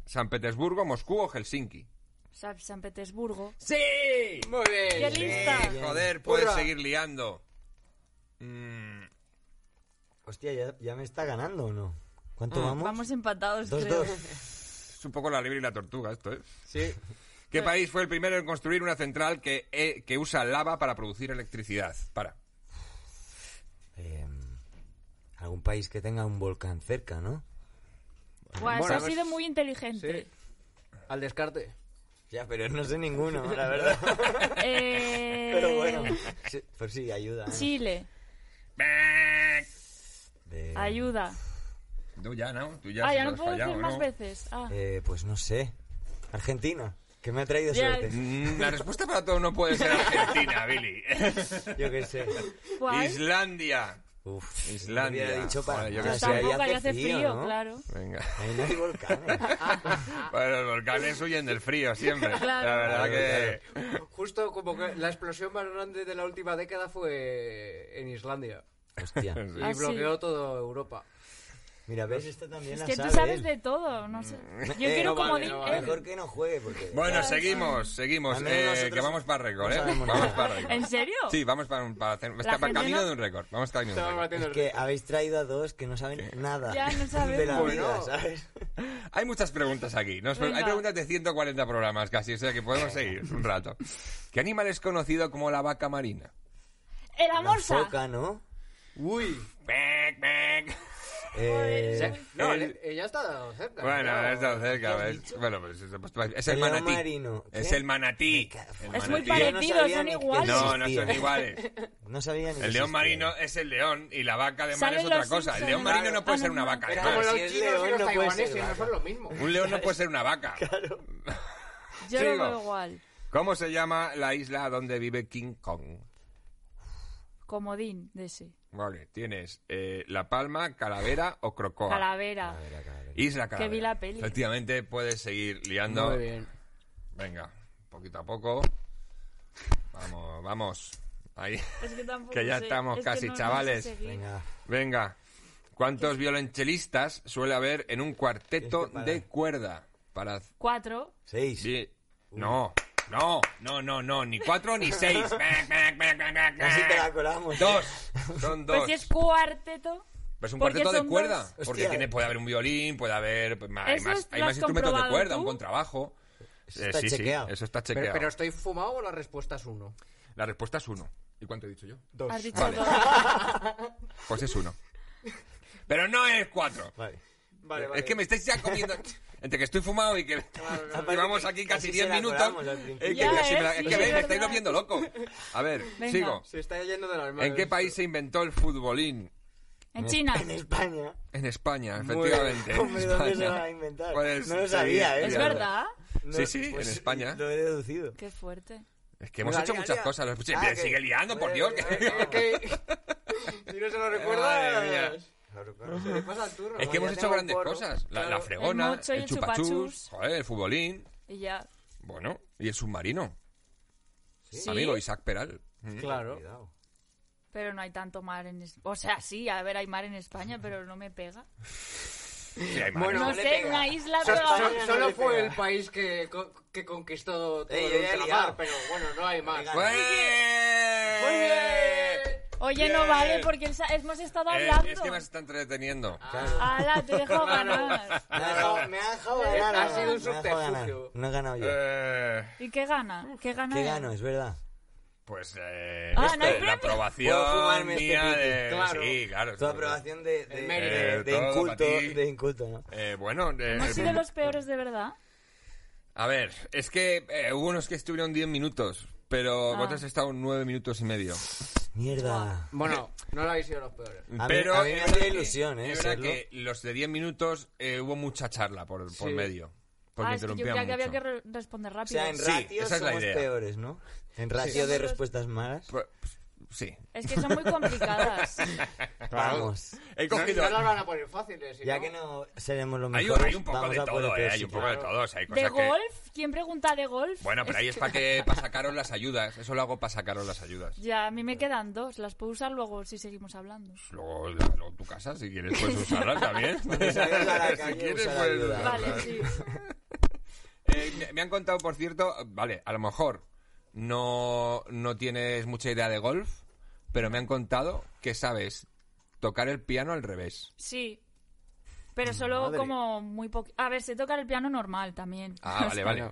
Speaker 1: San Petersburgo, Moscú o Helsinki.
Speaker 2: Sa- San Petersburgo.
Speaker 1: Sí.
Speaker 4: Muy bien.
Speaker 2: ¡Qué lista!
Speaker 1: Eh, Joder, puedes
Speaker 4: Hurra.
Speaker 1: seguir liando. Mm,
Speaker 3: Hostia, ya, ya me está ganando, ¿o no? ¿Cuánto vamos?
Speaker 2: Mm, Vamos empatados,
Speaker 3: Dos,
Speaker 2: creo.
Speaker 3: dos.
Speaker 1: es un poco la libre y la tortuga esto, ¿eh?
Speaker 4: Sí.
Speaker 1: ¿Qué país fue el primero en construir una central que, eh, que usa lava para producir electricidad? Para.
Speaker 3: Em, algún país que tenga un volcán cerca, ¿no?
Speaker 2: Buah, eso
Speaker 4: Bueno,
Speaker 2: ha
Speaker 4: pues-
Speaker 2: sido muy inteligente.
Speaker 4: Sí. Al descarte.
Speaker 3: Ya, pero no sé ninguno, la verdad.
Speaker 2: Eh,
Speaker 3: pero bueno, sí, por si ayuda. Ana.
Speaker 2: Chile,
Speaker 3: De-
Speaker 2: ayuda.
Speaker 1: Tú ya, ¿no? Tú ya
Speaker 2: Ah,
Speaker 1: sí
Speaker 2: ya
Speaker 1: que
Speaker 2: no
Speaker 1: has
Speaker 2: puedo
Speaker 1: fallado,
Speaker 2: decir más
Speaker 1: ¿no?
Speaker 2: veces. Ah,
Speaker 3: Eh, pues no sé. Argentina, que me ha traído
Speaker 2: Ya.
Speaker 3: suerte.
Speaker 1: Mm, La respuesta para todo no puede ser Argentina, Billy.
Speaker 3: Yo qué sé.
Speaker 2: ¿cuál?
Speaker 1: Islandia.
Speaker 3: Uf,
Speaker 1: Islandia.
Speaker 3: hubiera dicho para
Speaker 1: Joder, yo
Speaker 3: nada,
Speaker 1: qué
Speaker 3: si ahí
Speaker 1: sé.
Speaker 2: Pues Tampoco,
Speaker 3: hace
Speaker 2: ahí hace
Speaker 3: frío,
Speaker 2: frío,
Speaker 3: ¿no?
Speaker 2: claro.
Speaker 1: Venga.
Speaker 3: Ahí no hay volcanes.
Speaker 1: Bueno, los volcanes huyen del frío siempre.
Speaker 2: Claro.
Speaker 1: La verdad que.
Speaker 4: Justo como que la explosión más grande de la última década fue en Islandia.
Speaker 3: Hostia.
Speaker 4: Y
Speaker 2: Ah, sí.
Speaker 4: bloqueó toda Europa.
Speaker 3: Mira, ves, esta también
Speaker 2: Es
Speaker 3: la
Speaker 2: que tú
Speaker 3: sabe
Speaker 2: sabes
Speaker 3: él.
Speaker 2: de todo, no sé. Yo
Speaker 3: Eh,
Speaker 2: quiero
Speaker 4: no vale,
Speaker 2: como di-
Speaker 4: no
Speaker 2: eh,
Speaker 4: vale.
Speaker 3: Mejor que no juegue, porque...
Speaker 1: Bueno, seguimos, seguimos.
Speaker 3: Al menos
Speaker 1: eh,
Speaker 3: nosotros
Speaker 1: que vamos para récord,
Speaker 3: no
Speaker 1: ¿eh?
Speaker 3: sabemos
Speaker 1: Vamos
Speaker 3: nada.
Speaker 1: para récord.
Speaker 2: ¿En serio?
Speaker 1: Sí, vamos para, un- para hacer. Está para
Speaker 2: gente
Speaker 1: camino
Speaker 2: no-
Speaker 1: de un récord. Vamos camino de un
Speaker 4: Estaba
Speaker 1: récord.
Speaker 4: batiendo
Speaker 3: Es
Speaker 4: el
Speaker 3: que habéis traído a dos que no saben nada
Speaker 2: Ya, no
Speaker 3: de la
Speaker 2: sabemos.
Speaker 3: vida,
Speaker 4: Bueno.
Speaker 3: ¿sabes?
Speaker 1: Hay muchas preguntas aquí. ¿no?
Speaker 2: Venga.
Speaker 1: Hay preguntas de 140 programas casi, o sea que podemos seguir un rato. ¿Qué animal es conocido como la vaca marina?
Speaker 2: El
Speaker 3: La
Speaker 2: amorza.
Speaker 3: foca, ¿no?
Speaker 4: Uy.
Speaker 1: Bec, bec.
Speaker 3: Eh,
Speaker 4: No,
Speaker 1: El-
Speaker 4: le- eh, ya está cerca.
Speaker 1: Bueno,
Speaker 4: claro.
Speaker 1: ha estado cerca. ¿ves? Bueno, pues es, es el
Speaker 3: El
Speaker 1: manatí.
Speaker 3: marino.
Speaker 1: Es
Speaker 3: ¿Qué?
Speaker 1: el manatí. El
Speaker 2: Es muy
Speaker 1: manatí.
Speaker 3: pare-
Speaker 2: parecido,
Speaker 3: sabía
Speaker 2: son
Speaker 3: ni que
Speaker 2: iguales.
Speaker 1: No, no son
Speaker 3: Existía.
Speaker 1: iguales.
Speaker 3: no sabía ni que
Speaker 1: El león
Speaker 3: existía.
Speaker 1: marino es el león y la vaca de mar
Speaker 2: Salen
Speaker 1: es otra
Speaker 2: los
Speaker 1: cosa. El
Speaker 2: Simpson,
Speaker 1: león
Speaker 2: ¿no?
Speaker 1: marino no puede
Speaker 2: Ah,
Speaker 1: ser
Speaker 2: no,
Speaker 1: una
Speaker 2: no.
Speaker 1: vaca de
Speaker 4: Pero
Speaker 1: mar.
Speaker 4: como
Speaker 3: Claro,
Speaker 4: los
Speaker 3: si es
Speaker 4: chinos
Speaker 3: león,
Speaker 4: y los
Speaker 3: no puede
Speaker 4: taiwaneses
Speaker 3: ser
Speaker 4: no son
Speaker 3: vaca.
Speaker 4: lo mismo.
Speaker 1: Un león no puede ser una vaca.
Speaker 2: Yo
Speaker 1: Sigo.
Speaker 2: lo veo igual.
Speaker 1: ¿Cómo se llama la isla donde vive King Kong?
Speaker 2: Comodín de ese.
Speaker 1: Vale, tienes eh, La Palma, Calavera o Crocoa.
Speaker 2: Calavera.
Speaker 3: Mira, cabrón.
Speaker 1: Isla Calavera.
Speaker 2: vi la peli.
Speaker 1: Efectivamente, puedes seguir liando.
Speaker 4: Muy bien.
Speaker 1: Venga, poquito a poco. Vamos, vamos. Ahí.
Speaker 2: Es que tampoco
Speaker 1: Que ya
Speaker 2: sé.
Speaker 1: estamos
Speaker 2: Es que
Speaker 1: casi,
Speaker 2: no- no sé
Speaker 1: chavales.
Speaker 2: seguir.
Speaker 3: Venga,
Speaker 1: Venga. ¿Cuántos violonchelistas suele haber en un cuarteto
Speaker 3: Tienes
Speaker 4: Este
Speaker 3: que parar.
Speaker 1: de cuerda? Para...
Speaker 2: Cuatro.
Speaker 3: seis.
Speaker 1: Sí. No, no, no, no, no. Ni cuatro ni seis.
Speaker 3: Casi te la colamos.
Speaker 1: Dos. Son dos.
Speaker 2: Pues si es cuarteto.
Speaker 1: Pues un
Speaker 2: porque
Speaker 1: cuarteto de
Speaker 2: son
Speaker 1: cuerda.
Speaker 2: dos.
Speaker 1: Porque
Speaker 3: Hostia.
Speaker 1: tiene, puede haber un violín, puede haber. pues, Hay
Speaker 2: ¿Eso
Speaker 1: más,
Speaker 2: lo
Speaker 1: hay más
Speaker 2: has
Speaker 1: instrumentos de
Speaker 2: comprobado
Speaker 1: cuerda,
Speaker 2: tú?
Speaker 1: un contrabajo. Eh,
Speaker 3: Eso está chequeado.
Speaker 1: eso está chequeado.
Speaker 4: Pero, pero estoy fumado o la respuesta es uno.
Speaker 1: La respuesta es uno. ¿Y cuánto he dicho yo?
Speaker 2: Has dicho
Speaker 1: Vale.
Speaker 2: dos.
Speaker 1: Pues es uno. Pero no es cuatro.
Speaker 3: Vale.
Speaker 4: Vale,
Speaker 1: Es que me estáis ya comiendo. Entre que estoy fumado y que llevamos
Speaker 3: que
Speaker 1: aquí casi
Speaker 3: casi se
Speaker 1: 10
Speaker 3: la
Speaker 1: minutos.
Speaker 3: colamos al principio.
Speaker 1: Es que,
Speaker 2: Ya,
Speaker 1: casi
Speaker 2: eh,
Speaker 1: me la- es
Speaker 2: sí,
Speaker 1: que
Speaker 2: es
Speaker 1: veis, me estáis
Speaker 2: verdad.
Speaker 1: volviendo loco. A ver,
Speaker 2: Venga.
Speaker 1: sigo.
Speaker 4: Se está yendo de las manos.
Speaker 1: ¿En qué país se inventó el futbolín?
Speaker 2: En China.
Speaker 3: En España.
Speaker 1: En España,
Speaker 4: Muy
Speaker 1: efectivamente.
Speaker 3: bien. Hombre,
Speaker 1: en
Speaker 3: ¿dónde
Speaker 1: ¿eh? España.
Speaker 3: se va a inventar?
Speaker 1: Pues,
Speaker 3: No lo
Speaker 1: sí,
Speaker 3: sabía, ¿eh?
Speaker 2: Es
Speaker 3: Ya.
Speaker 2: verdad.
Speaker 3: No,
Speaker 1: Sí, sí,
Speaker 3: pues,
Speaker 1: en España.
Speaker 3: Lo he deducido.
Speaker 2: Qué fuerte.
Speaker 1: Es que hemos
Speaker 4: Lía,
Speaker 1: hecho
Speaker 4: lía,
Speaker 1: muchas
Speaker 4: lía.
Speaker 1: cosas. Los-
Speaker 3: Ah,
Speaker 1: pero
Speaker 3: que-
Speaker 1: Sigue liando, por
Speaker 3: Vale,
Speaker 1: Dios.
Speaker 3: vale,
Speaker 1: que-
Speaker 3: vale.
Speaker 4: que... si no se lo
Speaker 1: Madre mía.
Speaker 4: recuerdas...
Speaker 3: Claro,
Speaker 4: se le pasa al turno.
Speaker 1: Es que
Speaker 4: ¿no?
Speaker 1: hemos
Speaker 4: Ya
Speaker 1: hecho
Speaker 4: tengo
Speaker 1: grandes
Speaker 4: porro.
Speaker 1: cosas. La, la
Speaker 4: Claro.
Speaker 1: fregona,
Speaker 2: El
Speaker 1: el,
Speaker 2: mocho y el
Speaker 1: chupachus,
Speaker 2: chupachus.
Speaker 1: joder, el futbolín.
Speaker 2: Y ya.
Speaker 1: Bueno, y el submarino.
Speaker 2: Sí,
Speaker 1: Amigo Isaac Peral.
Speaker 4: Mm. Claro.
Speaker 3: Cuidado.
Speaker 2: Pero no hay tanto mar en España. O sea, sí, a ver, hay mar en España, pero no me pega.
Speaker 1: Sí, hay más.
Speaker 4: Bueno,
Speaker 2: No
Speaker 4: no le
Speaker 2: sé,
Speaker 4: pega.
Speaker 2: una isla,
Speaker 4: So-
Speaker 2: pero...
Speaker 4: so-
Speaker 3: no
Speaker 4: solo
Speaker 3: le
Speaker 4: fue
Speaker 3: pega.
Speaker 4: el país que, co- que conquistó todo
Speaker 3: Ey,
Speaker 4: el
Speaker 3: ey, ey,
Speaker 4: ultramar,
Speaker 3: liado.
Speaker 4: pero bueno, no hay más.
Speaker 3: Venga.
Speaker 1: ¡Fue!
Speaker 4: Muy bien.
Speaker 2: Oye, no vale, porque él sa- hemos estado
Speaker 1: Eh,
Speaker 2: hablando.
Speaker 1: es que me está entreteniendo.
Speaker 3: Ah.
Speaker 2: Ala, te dejo ganas.
Speaker 3: Me ha dejado, me ha dejado
Speaker 4: Ha
Speaker 3: ganar. ahora,
Speaker 4: sido un
Speaker 3: me ha dejado ganar.
Speaker 4: subterfugio.
Speaker 3: No he ganado yo.
Speaker 1: Eh,
Speaker 2: ¿Y qué gana? ¿Qué gana?
Speaker 3: ¿Qué
Speaker 2: él?
Speaker 3: gano? Es verdad.
Speaker 1: pues eh,
Speaker 2: Ah, ¿no hay
Speaker 1: eh, la
Speaker 2: premio?
Speaker 1: aprobación
Speaker 3: Puedo fumarme este
Speaker 1: mía
Speaker 3: piti.
Speaker 1: de...
Speaker 4: Claro.
Speaker 1: Sí, claro.
Speaker 3: Tu aprobación de, de,
Speaker 4: El mérito.
Speaker 3: de- de
Speaker 1: Eh, todo
Speaker 3: inculto,
Speaker 1: para ti.
Speaker 3: de inculto, ¿no?
Speaker 1: Eh, bueno, eh,
Speaker 2: Hemos sido los peores de verdad.
Speaker 1: a ver, es que eh, hubo unos que estuvieron 10 minutos, pero
Speaker 2: Ah.
Speaker 1: vos has estado 9 minutos y medio.
Speaker 3: Mierda.
Speaker 4: Bueno, no lo habéis sido los peores.
Speaker 3: A mí-
Speaker 1: pero
Speaker 3: a mí me
Speaker 1: es
Speaker 3: hacía
Speaker 1: verdad que-
Speaker 3: ilusión, ¿eh,
Speaker 1: Es verdad
Speaker 3: serlo?
Speaker 1: que los de 10 minutos eh, hubo mucha charla por, por
Speaker 4: Sí.
Speaker 1: medio. Porque
Speaker 2: Ah, es que yo
Speaker 1: interrumpían
Speaker 2: creía que había
Speaker 1: mucho.
Speaker 2: que re- responder
Speaker 3: O
Speaker 2: rápido.
Speaker 3: sea, en
Speaker 1: Sí,
Speaker 3: ratio
Speaker 1: esa es la
Speaker 3: somos
Speaker 1: idea.
Speaker 3: peores, ¿no? En ratio de respuestas malas.
Speaker 1: Pues, Sí.
Speaker 2: Es que son muy complicadas.
Speaker 3: Vamos.
Speaker 1: He
Speaker 4: No,
Speaker 1: cogido.
Speaker 4: no las van a poner eh, fáciles. ¿sí,
Speaker 3: Ya que no seremos los
Speaker 1: Hay un,
Speaker 3: mejores,
Speaker 1: hay un poco
Speaker 3: vamos
Speaker 1: de
Speaker 3: a por el
Speaker 1: todo, eh,
Speaker 3: peor
Speaker 1: hay un
Speaker 3: sitio.
Speaker 1: poco de todo. o sea, hay
Speaker 2: ¿De
Speaker 1: cosas que-
Speaker 2: golf? ¿Quién pregunta de golf?
Speaker 1: Bueno, pero ahí es para que para sacaros las ayudas. Eso lo hago para sacaros las ayudas.
Speaker 2: Ya, a mí me quedan dos. Las puedo usar luego si seguimos hablando.
Speaker 1: Pues Luego, luego tu casa, si quieres, puedes usarla también.
Speaker 3: salgas a la
Speaker 1: si
Speaker 3: calle,
Speaker 1: quieres,
Speaker 3: usa la
Speaker 1: puedes
Speaker 3: ayuda.
Speaker 1: usarla.
Speaker 2: Vale, sí.
Speaker 1: Eh, me- me han contado, por cierto, vale, a lo mejor no, no tienes mucha idea de golf, pero me han contado que sabes tocar el piano al revés.
Speaker 2: Sí. Pero solo
Speaker 3: Madre.
Speaker 2: como muy poco. A ver, sé tocar el piano normal también.
Speaker 1: Ah,
Speaker 2: O
Speaker 1: vale,
Speaker 2: sea,
Speaker 1: vale.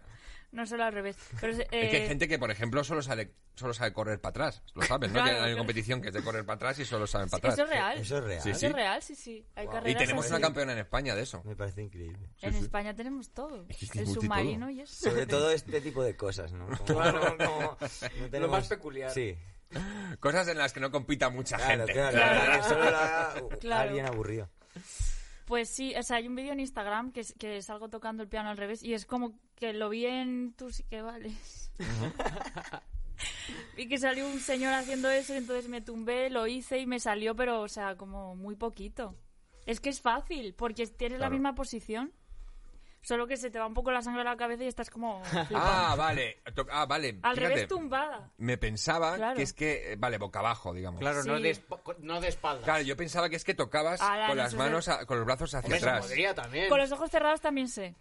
Speaker 2: No solo al revés. Pero, eh,
Speaker 1: Es que hay gente que, por ejemplo, solo sabe, solo sabe correr para atrás. Lo sabes, ¿no?
Speaker 2: Claro,
Speaker 1: que hay
Speaker 2: claro.
Speaker 1: una competición que es de correr para atrás y solo saben para
Speaker 2: Eso es
Speaker 1: atrás.
Speaker 2: real.
Speaker 3: Eso es real.
Speaker 1: Sí,
Speaker 2: Eso
Speaker 1: sí.
Speaker 2: es real, sí, sí. Hay carreras
Speaker 1: Y tenemos
Speaker 2: así.
Speaker 1: una campeona en España de eso.
Speaker 3: Me parece increíble.
Speaker 2: En España tenemos todo.
Speaker 1: Es que es que
Speaker 2: el
Speaker 1: multitodo.
Speaker 2: submarino y eso.
Speaker 3: Sobre todo este tipo de cosas, ¿no? Como-
Speaker 4: Claro.
Speaker 3: como- no tenemos-
Speaker 4: más peculiar.
Speaker 3: Sí.
Speaker 1: Cosas en las que no compita mucha
Speaker 3: Claro,
Speaker 1: gente.
Speaker 3: claro.
Speaker 2: Claro.
Speaker 3: claro, que solo lo haga, uh,
Speaker 2: Claro.
Speaker 3: alguien aburrido.
Speaker 2: Pues sí, o sea, hay un vídeo en Instagram que, es- que salgo tocando el piano al revés y es como que lo vi en Tú sí que vales. y que salió un señor haciendo eso y entonces me tumbé, lo hice y me salió, pero, o sea, como muy poquito. Es que es fácil, porque tienes la
Speaker 1: Claro.
Speaker 2: misma posición, solo que se te va un poco la sangre a la cabeza y estás como... flipando.
Speaker 1: Ah, vale. To- Ah, vale.
Speaker 2: al
Speaker 1: Fíjate,
Speaker 2: revés tumbada.
Speaker 1: Me pensaba
Speaker 2: Claro.
Speaker 1: que es que, eh, vale, boca abajo, digamos.
Speaker 4: Claro, no,
Speaker 2: Sí.
Speaker 4: de, esp- no de espaldas.
Speaker 1: Claro, yo pensaba que es que tocabas
Speaker 2: Ala,
Speaker 1: con
Speaker 2: Ah, no,
Speaker 1: las
Speaker 2: eso es
Speaker 1: manos, a- con los brazos hacia
Speaker 4: Hombre, se
Speaker 1: atrás.
Speaker 4: podría también.
Speaker 2: Con los ojos cerrados también sé.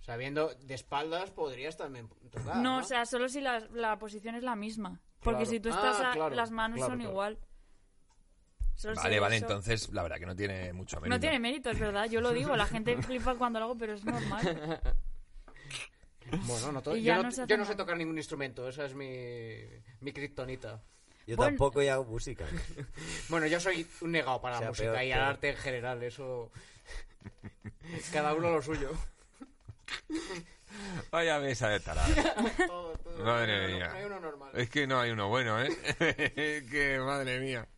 Speaker 4: Sabiendo de espaldas podrías también
Speaker 2: No,
Speaker 4: tocar. Ah, No,
Speaker 2: o sea, solo si la, la posición es la misma. Porque
Speaker 4: Claro.
Speaker 2: si tú estás,
Speaker 4: Ah,
Speaker 2: a-
Speaker 4: claro,
Speaker 2: las manos
Speaker 4: claro,
Speaker 2: son
Speaker 4: claro.
Speaker 2: igual. Solo si
Speaker 1: Vale, vale,
Speaker 2: eso-
Speaker 1: entonces la verdad que no tiene mucho mérito.
Speaker 2: No tiene mérito, es verdad. Yo lo digo, la gente flipa cuando lo hago, pero es normal.
Speaker 4: Bueno, no to-
Speaker 2: Y
Speaker 4: yo,
Speaker 2: ya
Speaker 4: no,
Speaker 2: no se hace
Speaker 4: yo no sé
Speaker 2: nada.
Speaker 4: tocar ningún instrumento, esa es mi, mi kriptonita.
Speaker 3: Yo
Speaker 2: Bueno.
Speaker 3: tampoco ya hago música.
Speaker 4: Bueno, yo soy un negado para
Speaker 3: O sea,
Speaker 4: la música
Speaker 3: peor,
Speaker 4: y al
Speaker 3: peor.
Speaker 4: arte en general, eso... Cada uno lo suyo.
Speaker 1: Vaya mesa de tarados.
Speaker 4: Todo- todo-
Speaker 1: Madre
Speaker 4: no- no-
Speaker 1: mía.
Speaker 4: no hay uno normal.
Speaker 1: Es que no hay uno bueno, ¿eh? Es que madre mía.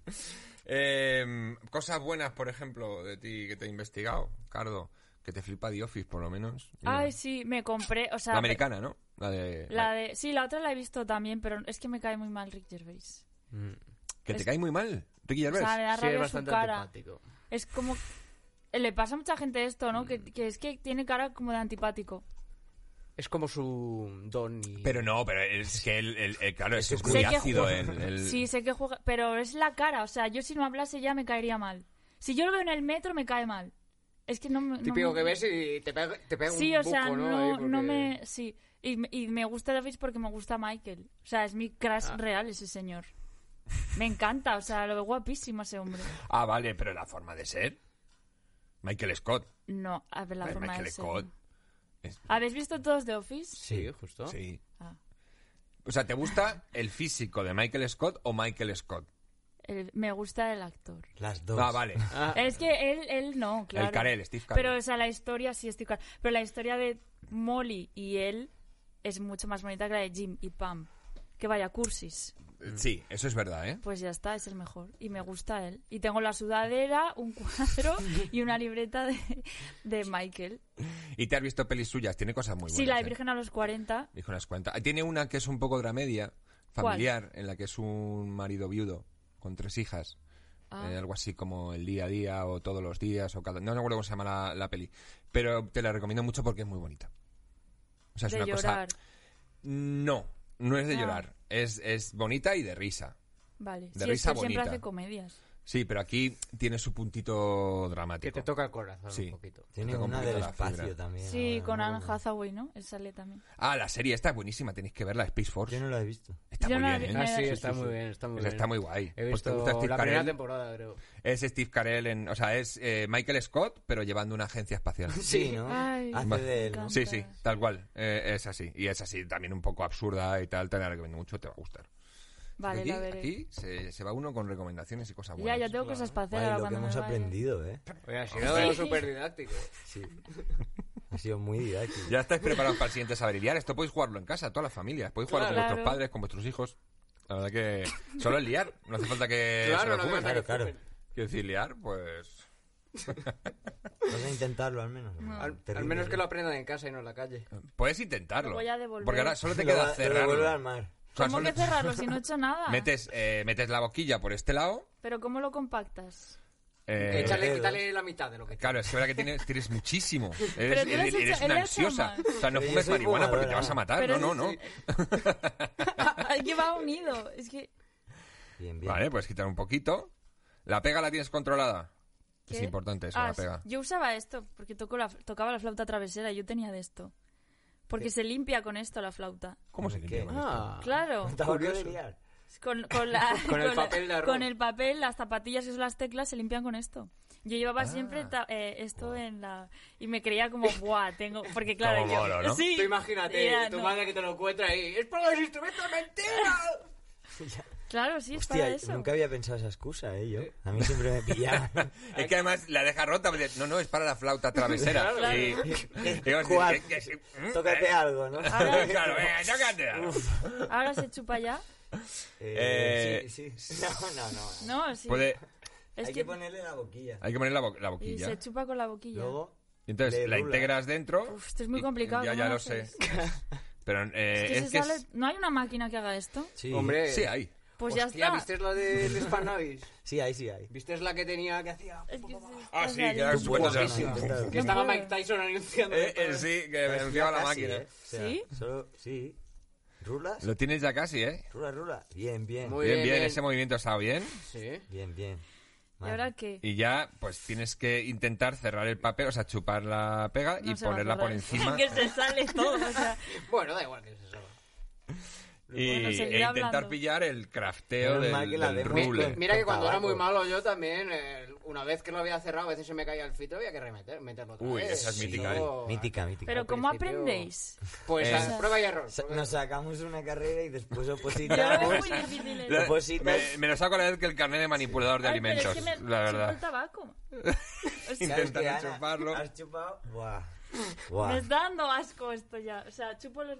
Speaker 1: Eh, cosas buenas, por ejemplo, de ti que te he investigado, Cardo, que te flipa The Office, por lo menos.
Speaker 2: Ay, sí, me compré, o sea...
Speaker 1: la americana, ¿no? La de.
Speaker 2: la de, sí, la otra la he visto también, pero es que me cae muy mal Rick Gervais.
Speaker 1: Que te
Speaker 2: es-
Speaker 1: cae muy mal, Ricky
Speaker 2: O
Speaker 1: Gervais.
Speaker 2: sea, me da
Speaker 4: Sí, es
Speaker 2: rabia su
Speaker 4: bastante
Speaker 2: cara.
Speaker 4: antipático.
Speaker 2: Es como... Le pasa a mucha gente esto, ¿no? Que, que es que tiene cara como de antipático.
Speaker 4: Es como su don y...
Speaker 1: Pero no, pero es que él, él- él, claro, es, que es
Speaker 3: Sé
Speaker 1: muy
Speaker 2: que
Speaker 1: ácido.
Speaker 2: juega-
Speaker 1: él- él-
Speaker 2: Sí, sé que juega, pero es la cara, o sea, yo si no hablase ya me caería mal. Si yo lo veo en el metro me cae mal. Es que no me... no
Speaker 4: Típico
Speaker 2: me-
Speaker 4: que ves y te pega, te pega
Speaker 2: Sí,
Speaker 4: un
Speaker 2: o sea,
Speaker 4: buco, ¿no?
Speaker 2: no,
Speaker 4: Ahí porque-
Speaker 2: no me... Sí, y, me- y me gusta David porque me gusta Michael. O sea, es mi crush
Speaker 4: Ah.
Speaker 2: real ese señor. Me encanta, o sea, lo veo guapísimo ese hombre.
Speaker 1: Ah, vale, pero la forma de ser. Michael Scott.
Speaker 2: No, a ver la
Speaker 1: Eh,
Speaker 2: forma
Speaker 1: Michael
Speaker 2: de ser.
Speaker 1: Scott.
Speaker 2: ¿no? ¿Habéis visto todos The Office?
Speaker 4: Sí, justo.
Speaker 1: Sí.
Speaker 2: Ah.
Speaker 1: O sea, ¿te gusta el físico de Michael Scott o Michael Scott?
Speaker 2: El- me gusta el actor.
Speaker 3: Las dos.
Speaker 1: Ah, vale.
Speaker 2: Es que él, él no, claro.
Speaker 1: Carell, Steve Carell.
Speaker 2: Pero, o sea, la historia sí, Steve Carell. Pero la historia de Molly y él es mucho más bonita que la de Jim y Pam. Que vaya cursis.
Speaker 1: Sí, eso es verdad, ¿eh?
Speaker 2: Pues ya está, es el mejor. Y me gusta él. Y tengo la sudadera, un cuadro y una libreta de, de Michael.
Speaker 1: Y te has visto pelis suyas, tiene cosas muy buenas.
Speaker 2: Sí, la de
Speaker 1: ¿eh?
Speaker 2: Virgen a los 40.
Speaker 1: Dijo unas cuantas. Ah, Tiene una que es un poco dramedia, familiar, en la que es un marido viudo con tres hijas.
Speaker 2: Ah.
Speaker 1: Eh, algo así como el día a día o todos los días o cada... No me acuerdo cómo se llama la, la peli. Pero te la recomiendo mucho porque es muy bonita. O sea, es
Speaker 2: de
Speaker 1: una
Speaker 2: llorar.
Speaker 1: cosa... No, no es de
Speaker 2: Ah.
Speaker 1: llorar. Es, es bonita y de risa.
Speaker 2: Vale.
Speaker 1: de
Speaker 2: sí, es que
Speaker 1: risa
Speaker 2: él siempre
Speaker 1: bonita.
Speaker 2: hace comedias.
Speaker 1: Sí, pero aquí tiene su puntito dramático.
Speaker 4: Que te toca el corazón
Speaker 1: Sí.
Speaker 4: un poquito.
Speaker 3: Tiene
Speaker 1: Te
Speaker 3: una
Speaker 1: complica
Speaker 3: del
Speaker 1: la
Speaker 3: espacio
Speaker 1: fibra.
Speaker 3: también.
Speaker 2: Sí,
Speaker 3: ahora,
Speaker 2: con
Speaker 3: ¿no?
Speaker 2: Anne Hathaway, ¿no? Él sale también.
Speaker 1: Ah, la serie esta es buenísima, tenéis que verla, Space Force.
Speaker 3: Yo no la he visto.
Speaker 1: Está
Speaker 2: Yo
Speaker 1: muy
Speaker 2: no la
Speaker 1: bien,
Speaker 2: vi-
Speaker 1: ¿eh?
Speaker 4: Ah, sí,
Speaker 2: Sí,
Speaker 4: está
Speaker 1: sí,
Speaker 4: muy
Speaker 1: sí.
Speaker 4: bien, está muy
Speaker 1: Esa
Speaker 4: bien.
Speaker 1: Está muy guay.
Speaker 4: He
Speaker 1: Pues te
Speaker 4: visto
Speaker 1: gusta Steve
Speaker 4: la primera
Speaker 1: Carell.
Speaker 4: temporada, creo.
Speaker 1: Es Steve Carell en... O sea, es eh, Michael Scott, pero llevando una agencia espacial.
Speaker 3: Sí, ¿no?
Speaker 2: Ay,
Speaker 3: Hace
Speaker 1: me
Speaker 3: de él, ¿no?
Speaker 2: encanta.
Speaker 1: Sí, sí, tal cual. Eh, es así. Y es así también un poco absurda y tal. Te la recomiendo mucho, te va a gustar.
Speaker 2: Vale,
Speaker 1: aquí,
Speaker 2: la veré.
Speaker 1: aquí se, se va uno con recomendaciones y cosas
Speaker 2: Ya,
Speaker 1: buenas.
Speaker 2: ya tengo cosas para hacer
Speaker 3: Guay,
Speaker 2: ahora
Speaker 3: lo que
Speaker 2: cuando
Speaker 3: hemos
Speaker 2: me vaya.
Speaker 3: aprendido, ¿eh?
Speaker 4: Oye, ha sido súper didáctico.
Speaker 3: Sí. ha sido muy didáctico.
Speaker 1: Ya estáis preparados para el siguiente saberiliar. Esto podéis jugarlo en casa, todas las familias. Podéis jugarlo con
Speaker 2: Claro.
Speaker 1: vuestros padres, con vuestros hijos. La verdad que solo es liar. No hace falta que se lo
Speaker 4: Claro, no
Speaker 1: fumen.
Speaker 4: hace falta
Speaker 3: Claro,
Speaker 4: que
Speaker 3: claro.
Speaker 4: fumen.
Speaker 1: Quiero decir, liar, pues...
Speaker 3: Vamos a intentarlo al menos.
Speaker 4: Al, al
Speaker 3: Terrible, ¿eh?
Speaker 1: ¿eh?
Speaker 4: menos que lo
Speaker 3: ¿no?
Speaker 4: aprendan en casa y no en la calle.
Speaker 1: Puedes intentarlo.
Speaker 2: Lo voy a devolver.
Speaker 1: Porque ahora solo te
Speaker 3: Lo-
Speaker 1: queda
Speaker 3: lo
Speaker 1: cerrarlo.
Speaker 3: devuelve al mar.
Speaker 1: O sea,
Speaker 2: ¿Cómo
Speaker 1: solo-
Speaker 2: que cerrarlo si no he hecho nada?
Speaker 1: metes, eh, metes la boquilla por este lado.
Speaker 2: ¿Pero cómo lo compactas?
Speaker 1: eh,
Speaker 4: Échale,
Speaker 3: dedos.
Speaker 4: quítale la mitad de lo que
Speaker 1: Claro, es que verdad que tienes, tienes muchísimo. Eres,
Speaker 2: Pero tú le has
Speaker 1: eres- eres
Speaker 2: hecho- él
Speaker 1: una
Speaker 2: le ha hecho
Speaker 1: ansiosa.
Speaker 2: mal.
Speaker 1: O sea, no
Speaker 3: Pero yo
Speaker 1: fumes
Speaker 3: soy
Speaker 1: marihuana porque te
Speaker 3: fumadora.
Speaker 1: vas a matar.
Speaker 2: Pero
Speaker 1: no,
Speaker 2: es-
Speaker 1: no, no.
Speaker 2: Ay, que va unido. Es que...
Speaker 3: Bien, bien.
Speaker 1: Vale, puedes quitar un poquito. La pega la tienes controlada. Es
Speaker 2: ¿Qué?
Speaker 1: importante eso,
Speaker 2: Ah,
Speaker 1: la pega.
Speaker 2: sí. Yo usaba esto porque toco la- tocaba la flauta travesera y yo tenía de esto. Porque se limpia con esto la flauta.
Speaker 1: ¿Cómo se
Speaker 3: ¿Qué?
Speaker 1: limpia con esto?
Speaker 4: Ah,
Speaker 2: Claro.
Speaker 3: Te volvió a
Speaker 4: Curioso.
Speaker 3: liar.
Speaker 2: Con, con la-
Speaker 4: Con el
Speaker 2: con la-
Speaker 4: papel de arroz.
Speaker 2: con el papel, las zapatillas, que son las teclas, se limpian con esto. Yo llevaba
Speaker 1: Ah.
Speaker 2: siempre ta- eh, esto en la... Y me creía como, buah, tengo... Porque claro,
Speaker 1: Como
Speaker 2: yo...
Speaker 1: molo, ¿no?
Speaker 2: Sí.
Speaker 4: Tú imagínate,
Speaker 2: Ya,
Speaker 4: tu
Speaker 2: no.
Speaker 4: madre que te lo encuentra y ¡Es para los instrumentos, mentira!
Speaker 2: Claro, sí, es para
Speaker 3: Hostia,
Speaker 2: eso.
Speaker 3: nunca había pensado esa excusa, ¿eh? Yo. A mí siempre me pillaban.
Speaker 1: Es que además la deja rota. porque No, no, es para la flauta travesera.
Speaker 4: Claro.
Speaker 1: Y- y vamos a
Speaker 3: Cuad,
Speaker 1: decir, que- que- que- ¿Mm?
Speaker 3: Tócate algo, ¿no?
Speaker 2: Ahora-
Speaker 1: Claro, eh, venga, tócate algo.
Speaker 2: Ahora se chupa ya.
Speaker 3: Eh,
Speaker 1: Eh,
Speaker 3: sí, sí. No, no, no.
Speaker 2: No, sí.
Speaker 1: Puede-
Speaker 2: Es
Speaker 3: Hay
Speaker 2: que...
Speaker 3: que ponerle la boquilla.
Speaker 1: hay que poner la, bo- la
Speaker 2: Y
Speaker 1: boquilla.
Speaker 2: se chupa con la boquilla.
Speaker 3: Luego.
Speaker 1: Entonces
Speaker 3: le
Speaker 1: la
Speaker 3: rula.
Speaker 1: integras dentro.
Speaker 2: Uf, esto es muy
Speaker 1: y-
Speaker 2: complicado,
Speaker 1: Ya,
Speaker 2: ¿cómo
Speaker 1: ya
Speaker 2: lo
Speaker 1: lo sé.
Speaker 2: haces?
Speaker 1: Pero eh,
Speaker 2: Es que
Speaker 1: es
Speaker 2: se
Speaker 1: que es-
Speaker 2: sale- ¿No hay una máquina que haga esto?
Speaker 3: Sí.
Speaker 4: Hombre,
Speaker 1: Sí, hay.
Speaker 2: Pues
Speaker 4: hostia,
Speaker 2: ya está.
Speaker 4: ¿viste la del Spanovis?
Speaker 3: Sí, ahí sí
Speaker 1: Eh,
Speaker 3: hay.
Speaker 4: ¿Viste la que tenía que hacía?
Speaker 2: Es que se
Speaker 1: Ah,
Speaker 2: está
Speaker 1: sí, que das
Speaker 2: saliendo.
Speaker 1: vueltas al-
Speaker 3: Guapísima.
Speaker 4: Que
Speaker 3: No
Speaker 4: estaba
Speaker 2: puedo.
Speaker 4: Mike Tyson anunciando.
Speaker 1: Eh, eh, sí, que me
Speaker 3: Ya
Speaker 1: anunciaba la
Speaker 3: casi,
Speaker 1: máquina.
Speaker 3: ¿eh? O sea,
Speaker 2: ¿Sí?
Speaker 3: Solo, sí. ¿Rulas?
Speaker 1: Lo tienes ya casi, ¿eh?
Speaker 3: Rula, rula. Bien, bien.
Speaker 4: Muy-
Speaker 1: Bien, bien,
Speaker 4: bien, bien.
Speaker 1: ese movimiento estaba bien.
Speaker 4: Sí.
Speaker 3: Bien, bien.
Speaker 2: ¿Y ahora qué?
Speaker 1: Y ya, pues tienes que intentar cerrar el papel, o sea, chupar la pega y
Speaker 2: No se va a
Speaker 1: ponerla por
Speaker 2: cerrar.
Speaker 1: encima.
Speaker 2: que se sale todo. o sea,
Speaker 4: Bueno, da igual que es eso.
Speaker 1: y,
Speaker 2: Bueno,
Speaker 1: e
Speaker 2: seguirá
Speaker 1: intentar
Speaker 2: hablando.
Speaker 1: pillar el crafteo
Speaker 3: Menos
Speaker 1: del,
Speaker 3: mal que la
Speaker 1: del
Speaker 3: demo es
Speaker 1: rule.
Speaker 3: con-
Speaker 4: Mira que cuando era
Speaker 3: tabaco.
Speaker 4: muy malo yo también, eh, una vez que lo había cerrado, a veces se me caía el filtro y había que remeter, meterlo otra
Speaker 1: Uy,
Speaker 4: vez.
Speaker 1: esa es
Speaker 4: Sí.
Speaker 1: mítica,
Speaker 4: Luego-
Speaker 3: Mítica, mítica.
Speaker 2: Pero ¿cómo
Speaker 4: principio-
Speaker 2: aprendéis?
Speaker 4: Pues
Speaker 1: Eh,
Speaker 4: ah, prueba y error.
Speaker 3: Sa-
Speaker 4: prueba y
Speaker 3: Nos
Speaker 4: error.
Speaker 3: sacamos una carrera y después
Speaker 2: Yo lo veo
Speaker 3: opositamos.
Speaker 2: muy difícil ¿eh?
Speaker 1: La-
Speaker 2: esto.
Speaker 3: Lo- Depositas-
Speaker 1: me, me lo saco a la vez que el carnet de manipulador de
Speaker 2: Ay, pero es
Speaker 1: alimentos,
Speaker 2: que me
Speaker 1: la
Speaker 2: chupa el
Speaker 1: verdad.
Speaker 2: tabaco. O sea,
Speaker 3: Claro, es que,
Speaker 1: Intentaré
Speaker 3: Ana,
Speaker 1: chuparlo.
Speaker 3: Has chupado. Buah. Buah.
Speaker 2: me está dando asco esto ya. O sea, chupo los...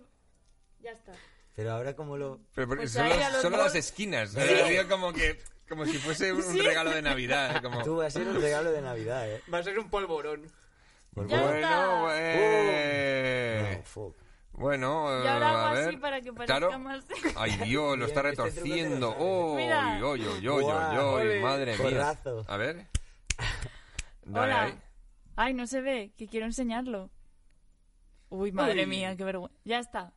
Speaker 2: Ya está.
Speaker 3: Pero ahora como lo.
Speaker 1: Pero, pero
Speaker 2: Pues
Speaker 1: solo
Speaker 2: ahí a los
Speaker 1: solo
Speaker 2: dos-
Speaker 1: las esquinas. Eh, digo como que como si fuese un regalo de Navidad. eh, Como,
Speaker 3: Tú vas a ser un regalo de Navidad, eh.
Speaker 4: Va a ser un polvorón.
Speaker 2: Ya está.
Speaker 1: bueno, eh,
Speaker 3: No, fuck.
Speaker 1: bueno,
Speaker 2: Y ahora
Speaker 1: eh,
Speaker 2: hago
Speaker 1: a
Speaker 2: así
Speaker 1: ver.
Speaker 2: para que parezca
Speaker 1: claro.
Speaker 2: más-
Speaker 1: Ay, Dios, lo está
Speaker 3: Bien, este truco te lo
Speaker 1: retorciendo.
Speaker 3: sabes.
Speaker 1: ¡Uy,
Speaker 2: Mira.
Speaker 1: uy, uy, uy, uy,
Speaker 3: Guau,
Speaker 1: uy!
Speaker 4: ole.
Speaker 1: ¡Madre mía!
Speaker 3: Porrazo.
Speaker 1: A ver. Dale ahí.
Speaker 2: Hola. Ay, no se ve, que quiero enseñarlo. Uy, madre
Speaker 4: Uy.
Speaker 2: mía, qué vergüenza. Ya está.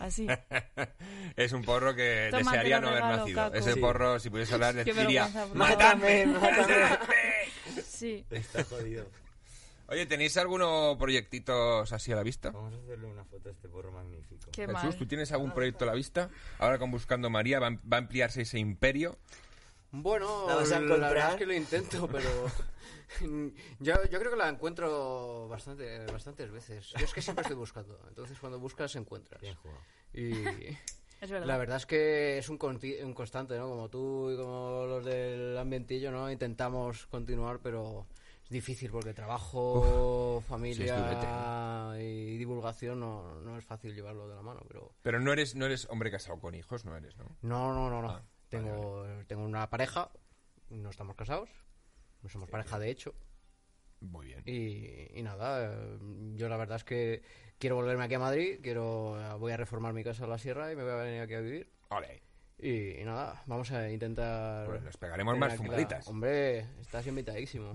Speaker 2: Así.
Speaker 1: Es un porro que
Speaker 2: Tómate,
Speaker 1: desearía
Speaker 2: lo
Speaker 1: no haber
Speaker 2: regalo,
Speaker 1: nacido.
Speaker 2: Caco.
Speaker 1: Ese
Speaker 3: Sí.
Speaker 1: porro, si pudiese hablar, le
Speaker 2: Qué
Speaker 1: diría:
Speaker 2: vergüenza, Bruno.
Speaker 1: ¡Mátame!
Speaker 3: Mátame, mátame.
Speaker 2: Sí.
Speaker 3: Está jodido.
Speaker 1: Oye, ¿tenéis algunos proyectitos así a la vista?
Speaker 3: Vamos a hacerle una foto a este porro magnífico.
Speaker 2: Qué mal.
Speaker 1: Jesús, ¿tú tienes algún proyecto a la vista? Ahora con Buscando María va a va a ampliarse ese imperio.
Speaker 4: Bueno,
Speaker 3: ¿La vas a
Speaker 4: la verdad
Speaker 3: comprar?
Speaker 4: es que lo intento, pero yo, yo creo que la encuentro bastante, bastantes veces. Yo es que siempre estoy buscando, entonces cuando buscas encuentras.
Speaker 3: Bien jugado.
Speaker 4: Y
Speaker 2: Es verdad.
Speaker 4: la verdad es que es un, conti- un constante, ¿no? Como tú y como los del ambientillo, ¿no? Intentamos continuar, pero es difícil porque trabajo,
Speaker 1: sí, es
Speaker 4: familia y divulgación no, no es fácil llevarlo de la mano, pero...
Speaker 1: Pero no eres, no eres hombre casado con hijos, no eres, ¿no?
Speaker 4: No, no, no, no.
Speaker 1: Ah,
Speaker 4: tengo, tengo una pareja, no estamos casados, no somos pareja de hecho.
Speaker 1: Muy bien.
Speaker 4: Y, y nada, eh, yo la verdad es que quiero volverme aquí a Madrid, quiero eh, voy a reformar mi casa en la sierra y me voy a venir aquí a vivir.
Speaker 1: Ole.
Speaker 4: Y, y nada, vamos a intentar...
Speaker 1: Pues nos pegaremos
Speaker 4: tener
Speaker 1: más
Speaker 4: aquí la-
Speaker 1: fumaditas.
Speaker 4: Hombre, estás invitadísimo.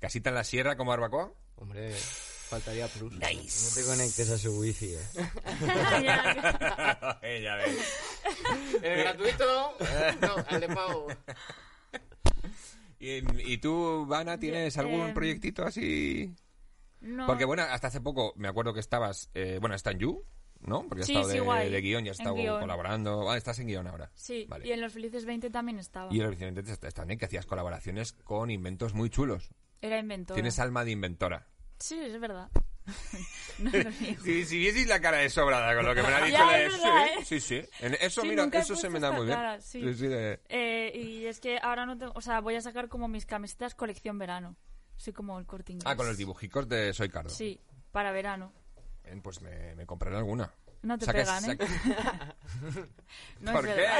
Speaker 1: ¿Casita en la sierra como barbacoa?
Speaker 4: Hombre, faltaría plus.
Speaker 3: No te conectes a su wifi, eh.
Speaker 2: Ya,
Speaker 1: Eh, ya ves.
Speaker 4: ¿El gratuito? No, el de pago.
Speaker 1: ¿Y, y tú, Vana, tienes
Speaker 2: Yo,
Speaker 1: algún
Speaker 2: em,
Speaker 1: proyectito así?
Speaker 2: No,
Speaker 1: Porque, bueno, hasta hace poco me acuerdo que estabas, eh, bueno, está en You, ¿no? Porque has
Speaker 2: Sí,
Speaker 1: estado
Speaker 2: sí,
Speaker 1: de,
Speaker 2: guay.
Speaker 1: de guión y has
Speaker 2: En
Speaker 1: estado
Speaker 2: guión.
Speaker 1: colaborando. Ah, estás en guión ahora.
Speaker 2: sí,
Speaker 1: Vale.
Speaker 2: y en Los Felices 20 también estaba.
Speaker 1: Y el también que hacías colaboraciones con inventos muy chulos.
Speaker 2: Era inventora.
Speaker 1: Tienes alma de inventora.
Speaker 2: Sí, es verdad. no lo niego.
Speaker 1: Si, si vieseis la cara de sobrada con lo que me ha dicho,
Speaker 2: Ya,
Speaker 1: le-
Speaker 2: es verdad, ¿eh?
Speaker 1: sí, sí, sí. En- eso,
Speaker 2: Sí,
Speaker 1: mira,
Speaker 2: nunca he
Speaker 1: eso se
Speaker 2: puesto
Speaker 1: me da
Speaker 2: esta
Speaker 1: muy bien.
Speaker 2: cara, sí.
Speaker 1: de-
Speaker 2: Eh, y es que ahora no tengo... O sea, voy a sacar como mis camisetas colección verano. Soy como el corte inglés.
Speaker 1: Ah, con los dibujicos de Soy Cardo.
Speaker 2: Sí, para verano.
Speaker 1: Bien, pues me, me compraré alguna.
Speaker 2: No te
Speaker 1: Sacas-
Speaker 2: pegan, ¿eh?
Speaker 1: sac-
Speaker 2: No
Speaker 1: ¿Por
Speaker 2: es
Speaker 1: qué?
Speaker 2: verdad.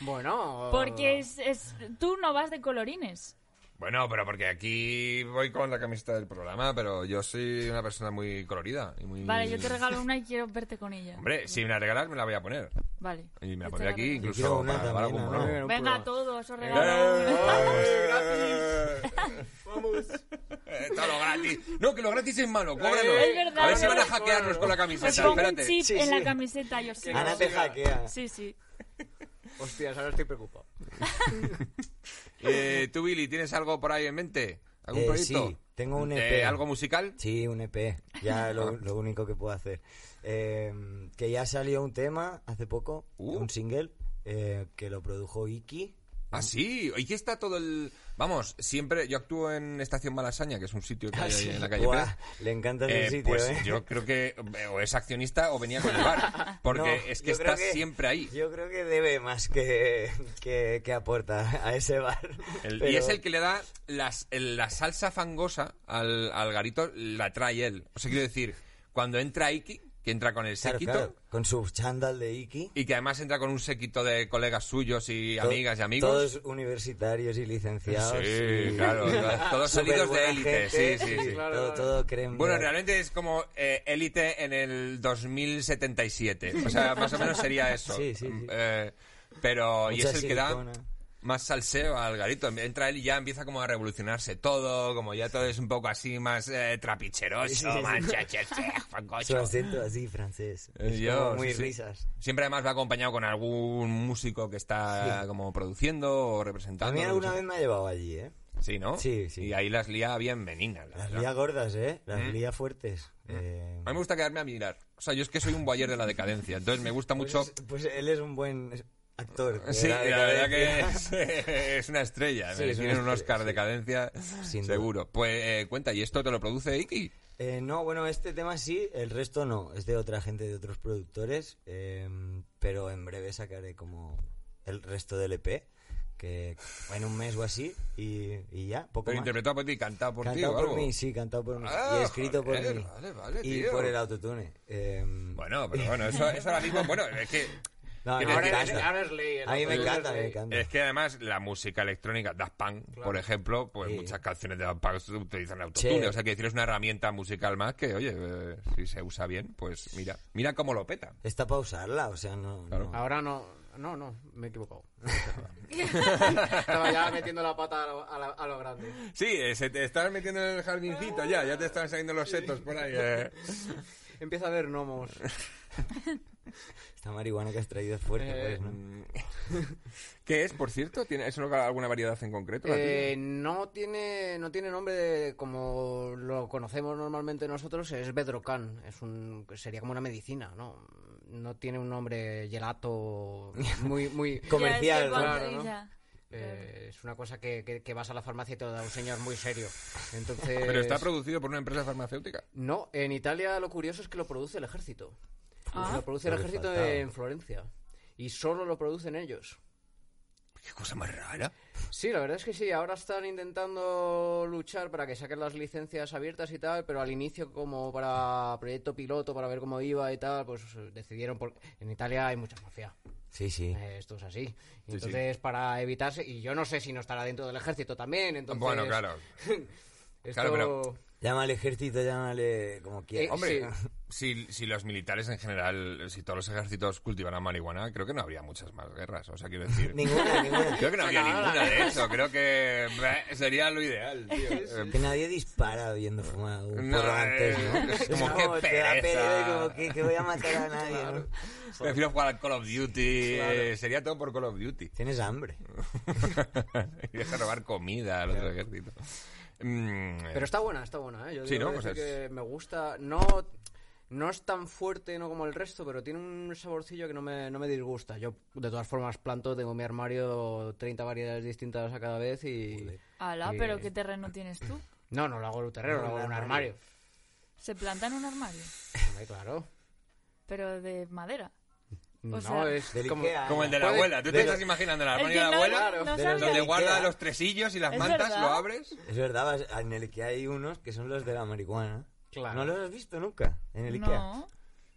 Speaker 4: Bueno.
Speaker 2: Porque es, es- tú no vas de colorines.
Speaker 1: Bueno, pero porque aquí voy con la camiseta del programa, pero yo soy una persona muy colorida y muy...
Speaker 2: Vale, yo te regalo una y quiero verte con ella.
Speaker 1: Mm. Hombre, si me la regalas me la voy a poner.
Speaker 2: Vale.
Speaker 1: Y me la
Speaker 2: Yo te
Speaker 1: pondré
Speaker 2: la
Speaker 1: aquí
Speaker 2: regalo.
Speaker 3: quiero
Speaker 1: incluso
Speaker 3: una
Speaker 1: para, para algún
Speaker 3: también, ¿no?
Speaker 1: programa.
Speaker 4: No
Speaker 2: Venga,
Speaker 4: puedo.
Speaker 2: a todos, os regalo.
Speaker 1: ¡Eh! Eh, Todo lo gratis. No, que lo gratis es malo. Cóbranos.
Speaker 2: Es verdad,
Speaker 1: a ver
Speaker 2: es
Speaker 1: si van a
Speaker 4: verdad.
Speaker 1: hackearnos con la camiseta.
Speaker 2: Os pongo un
Speaker 1: Espérate.
Speaker 2: chip
Speaker 3: Sí,
Speaker 2: en la
Speaker 3: sí.
Speaker 2: camiseta, yo sí.
Speaker 3: Ana te hackea.
Speaker 2: Sí, sí.
Speaker 4: Hostias, ahora estoy preocupado.
Speaker 1: Eh, tú, Billy, ¿tienes algo por ahí en mente? ¿Algún
Speaker 3: Eh,
Speaker 1: proyecto?
Speaker 3: sí, tengo un E
Speaker 1: Eh,
Speaker 3: EP.
Speaker 1: ¿Algo musical?
Speaker 3: Sí, un EP, ya lo, lo único que puedo hacer. Eh, que ya salió un tema hace poco,
Speaker 1: Uh.
Speaker 3: un single, eh, que lo produjo Iki.
Speaker 1: Ah, sí. ¿Y qué está todo el...? Vamos, siempre... Yo actúo en Estación Malasaña, que es un sitio que hay ahí en la calle
Speaker 3: Ah, Buah,
Speaker 1: Pérez.
Speaker 3: le encanta ese
Speaker 1: Eh,
Speaker 3: sitio,
Speaker 1: pues
Speaker 3: ¿eh?
Speaker 1: yo creo que eh, o es accionista o venía con el bar. Porque
Speaker 3: No,
Speaker 1: es que
Speaker 3: yo creo
Speaker 1: estás siempre ahí.
Speaker 3: Yo creo que debe más que, que, que aporta a ese bar.
Speaker 1: El- Y
Speaker 3: Pero-
Speaker 1: es el que le da las, el- la salsa fangosa al, al garito, la trae él. O sea, quiero decir, cuando entra Iki, que entra con el
Speaker 3: claro,
Speaker 1: séquito,
Speaker 3: claro, con su chándal de Iki.
Speaker 1: y que además entra con un séquito de colegas suyos y
Speaker 3: to-
Speaker 1: amigas y amigos.
Speaker 3: Todos universitarios y licenciados.
Speaker 1: Sí,
Speaker 3: y-
Speaker 1: claro, claro. todos salidos de
Speaker 3: superbuena
Speaker 1: élite, sí,
Speaker 3: gente,
Speaker 1: sí,
Speaker 3: y
Speaker 1: sí.
Speaker 4: Claro,
Speaker 3: Todo,
Speaker 4: claro.
Speaker 3: todo creen-
Speaker 1: Bueno, realmente es como eh, élite en el 2077. O sea, más o menos sería eso.
Speaker 3: Sí, sí, sí.
Speaker 1: Eh, pero, y
Speaker 3: Mucha
Speaker 1: es el que da
Speaker 3: silicona.
Speaker 1: más salseo al garito. Entra él y ya empieza como a revolucionarse todo, como ya todo es un poco así más eh, trapicheroso,
Speaker 3: Sí, sí, sí.
Speaker 1: más che, che, che, fangocho.
Speaker 3: Su acento así francés.
Speaker 1: Eh,
Speaker 3: Es
Speaker 1: yo,
Speaker 3: como muy
Speaker 1: sí, sí.
Speaker 3: risas.
Speaker 1: Siempre además va acompañado con algún músico que está como produciendo o representando.
Speaker 3: A mí
Speaker 1: lo que
Speaker 3: alguna
Speaker 1: sea.
Speaker 3: vez me ha llevado allí, ¿eh?
Speaker 1: Sí, ¿no?
Speaker 3: Sí, sí.
Speaker 1: Y ahí las lía bien veninas. la
Speaker 3: Las
Speaker 1: verdad.
Speaker 3: lía gordas, ¿eh? Las lía fuertes. Eh,
Speaker 1: Mm. A mí me gusta quedarme a mirar. O sea, yo es que soy un boyer de la decadencia, entonces me gusta mucho...
Speaker 3: pues, pues él es un buen actor. de
Speaker 1: Sí, la
Speaker 3: de
Speaker 1: verdad que
Speaker 3: decadencia.
Speaker 1: es, es una estrella.
Speaker 3: Sí,
Speaker 1: me
Speaker 3: es una
Speaker 1: tienen un
Speaker 3: estrella,
Speaker 1: Oscar de
Speaker 3: sí.
Speaker 1: cadencia,
Speaker 3: Sin duda.
Speaker 1: seguro. Pues eh, cuenta, ¿y esto te lo produce Iki?
Speaker 3: Eh, no, bueno, este tema sí, el resto no. Es de otra gente, de otros productores. eh, pero en breve sacaré como el resto del EP. Que en un mes o así. Y, y ya, poco
Speaker 1: Pero
Speaker 3: más.
Speaker 1: interpretado por ti, cantado por ti
Speaker 3: cantado
Speaker 1: o
Speaker 3: por
Speaker 1: algo.
Speaker 3: mí, sí, cantado por mí.
Speaker 1: Ah,
Speaker 3: y escrito
Speaker 1: joder,
Speaker 3: por mí.
Speaker 1: vale, vale,
Speaker 3: y
Speaker 1: tío.
Speaker 3: por el autotune. eh,
Speaker 1: Bueno, pero bueno, eso, eso ahora mismo, bueno, es que...
Speaker 3: No, no,
Speaker 1: quiero
Speaker 3: me
Speaker 1: decir,
Speaker 4: Ahora es,
Speaker 3: encanta.
Speaker 4: ahora es ley. ¿no?
Speaker 3: A mí me
Speaker 4: Ahora es
Speaker 3: encanta, me
Speaker 4: ley.
Speaker 3: encanta.
Speaker 1: Es que además la música electrónica, Daft Punk, por ejemplo, pues
Speaker 3: Sí.
Speaker 1: muchas canciones de Daft Punk utilizan autotune.
Speaker 3: Sí.
Speaker 1: O sea, que decir, es una herramienta musical más que, oye, eh, si se usa bien, pues mira, mira cómo lo peta.
Speaker 3: Está para usarla, o sea, no.
Speaker 1: Claro.
Speaker 3: no.
Speaker 4: Ahora no. No, no, me he equivocado. No sé nada. Estaba ya metiendo la pata a lo, a la- a lo grande.
Speaker 1: Sí, eh, se te estás metiendo en el jardincito ya, ya te están saliendo los setos por ahí. eh.
Speaker 4: Empieza a ver gnomos.
Speaker 3: Esta marihuana que has traído es fuerte,
Speaker 4: Eh,
Speaker 3: pues, ¿no?
Speaker 1: Mm. ¿Qué es, por cierto? ¿Tiene, ¿Es una- alguna variedad en concreto? la
Speaker 4: Eh, no tiene no tiene nombre de- como lo conocemos normalmente nosotros, es Bedrocan, es un sería como una medicina, ¿no? No tiene un nombre gelato muy muy
Speaker 3: Comercial,
Speaker 2: Eh, Ya, es que cuando-
Speaker 4: claro, ¿no?
Speaker 2: ya.
Speaker 4: eh, es una cosa que, que- que vas a la farmacia y te lo da un señor muy serio. Entonces
Speaker 1: tuya? Pero está producido por una empresa farmacéutica.
Speaker 4: No, en Italia lo curioso es que lo produce el ejército.
Speaker 2: Ah.
Speaker 4: Lo produce el
Speaker 3: Lo que
Speaker 4: ejército
Speaker 3: faltaba.
Speaker 4: en Florencia y solo lo producen ellos.
Speaker 1: Qué cosa más rara.
Speaker 4: Sí, la verdad es que sí. Ahora están intentando luchar para que saquen las licencias abiertas y tal, pero al inicio como para proyecto piloto, para ver cómo iba y tal, pues eh, decidieron porque en Italia hay mucha mafia.
Speaker 3: Sí, sí.
Speaker 4: Eh, Esto es así. Y
Speaker 1: sí.
Speaker 4: entonces para evitarse y yo no sé si no estará dentro del ejército también. Entonces
Speaker 1: Bueno, claro.
Speaker 4: esto-
Speaker 1: Claro, pero
Speaker 3: Llámale ejército, llámale como quieras.
Speaker 4: Eh,
Speaker 1: Hombre,
Speaker 4: Sí.
Speaker 1: si, si los militares en general, si todos los ejércitos cultivaran marihuana, creo que no habría muchas más guerras. O sea, quiero decir.
Speaker 3: Ninguna, ninguna.
Speaker 1: Creo que no habría
Speaker 4: Se acabaron
Speaker 1: ninguna
Speaker 4: las
Speaker 1: de eso. Creo que bleh, sería lo ideal, tío. Eh,
Speaker 3: Que nadie dispara viendo fumado un
Speaker 1: No,
Speaker 3: porro antes,
Speaker 1: eh,
Speaker 3: ¿no?
Speaker 1: es como, qué
Speaker 3: te da
Speaker 1: pereza.
Speaker 3: pereza, como que, que voy a matar a nadie, ¿no?
Speaker 1: Prefiero jugar al Call of Duty. eh, Sería todo por Call of Duty.
Speaker 3: Tienes hambre.
Speaker 1: Irías a robar comida al otro ejército. Mm, eh,
Speaker 4: Pero está buena, está buena, ¿eh? Yo
Speaker 1: Sí,
Speaker 4: digo
Speaker 1: ¿no? Pues
Speaker 4: que
Speaker 1: O sea,
Speaker 4: sí que me gusta. No, no es tan fuerte no como el resto, pero tiene un saborcillo que no me, no me disgusta. Yo, de todas formas, planto, tengo en mi armario 30 variedades distintas a cada vez y...
Speaker 2: Ala,
Speaker 4: Sí.
Speaker 1: Eh.
Speaker 2: pero ¿qué terreno tienes tú?
Speaker 4: No, no lo hago en un
Speaker 3: No,
Speaker 4: terreno, lo hago en un
Speaker 3: un
Speaker 4: armario.
Speaker 2: ¿Se planta en un armario?
Speaker 4: Hombre, claro.
Speaker 2: Pero de madera.
Speaker 4: no,
Speaker 2: sea,
Speaker 4: es
Speaker 3: Del
Speaker 4: como...
Speaker 3: Ikea.
Speaker 1: Como el de la
Speaker 4: Puede-
Speaker 1: abuela. ¿Tú te
Speaker 3: de-
Speaker 1: estás imaginando el armario
Speaker 2: que
Speaker 1: de la
Speaker 2: no-
Speaker 1: abuela?
Speaker 2: no
Speaker 3: De-
Speaker 2: sabe.
Speaker 1: Donde
Speaker 3: Ikea.
Speaker 1: guarda los tresillos y las
Speaker 2: Es
Speaker 1: mantas,
Speaker 2: verdad.
Speaker 1: lo abres.
Speaker 3: Es verdad, vas- en el IKEA hay unos que son los de la marihuana.
Speaker 4: Claro.
Speaker 3: ¿No los has visto nunca en el IKEA?
Speaker 2: No.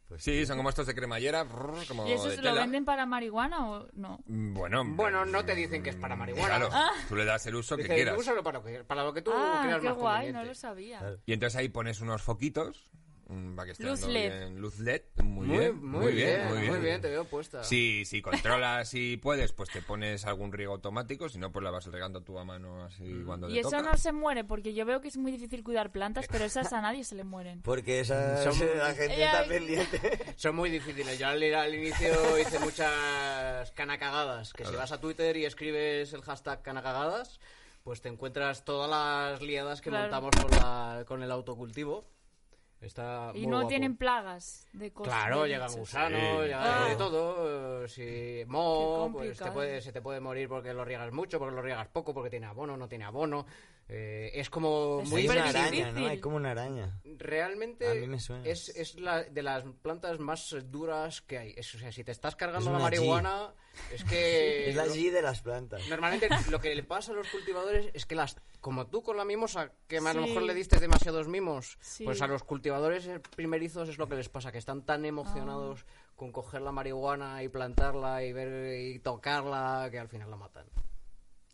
Speaker 3: Pues
Speaker 1: Sí, son como estos de cremallera, brrr, como
Speaker 4: Oh,
Speaker 2: ¿Y eso
Speaker 1: de
Speaker 2: se lo
Speaker 1: tela. Mm,
Speaker 2: venden para marihuana o no?
Speaker 1: Bueno, pues,
Speaker 4: Bueno, no te dicen que es para marihuana.
Speaker 1: Claro, tú le das el uso que
Speaker 4: Dice,
Speaker 1: quieras.
Speaker 4: tú úsalo para lo que, para lo que tú
Speaker 2: ah,
Speaker 4: creas
Speaker 2: qué
Speaker 4: más
Speaker 2: guay, no
Speaker 4: conveniente.
Speaker 2: lo sabía.
Speaker 3: Claro.
Speaker 1: Y entonces ahí pones unos foquitos mm, para que esté
Speaker 2: Luz
Speaker 1: dando
Speaker 2: LED.
Speaker 1: bien. Luz LED. Muy, bien, muy bien, muy bien.
Speaker 4: te veo puesta.
Speaker 1: Si, si controlas y puedes, pues te pones algún riego automático, si no, pues la vas regando tú a mano así cuando
Speaker 2: Mm. Y
Speaker 1: te
Speaker 2: eso
Speaker 1: toca.
Speaker 2: no se muere, porque yo veo que es muy difícil cuidar plantas, pero esas a nadie se le mueren.
Speaker 3: Porque esa,
Speaker 4: Son-
Speaker 3: la gente
Speaker 2: Ella-
Speaker 3: está pendiente.
Speaker 4: Son muy difíciles. Yo al, al inicio hice muchas canacagadas. Que si vas a Twitter y escribes el hashtag canacagadas, pues te encuentras todas las liadas que
Speaker 2: Claro.
Speaker 4: montamos con, la- con el autocultivo. Está
Speaker 2: Y
Speaker 4: muy
Speaker 2: no
Speaker 4: guapo.
Speaker 2: tienen plagas de cosas.
Speaker 4: Claro,
Speaker 2: de
Speaker 4: llegan
Speaker 2: bichos.
Speaker 4: gusanos,
Speaker 1: Sí.
Speaker 4: llegan de
Speaker 3: Ah.
Speaker 4: todo. eh, Si
Speaker 2: Qué
Speaker 4: mo,
Speaker 2: complicado.
Speaker 4: pues te puede, se te puede morir porque lo riegas mucho, porque lo riegas poco, porque tiene abono, no tiene abono. Eh, es como
Speaker 2: Es
Speaker 4: muy
Speaker 3: Hay una
Speaker 2: difícil.
Speaker 3: araña, ¿no? Hay como una araña.
Speaker 4: Realmente
Speaker 3: A mí me suena.
Speaker 4: es, es la, de las plantas más duras que hay. Es- o sea, si te estás cargando
Speaker 3: Es
Speaker 4: la
Speaker 3: una G.
Speaker 4: marihuana, es que...
Speaker 3: Es la
Speaker 4: lo-
Speaker 3: G de las plantas.
Speaker 4: Normalmente lo que le pasa a los cultivadores es que las... Como tú con la mimosa, que a lo
Speaker 2: Sí.
Speaker 4: mejor le diste demasiados mimos,
Speaker 2: Sí.
Speaker 4: pues a los cultivadores eh, primerizos es lo que les pasa, que están tan emocionados
Speaker 2: Ah.
Speaker 4: con coger la marihuana y plantarla y ver y tocarla que al final la matan.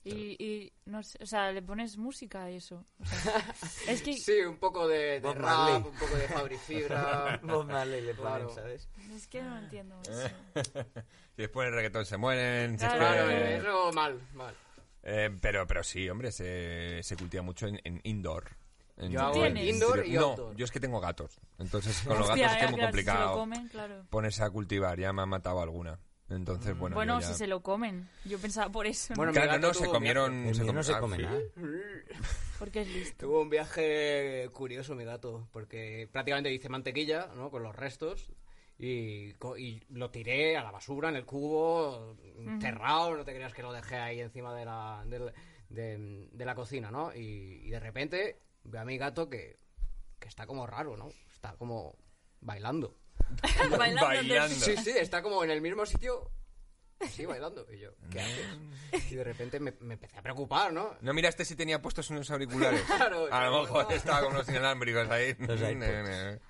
Speaker 2: Y, y no sé, o sea, le pones música a eso. O sea, es que,
Speaker 4: Sí, un poco de, de
Speaker 3: Bob Marley.
Speaker 4: rap, un poco de fabricibra.
Speaker 3: Vos Marley le ponen,
Speaker 4: Claro.
Speaker 3: ¿sabes?
Speaker 2: es que no
Speaker 1: Eh.
Speaker 2: entiendo eso.
Speaker 1: Y después el reggaetón se mueren.
Speaker 2: Claro.
Speaker 1: después-
Speaker 4: Claro, eso mal, mal.
Speaker 1: Eh, pero, pero sí, hombre, se, se cultiva mucho en, en indoor. En-
Speaker 4: Yo hago
Speaker 1: en-
Speaker 2: en
Speaker 4: indoor y
Speaker 1: no,
Speaker 4: outdoor.
Speaker 1: yo es que tengo gatos. Entonces, con los
Speaker 2: Hostia,
Speaker 1: gatos es que
Speaker 2: ya,
Speaker 1: es muy
Speaker 2: claro, si se
Speaker 1: complicado.
Speaker 2: lo comen, claro.
Speaker 1: ponerse a cultivar, ya me han matado alguna. Entonces, bueno,
Speaker 2: Mm, Bueno,
Speaker 1: yo ya-
Speaker 2: si se lo comen. Yo pensaba por eso, ¿no?
Speaker 4: Bueno, mi
Speaker 1: Claro,
Speaker 4: gato
Speaker 1: no, se
Speaker 4: tuvo
Speaker 1: comieron...
Speaker 3: El mío no se
Speaker 1: ah,
Speaker 3: come
Speaker 1: sí.
Speaker 3: nada.
Speaker 2: porque es listo.
Speaker 4: Tuvo un viaje curioso mi gato, porque prácticamente hice mantequilla, ¿no? Con los restos. Y, co- y lo tiré a la basura, en el cubo, cerrado, no te creas que lo dejé ahí encima de la, del- de, de la cocina, ¿no? Y, y de repente veo a mi gato que, que está como raro, ¿no? Está como bailando.
Speaker 2: Bailando.
Speaker 1: Bailando.
Speaker 4: Sí, sí, está como en el mismo sitio, sí, bailando. Y yo,
Speaker 1: Ah.
Speaker 4: ¿qué haces? Y de repente me, me empecé a preocupar, ¿no?
Speaker 1: No miraste si tenía puestos unos auriculares. a
Speaker 4: Claro,
Speaker 1: lo
Speaker 4: claro,
Speaker 1: mejor
Speaker 4: no.
Speaker 1: estaba con unos inalámbricos ahí.
Speaker 3: Los iPods.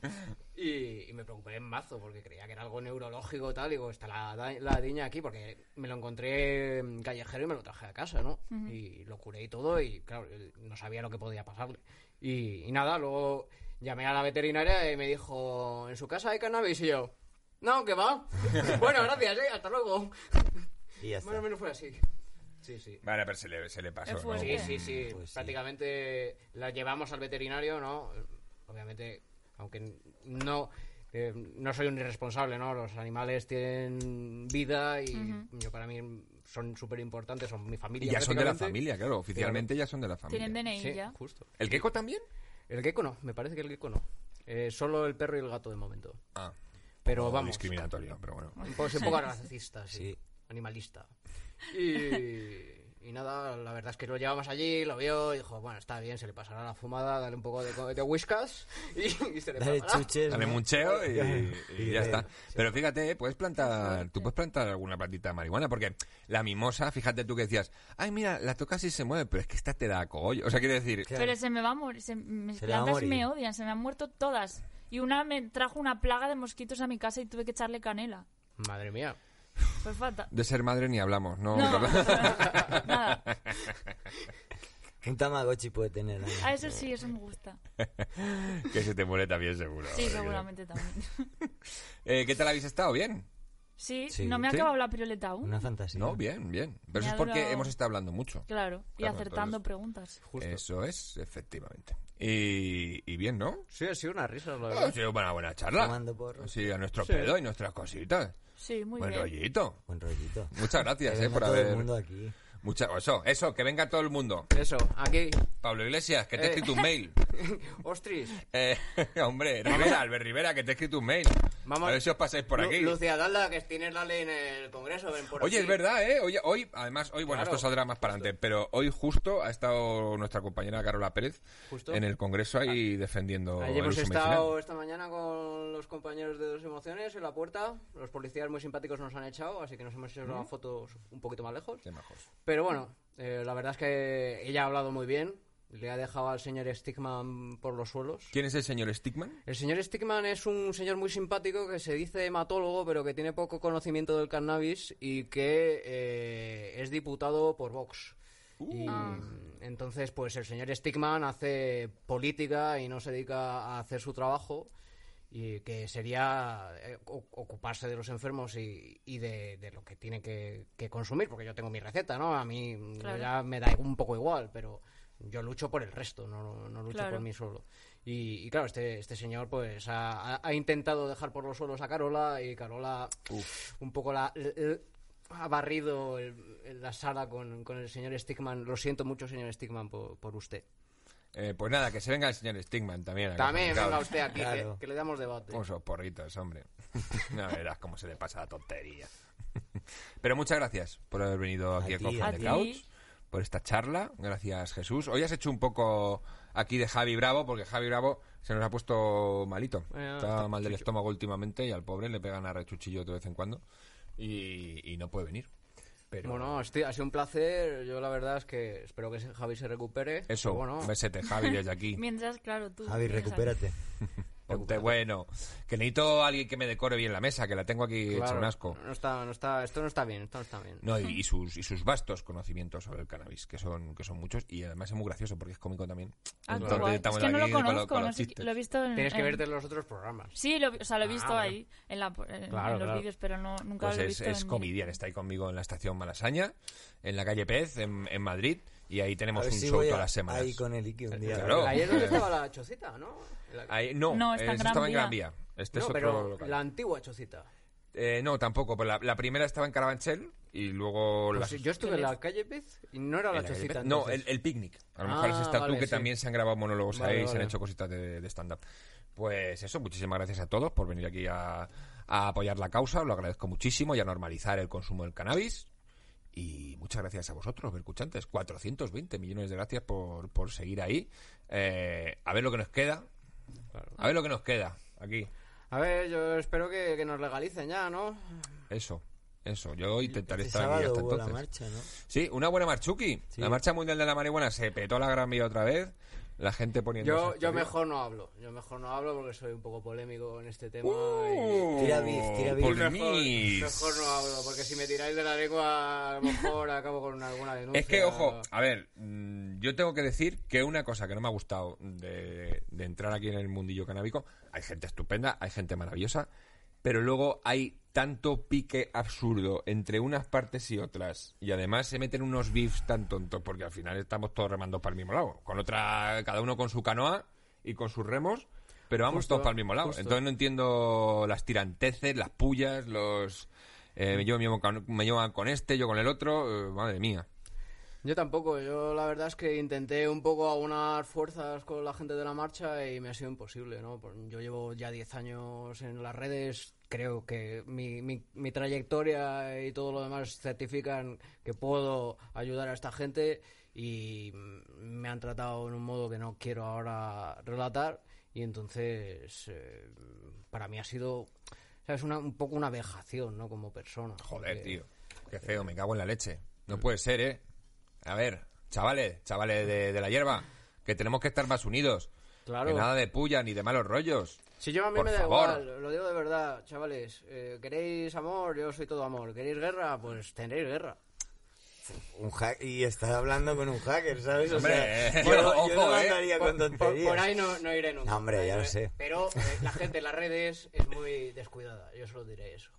Speaker 4: Y, y me preocupé en mazo porque creía que era algo neurológico tal. Y digo, está la, da- la diña aquí porque me lo encontré mm, callejero y me lo traje a casa, ¿no? Y lo curé y todo y, claro, él no sabía lo que podía pasarle. Y, y nada, luego llamé a la veterinaria y me dijo, ¿en su casa hay cannabis? Y yo, no, que va. bueno, gracias, ¿eh? hasta luego.
Speaker 3: Y ya está.
Speaker 4: Más o menos fue así. Sí, sí.
Speaker 1: Vale, pero se le, se le pasó.
Speaker 2: Es fuerte.
Speaker 1: ¿no?
Speaker 4: Sí, sí, sí.
Speaker 3: Pues sí.
Speaker 4: Prácticamente la llevamos al veterinario, ¿no? Obviamente, aunque no. eh, no soy un irresponsable, ¿no? Los animales tienen vida y yo para mí son súper importantes, son mi
Speaker 1: Y
Speaker 4: familia.
Speaker 1: ya son de la
Speaker 4: prácticamente.
Speaker 1: familia, claro. Oficialmente ya son de la familia.
Speaker 2: Tienen DNI
Speaker 4: Sí,
Speaker 2: ya.
Speaker 4: justo.
Speaker 1: ¿El Keiko también?
Speaker 4: El gecko no, me parece que el gecko no. Eh, solo el perro y el gato de momento.
Speaker 1: Ah.
Speaker 4: Pero
Speaker 1: Oh,
Speaker 4: vamos.
Speaker 1: Discriminatorio, pero bueno.
Speaker 4: Pues un poco narcisista, sí.
Speaker 3: Sí.
Speaker 4: Animalista. Y, y nada, la verdad es que lo llevamos allí, lo vio y dijo, bueno, está bien, se le pasará la fumada, dale un poco de, co- de whiskas y, y se le
Speaker 3: Dale
Speaker 4: pasará.
Speaker 3: chuches.
Speaker 1: Dale
Speaker 3: ¿no?
Speaker 1: muncheo y, y
Speaker 3: Y
Speaker 1: ya
Speaker 3: de-
Speaker 1: está. Pero fíjate, eh, puedes plantar, tú puedes plantar alguna plantita de marihuana, porque la mimosa, fíjate tú que decías, ay, mira, la tocas y se mueve, pero es que esta te da cogollo. O sea, quiere decir,
Speaker 3: Claro.
Speaker 2: Pero se me va a morir. se- mis
Speaker 3: Se le va a
Speaker 2: plantas
Speaker 3: morir.
Speaker 2: me odian, se me han muerto todas. Y una me trajo una plaga de mosquitos a mi casa y tuve que echarle canela.
Speaker 4: Madre mía.
Speaker 2: Fue fatal.
Speaker 1: de ser madre ni hablamos, ¿no?
Speaker 2: No, nada.
Speaker 3: Un Tamagotchi puede tener. ahí.
Speaker 2: Ah, eso sí, eso me gusta.
Speaker 1: Que se te muere también seguro.
Speaker 2: Sí,
Speaker 1: Porque-
Speaker 2: seguramente también.
Speaker 1: Eh, ¿Qué tal habéis estado? ¿Bien?
Speaker 2: Sí,
Speaker 3: Sí.
Speaker 2: no me ha
Speaker 1: Sí.
Speaker 2: acabado la piruleta aún.
Speaker 3: Una fantasía.
Speaker 1: No, bien, bien. Pero
Speaker 2: Me
Speaker 1: eso
Speaker 2: ha
Speaker 1: es porque
Speaker 2: durado-
Speaker 1: hemos estado hablando mucho.
Speaker 2: Claro, y
Speaker 1: Claro,
Speaker 2: acertando
Speaker 1: entonces-
Speaker 2: preguntas.
Speaker 4: Justo.
Speaker 1: Eso es, efectivamente. Y, y bien, ¿no?
Speaker 4: Sí, ha sido una risa, la
Speaker 1: Ha
Speaker 4: verdad.
Speaker 1: sido una buena charla.
Speaker 3: Fumando porros.
Speaker 1: Sí, a nuestro
Speaker 4: Sí.
Speaker 1: pedo y nuestras cositas.
Speaker 2: Sí, muy
Speaker 1: Buen
Speaker 2: bien.
Speaker 1: rollito.
Speaker 3: Buen rollito.
Speaker 1: Muchas gracias,
Speaker 3: Que
Speaker 1: eh,
Speaker 3: venga
Speaker 1: por
Speaker 3: todo
Speaker 1: haber.
Speaker 3: el mundo aquí.
Speaker 1: Mucha- Eso, eso, que venga todo el mundo.
Speaker 4: Eso, aquí.
Speaker 1: Pablo Iglesias, que te he
Speaker 4: Eh.
Speaker 1: escrito un mail.
Speaker 4: Ostris.
Speaker 1: Eh, hombre, Rivera, Albert Rivera, que te he escrito un mail.
Speaker 4: Vamos.
Speaker 1: A ver si os pasáis por
Speaker 4: Lu-
Speaker 1: aquí.
Speaker 4: Lucía Dalda, que tienes la ley en el Congreso, ven por
Speaker 1: Oye,
Speaker 4: aquí.
Speaker 1: es verdad, ¿eh? Hoy, hoy además, hoy, bueno,
Speaker 4: Claro.
Speaker 1: esto saldrá más para adelante, pero hoy justo ha estado nuestra compañera Carola Pérez
Speaker 4: Justo.
Speaker 1: en el Congreso ahí defendiendo el
Speaker 4: Ayer hemos
Speaker 1: uso
Speaker 4: estado
Speaker 1: medicinal.
Speaker 4: esta mañana con los compañeros de Dos Emociones en la puerta. Los policías muy simpáticos nos han echado, así que nos hemos hecho
Speaker 1: ¿Mm?
Speaker 4: unas fotos un poquito más lejos.
Speaker 1: Qué majos.
Speaker 4: Pero bueno, eh, la verdad es que ella ha hablado muy bien. Le ha dejado al señor Stickman por los suelos.
Speaker 1: ¿Quién es el señor Stickman?
Speaker 4: El señor Stickman es un señor muy simpático que se dice hematólogo, pero que tiene poco conocimiento del cannabis y que eh, es diputado por Vox. Y, entonces, pues el señor Stickman hace política y no se dedica a hacer su trabajo, y que sería eh, o- ocuparse de los enfermos y, y de, de lo que tiene que, que consumir, porque yo tengo mi receta, ¿no? A mí mm,
Speaker 2: Claro.
Speaker 4: ya me da un poco igual, pero yo lucho por el resto, no, no lucho
Speaker 2: Claro.
Speaker 4: por mí solo. Y, y claro, este, este señor pues ha, ha- ha intentado dejar por los suelos a Carola y Carola un poco la... l- l- ha barrido el- el- la sala con, con el señor Stickman. Lo siento mucho, señor Stickman, por, por usted.
Speaker 1: Eh, pues nada, que se venga el señor Stickman también. acá.
Speaker 4: También
Speaker 1: Claro. Pues,
Speaker 4: venga usted aquí,
Speaker 3: Claro.
Speaker 4: que, que le damos debate.
Speaker 1: Con esos porritos, hombre. Ya verás cómo se le pasa la tontería. Pero muchas gracias por haber venido aquí
Speaker 3: A
Speaker 1: a
Speaker 3: ti,
Speaker 1: Coffee
Speaker 3: a
Speaker 1: on the
Speaker 2: ti.
Speaker 1: Couch, por esta charla. Gracias, Jesús. Hoy has hecho un poco aquí de Javi Bravo, porque Javi Bravo se nos ha puesto malito.
Speaker 4: Eh,
Speaker 1: Está mal del estómago últimamente y al pobre le pegan a rechuchillo de vez en cuando. Y, y no puede venir. Pero
Speaker 4: Bueno, esti- ha sido un placer. Yo la verdad es que espero que se- Javi se recupere.
Speaker 1: eso,
Speaker 4: Bueno,
Speaker 1: besete, Javi, desde aquí.
Speaker 2: Mientras, claro, tú.
Speaker 3: Javi,
Speaker 2: piensas-
Speaker 3: recupérate.
Speaker 1: Ponte bueno. Que necesito a alguien que me decore bien la mesa, que la tengo aquí hecha
Speaker 4: claro,
Speaker 1: un asco. Mm,
Speaker 4: No está, no está, esto no está bien, esto no está bien.
Speaker 1: No, y, y sus, y sus vastos conocimientos sobre el cannabis, que son, que son muchos, y además es muy gracioso porque es cómico también.
Speaker 2: Ah, qué
Speaker 1: Entonces,
Speaker 2: guay.
Speaker 1: estamos
Speaker 2: Es que no
Speaker 1: aquí
Speaker 2: lo
Speaker 1: con lo-
Speaker 2: conozco,
Speaker 1: con
Speaker 2: no
Speaker 1: los
Speaker 2: sé qué-
Speaker 1: chistes.
Speaker 2: lo he visto en...
Speaker 4: Tienes
Speaker 1: eh.
Speaker 4: que
Speaker 2: en-
Speaker 4: verte los otros programas.
Speaker 2: Sí, lo, o sea, lo he
Speaker 4: Ah,
Speaker 2: visto
Speaker 4: bueno.
Speaker 2: ahí, en, la, en
Speaker 4: Claro,
Speaker 2: los
Speaker 4: claro.
Speaker 2: vídeos, pero no, nunca
Speaker 1: Pues
Speaker 2: lo he
Speaker 1: es,
Speaker 2: visto
Speaker 1: es
Speaker 2: en
Speaker 1: comedian, está ahí conmigo en la estación Malasaña, en la calle Pez, en, en Madrid, y ahí
Speaker 3: A
Speaker 1: tenemos
Speaker 3: ver
Speaker 1: un
Speaker 3: si
Speaker 1: show
Speaker 3: voy
Speaker 1: todas
Speaker 3: a-
Speaker 1: las semanas.
Speaker 3: ahí con el Iki un día.
Speaker 1: Eh, Claro.
Speaker 4: Ayer es donde estaba la chocita, ¿no? La-
Speaker 1: Ahí- no,
Speaker 2: No,
Speaker 1: eh,
Speaker 2: está en
Speaker 1: ese
Speaker 2: Gran
Speaker 1: estaba en Gran
Speaker 2: Vía.
Speaker 1: Vía. Este es
Speaker 4: no,
Speaker 1: otro
Speaker 4: pero
Speaker 1: local.
Speaker 4: la antigua chocita.
Speaker 1: Eh, no, tampoco, pues la, la primera estaba en Carabanchel y luego
Speaker 4: Pues
Speaker 1: las-
Speaker 4: yo estuve en la calle Pez y no era
Speaker 1: en
Speaker 4: la,
Speaker 1: la calle
Speaker 4: chocita.
Speaker 1: Pez. No, el,
Speaker 4: entonces.
Speaker 1: el picnic. A lo
Speaker 4: Ah,
Speaker 1: mejor ese estás tú
Speaker 4: vale,
Speaker 1: que
Speaker 4: sí.
Speaker 1: también se han grabado monólogos
Speaker 4: Vale,
Speaker 1: ahí, se han
Speaker 4: vale.
Speaker 1: hecho cositas de, de stand-up. Pues eso, muchísimas gracias a todos por venir aquí a, a apoyar la causa, lo agradezco muchísimo y a normalizar el consumo del cannabis. Y muchas gracias a vosotros, escuchantes. 420 millones de gracias por, por seguir ahí. Eh, a ver lo que nos queda. A ver lo que nos queda aquí.
Speaker 4: A ver, yo espero que, que nos legalicen ya, ¿no?
Speaker 1: Eso, eso. Yo intentaré
Speaker 3: Este
Speaker 1: estar aquí
Speaker 3: sábado
Speaker 1: hasta
Speaker 3: hubo la
Speaker 1: entonces.
Speaker 3: marcha, ¿no?
Speaker 1: Sí, una buena marchuki.
Speaker 3: Sí.
Speaker 1: La marcha mundial de la marihuana se petó la gran vía otra vez. La gente poniendo.
Speaker 4: Yo, yo mejor no hablo. Yo mejor no hablo porque soy un poco polémico en este tema. y-
Speaker 1: Uh,
Speaker 3: Tira bis, tira bis.
Speaker 1: Por
Speaker 3: Mejor-
Speaker 1: mis.
Speaker 4: Mejor no hablo, porque si me tiráis de la lengua, a lo mejor acabo con alguna denuncia.
Speaker 1: Es que, ojo, a ver, mm, yo tengo que decir que una cosa que no me ha gustado de, de entrar aquí en el mundillo canábico, hay gente estupenda, hay gente maravillosa, pero luego hay tanto pique absurdo entre unas partes y otras, y además se meten unos beefs tan tontos, porque al final estamos todos remando para el mismo lado, con otra, cada uno con su canoa y con sus remos, pero vamos
Speaker 4: Justo,
Speaker 1: todos para el mismo lado.
Speaker 4: justo.
Speaker 1: Entonces no entiendo las tiranteces, las pullas, los... eh, yo me llevo con- me llevo con este, yo con el otro, eh, madre mía.
Speaker 4: Yo tampoco, yo la verdad es que intenté un poco aunar fuerzas con la gente de la marcha y me ha sido imposible, ¿no? Por- Yo llevo ya 10 años en las redes, creo que mi, mi, mi trayectoria y todo lo demás certifican que puedo ayudar a esta gente y mm, me han tratado en un modo que no quiero ahora relatar y entonces eh, para mí ha sido... Es una, un poco una vejación, ¿no? Como persona.
Speaker 1: Joder,
Speaker 4: porque-
Speaker 1: tío. Qué feo, me cago en la leche. No puede ser, ¿eh? A ver, chavales, chavales de, de la hierba, que tenemos que estar más unidos.
Speaker 4: Claro.
Speaker 1: Que nada de puya ni de malos rollos.
Speaker 4: Si yo a mí
Speaker 1: Por
Speaker 4: me da
Speaker 1: favor.
Speaker 4: igual, lo digo de verdad, chavales. Eh, ¿Queréis amor? Yo soy todo amor. ¿Queréis guerra? Pues tendréis guerra.
Speaker 3: un hack y estás hablando con un hacker, ¿sabes? O
Speaker 1: Hombre,
Speaker 3: sea,
Speaker 1: eh,
Speaker 3: yo,
Speaker 1: ojo,
Speaker 3: yo no
Speaker 1: eh.
Speaker 3: andaría con
Speaker 4: Por, por-
Speaker 3: tonterías.
Speaker 4: por ahí no, no iré nunca.
Speaker 3: No, hombre,
Speaker 4: Por ahí
Speaker 3: ya lo
Speaker 4: iré.
Speaker 3: sé.
Speaker 4: Pero eh, la gente en las redes es muy descuidada, yo solo diré eso.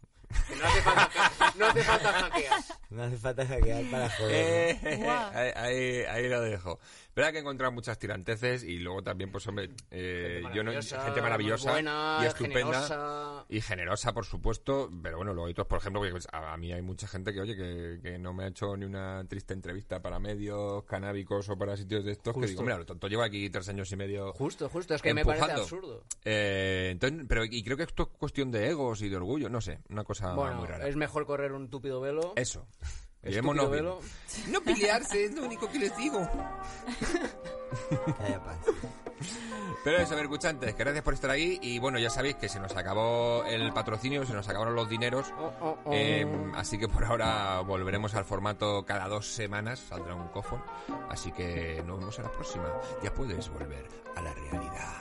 Speaker 4: Que no hace falta, hackear, no hace falta hackear.
Speaker 3: No hace falta hackear para joder.
Speaker 1: Eh,
Speaker 2: Guau.
Speaker 1: ahí, ahí- ahí lo dejo. Verdad que he encontrado muchas tiranteces y luego también, pues hombre, eh, yo no-
Speaker 4: maravillosa,
Speaker 1: gente maravillosa
Speaker 4: muy buena,
Speaker 1: y estupenda
Speaker 4: generosa.
Speaker 1: y generosa, por supuesto. Pero bueno, luego hay otros, por ejemplo, que pues, a, a mí hay mucha gente que, oye, que, que no me ha hecho ni una triste entrevista para medios canábicos o para sitios de estos. Que
Speaker 4: Justo.
Speaker 1: digo, mira, lo tonto llevo aquí tres años y medio.
Speaker 4: Justo, justo, es que me parece
Speaker 1: empujando.
Speaker 4: absurdo.
Speaker 1: Eh, entonces, pero y creo que esto es cuestión de egos y de orgullo, no sé, una cosa
Speaker 4: bueno,
Speaker 1: Ah, muy Eh, rara.
Speaker 4: es mejor correr un túpido velo.
Speaker 1: Eso.
Speaker 4: Estúpido
Speaker 1: Llevémonos bien.
Speaker 4: velo.
Speaker 1: No pelearse, es lo único que les digo.
Speaker 3: Que haya paz.
Speaker 1: Pero eso, escuchantes, que gracias por estar ahí. Y bueno, ya sabéis que se nos acabó el patrocinio, se nos acabaron los dineros.
Speaker 4: Oh, oh, oh.
Speaker 1: Eh, así que por ahora volveremos al formato cada dos semanas, saldrá un cofón. Así que nos vemos en la próxima. Ya puedes volver a la realidad.